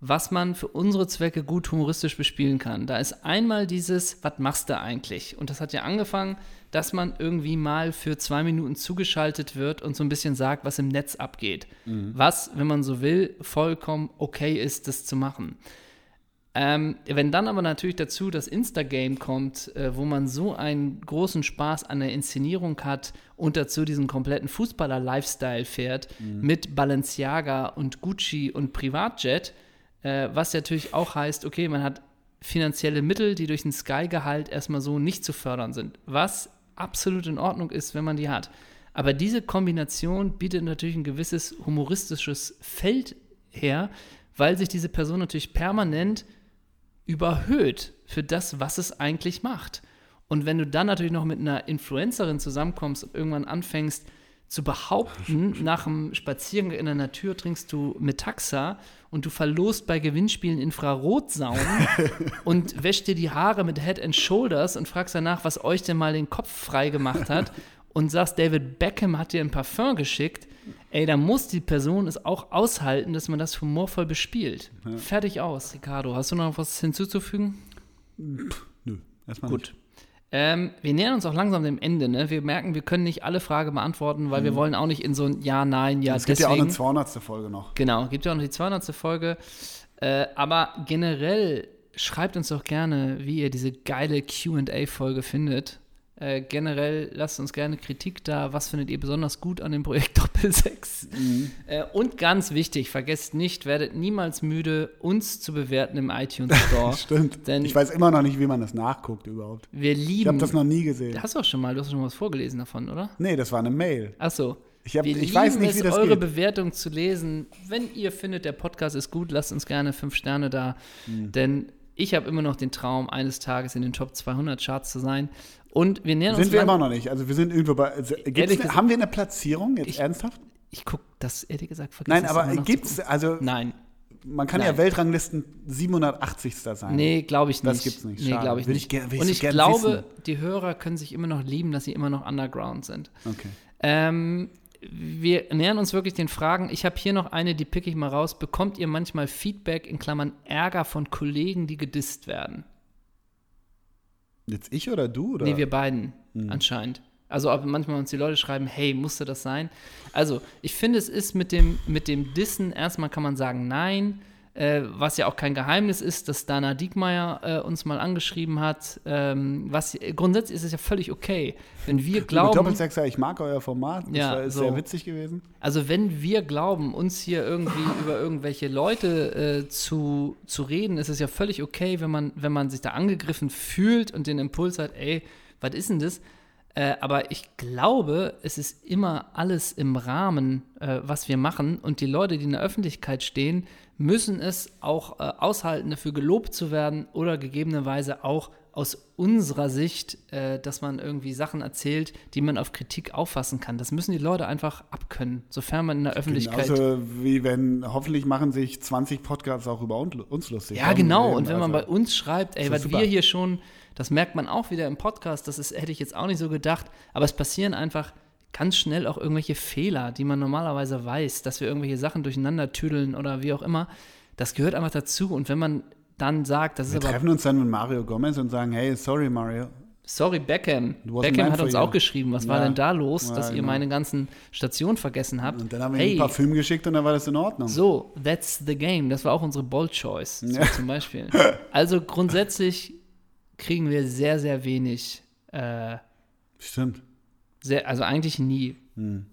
was man für unsere Zwecke gut humoristisch bespielen kann. Da ist einmal dieses, was machst du eigentlich? Und das hat ja angefangen, dass man irgendwie mal für zwei Minuten zugeschaltet wird und so ein bisschen sagt, was im Netz abgeht. Was, wenn man so will, vollkommen okay ist, das zu machen. Ähm, wenn dann aber natürlich dazu das Instagame kommt, äh, wo man so einen großen Spaß an der Inszenierung hat und dazu diesen kompletten Fußballer-Lifestyle fährt mit Balenciaga und Gucci und Privatjet, äh, was natürlich auch heißt, okay, man hat finanzielle Mittel, die durch den Sky-Gehalt erstmal so nicht zu fördern sind, was absolut in Ordnung ist, wenn man die hat. Aber diese Kombination bietet natürlich ein gewisses humoristisches Feld her, weil sich diese Person natürlich permanent überhöht für das, was es eigentlich macht. Und wenn du dann natürlich noch mit einer Influencerin zusammenkommst und irgendwann anfängst zu behaupten, nach dem Spaziergang in der Natur trinkst du Metaxa und du verlost bei Gewinnspielen Infrarotsaunen und wäschst dir die Haare mit Head and Shoulders und fragst danach, was euch denn mal den Kopf frei gemacht hat und sagst, David Beckham hat dir ein Parfum geschickt, ey, da muss die Person es auch aushalten, dass man das humorvoll bespielt. Fertig aus, Ricardo. Hast du noch was hinzuzufügen?
Nö, erstmal
Gut. Ähm, wir nähern uns auch langsam dem Ende. Ne? Wir merken, wir können nicht alle Fragen beantworten, weil wir wollen auch nicht in so ein Ja, Nein, Ja,
Mhm. Es gibt
deswegen.
ja auch eine 200. Folge noch.
Genau, gibt ja auch noch die 200. Folge. Äh, aber generell schreibt uns doch gerne, wie ihr diese geile QA-Folge findet. Äh, generell lasst uns gerne Kritik da. Was findet ihr besonders gut an dem Projekt Doppel 6?
Mhm.
Äh, und ganz wichtig, vergesst nicht, werdet niemals müde, uns zu bewerten im iTunes Store.
Stimmt.
Denn
ich weiß immer noch nicht, wie man das nachguckt überhaupt.
wir
Ich
lieben.
habe das noch nie gesehen.
hast du auch schon mal, du hast schon was vorgelesen davon, oder?
Nee, das war eine Mail.
Achso.
Ich hab- ich weiß nicht,
es,
wie das
eure
geht.
Bewertung zu lesen. Wenn ihr findet, der Podcast ist gut, lasst uns gerne fünf Sterne da.
Hm.
Denn ich habe immer noch den Traum, eines Tages in den Top 200 Charts zu sein. Und wir nähern uns.
Sind wir
lang-
immer noch nicht. Also wir sind irgendwo bei. also Gibt's
gesagt-
eine, haben wir eine Platzierung jetzt
Ich-
ernsthaft?
Ich gucke das ehrlich gesagt vergessen.
Nein, aber gibt's, also
Nein.
man kann
Nein.
ja Weltranglisten 780. sein.
Nee, glaube ich nicht.
Das gibt's nicht.
Nee,
Schade.
glaube ich
Würde
nicht.
ich ger- würde ich
Und
so
ich
gern
glaube, die Hörer können sich immer noch lieben, dass sie immer noch underground sind.
Okay.
Ähm, wir nähern uns wirklich den Fragen. Ich habe hier noch eine, die picke ich mal raus. Bekommt ihr manchmal Feedback in Klammern Ärger von Kollegen, die gedisst werden?
Jetzt ich oder du? Oder?
Nee, wir beiden anscheinend. Also ob manchmal uns die Leute schreiben, hey, musste das sein? Also ich finde, es ist mit dem, mit dem Dissen, erstmal kann man sagen, nein, äh, was ja auch kein Geheimnis ist, dass Dana Diekmeyer äh, uns mal angeschrieben hat. Ähm, was, grundsätzlich ist es ja völlig okay, wenn wir
Liebe
glauben,
Doppelsechser, ich mag euer Format. Das
Ja,
war, ist
so.
sehr witzig gewesen.
Also wenn wir glauben, uns hier irgendwie über irgendwelche Leute äh, zu, zu reden, ist es ja völlig okay, wenn man, wenn man sich da angegriffen fühlt und den Impuls hat, ey, was ist denn das? Äh, aber ich glaube, es ist immer alles im Rahmen, äh, was wir machen. Und die Leute, die in der Öffentlichkeit stehen, müssen es auch äh, aushalten, dafür gelobt zu werden oder gegebenerweise auch aus unserer Sicht, äh, dass man irgendwie Sachen erzählt, die man auf Kritik auffassen kann. Das müssen die Leute einfach abkönnen, sofern man in der Öffentlichkeit.
Genauso Also, wie wenn, hoffentlich machen sich 20 Podcasts auch über un- uns lustig.
ja,
Darum
genau.
reden,
Und wenn man bei
also.
uns schreibt, ey,
ist
was
super.
wir hier schon, das merkt man auch wieder im Podcast, das ist, hätte ich jetzt auch nicht so gedacht, aber es passieren einfach ganz schnell auch irgendwelche Fehler, die man normalerweise weiß, dass wir irgendwelche Sachen durcheinander tüdeln oder wie auch immer. Das gehört einfach dazu. Und wenn man dann sagt, das
Wir
ist aber
treffen uns dann mit Mario Gomez und sagen, hey, sorry Mario.
Sorry, Beckham.
wasn't
Beckham
meant
hat
for
uns
you.
auch geschrieben, was war
Ja.
denn da los,
Ja,
dass ihr
genau.
meine ganzen Stationen vergessen habt.
Und dann haben wir ihm ein paar Filme geschickt und dann war das in Ordnung.
so, that's the game. Das war auch unsere Bold Choice so zum Beispiel. Also grundsätzlich kriegen wir sehr, sehr wenig, äh,
Stimmt.
sehr, also eigentlich nie.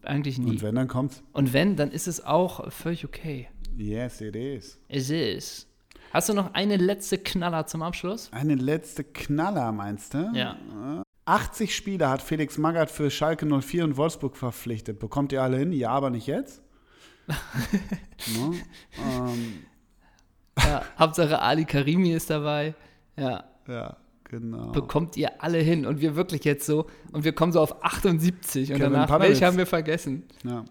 Eigentlich nie.
Hm. Und wenn, dann kommt's.
Und wenn, dann ist es auch völlig okay.
Yes, it is.
Es ist. Hast du noch eine letzte Knaller zum Abschluss?
Eine letzte Knaller, meinst du?
Ja.
80 Spieler hat Felix Magath für Schalke 04 und Wolfsburg verpflichtet. Bekommt ihr alle hin? Ja, aber nicht jetzt. ne? ähm,
ja. Hauptsache Ali Karimi ist dabei. Ja.
ja, Genau.
bekommt ihr alle hin und wir wirklich jetzt so und wir kommen so auf 78 und
Kevin
danach,
Pavelec.
welche haben wir vergessen?
Ja.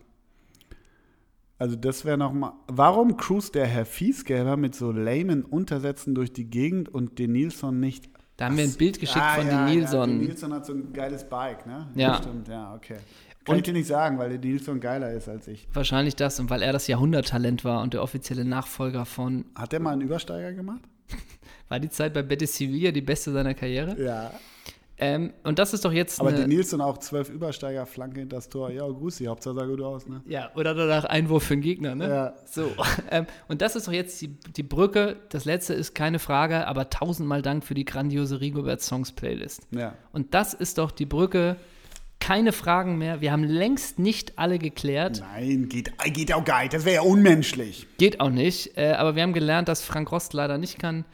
Also das wäre nochmal. Warum cruist der Herr Fiesgelber mit so lamen Untersätzen durch die Gegend und den Nilsson nicht?
Da haben wir ein Bild geschickt
Ah,
von
ja,
den
Ja,
Nilsson.
der Nilsson hat so ein geiles Bike, ne?
Ja.
Stimmt, ja, okay. Kann ich dir nicht sagen, weil der Nilsson geiler ist als ich.
Wahrscheinlich das und weil er das Jahrhunderttalent war und der offizielle Nachfolger von
Hat der mal einen Übersteiger gemacht?
war die Zeit bei Betis Sevilla die beste seiner Karriere.
Ja.
Ähm, und das ist doch jetzt
Aber
eine-
der Nilsson auch zwölf Übersteiger, Flanke hinter das Tor. Ja, grüß dich, Hauptsache sah gut aus, ne?
Ja, oder danach Einwurf für den Gegner, ne?
Ja.
So. Ähm, und das ist doch jetzt die, die Brücke. Das letzte ist keine Frage, aber tausendmal Dank für die grandiose Rigobert Songs Playlist.
Ja.
Und das ist doch die Brücke. Keine Fragen mehr. Wir haben längst nicht alle geklärt.
Nein, geht, äh, geht auch geil. Das wäre ja unmenschlich.
Geht auch nicht. Äh, aber wir haben gelernt, dass Frank Rost leider nicht kann,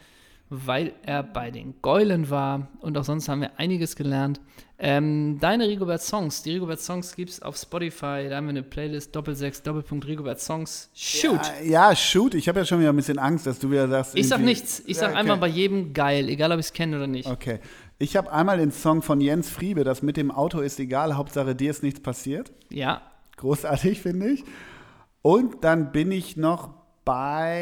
weil er bei den Geulen war. Und auch sonst haben wir einiges gelernt. Ähm, deine Rigobert Songs, die Rigobert Songs gibt es auf Spotify. Da haben wir eine Playlist Doppelsechs, Doppelpunkt Rigobert Songs. Shoot!
Äh, Ja, ja, shoot. Ich habe ja schon wieder ein bisschen Angst, dass du wieder sagst.
Ich sag
irgendwie-
nichts. Ich sag
Ja, okay.
einmal bei jedem geil, egal ob ich es kenne oder nicht.
Okay. Ich habe einmal den Song von Jens Friebe, das mit dem Auto ist egal, Hauptsache dir ist nichts passiert.
Ja.
Großartig, finde ich. Und dann bin ich noch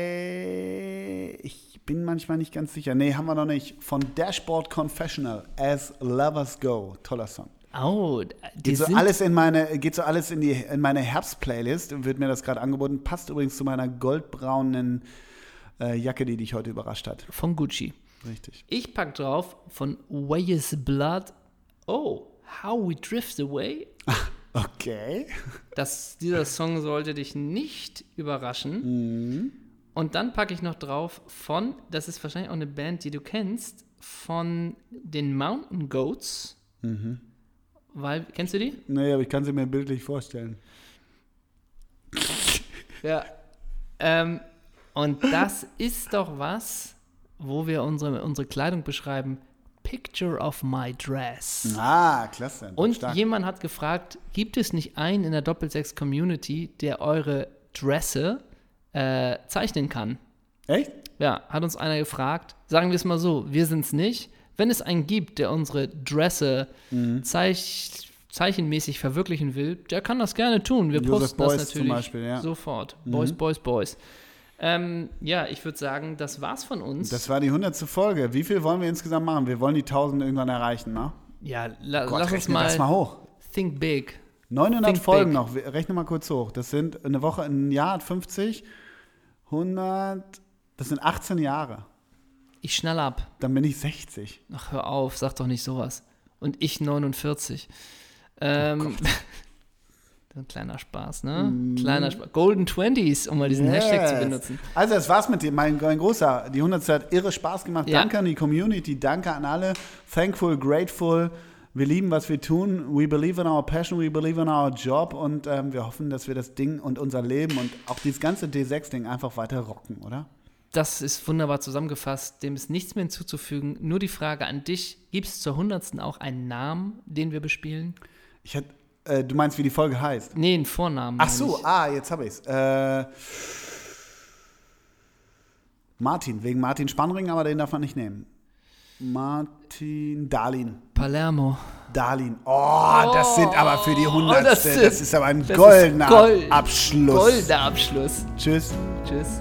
bei. Ich bin manchmal nicht ganz sicher. Nee, haben wir noch nicht. Von Dashboard Confessional, As Lovers Go. Toller Song.
Oh, die
Geht so
sind,
alles in meine, geht so alles in die in meine Herbst-Playlist, wird mir das gerade angeboten. Passt übrigens zu meiner goldbraunen äh, Jacke, die dich heute überrascht hat.
von Gucci.
Richtig.
Ich pack drauf von Way is Blood. Oh, How We Drift Away.
Okay.
Das, dieser Song sollte dich nicht überraschen. Und dann packe ich noch drauf von, das ist wahrscheinlich auch eine Band, die du kennst, von den Mountain Goats. Weil, kennst du die?
Nee, aber ich kann sie mir bildlich vorstellen.
Ja. Ähm, und das ist doch was, wo wir unsere, unsere Kleidung beschreiben. Picture of my dress.
Ah, klasse.
Und
Stark.
jemand hat gefragt, gibt es nicht einen in der Doppelsechs-Community, der eure Dresse äh, zeichnen kann?
Echt?
Ja, hat uns einer gefragt. Sagen wir es mal so, wir sind es nicht. Wenn es einen gibt, der unsere Dresse
Mhm.
zeich zeichenmäßig verwirklichen will, der kann das gerne tun. Wir
Joseph
posten
Beuys
das
zum
natürlich
Beispiel, ja. Mhm.
sofort. Boys, Boys, Boys. Ähm, ja, ich würde sagen, das war's von uns.
Das war die hundertste Folge. Wie viel wollen wir insgesamt machen? Wir wollen die 1000 irgendwann erreichen, ne?
ja, la
Gott,
lass uns
rechne
mal,
das mal hoch.
think big.
900
Think
Folgen
big.
noch. Wir- Rechne mal kurz hoch. Das sind eine Woche, ein Jahr hat 50, 100, das sind 18 Jahre.
Ich schnall ab.
Dann bin ich 60.
Ach, hör auf, sag doch nicht sowas. Und ich 49.
Oh
Ähm, ein kleiner Spaß, ne? Kleiner Spaß. Golden Twenties, um mal diesen Hashtag zu
Mhm. Yes.
benutzen.
Also, das war's mit dir, mein, mein Großer. Die 100 hat irre Spaß gemacht.
Ja.
Danke an die Community, danke an alle. Thankful, grateful. Wir lieben, was wir tun. We believe in our passion, we believe in our job und ähm, wir hoffen, dass wir das Ding und unser Leben und auch dieses ganze D6-Ding einfach weiter rocken, oder?
Das ist wunderbar zusammengefasst. Dem ist nichts mehr hinzuzufügen. Nur die Frage an dich: Gibt es zur 100. auch einen Namen, den wir bespielen?
Ich hätte, äh, du meinst, wie die Folge heißt?
Nee, einen Vornamen.
Ach
meine
so,
ich.
ah, jetzt habe ich's. Äh, Martin, wegen Martin Spannring, aber den darf man nicht nehmen. Martin Darlin.
Palermo.
Darlin. Oh, das sind aber für die
das
Hundertste.
sind-
Das ist aber ein
Das ist
goldener
Gold.
Abschluss.
Goldener Abschluss.
Tschüss.
Tschüss.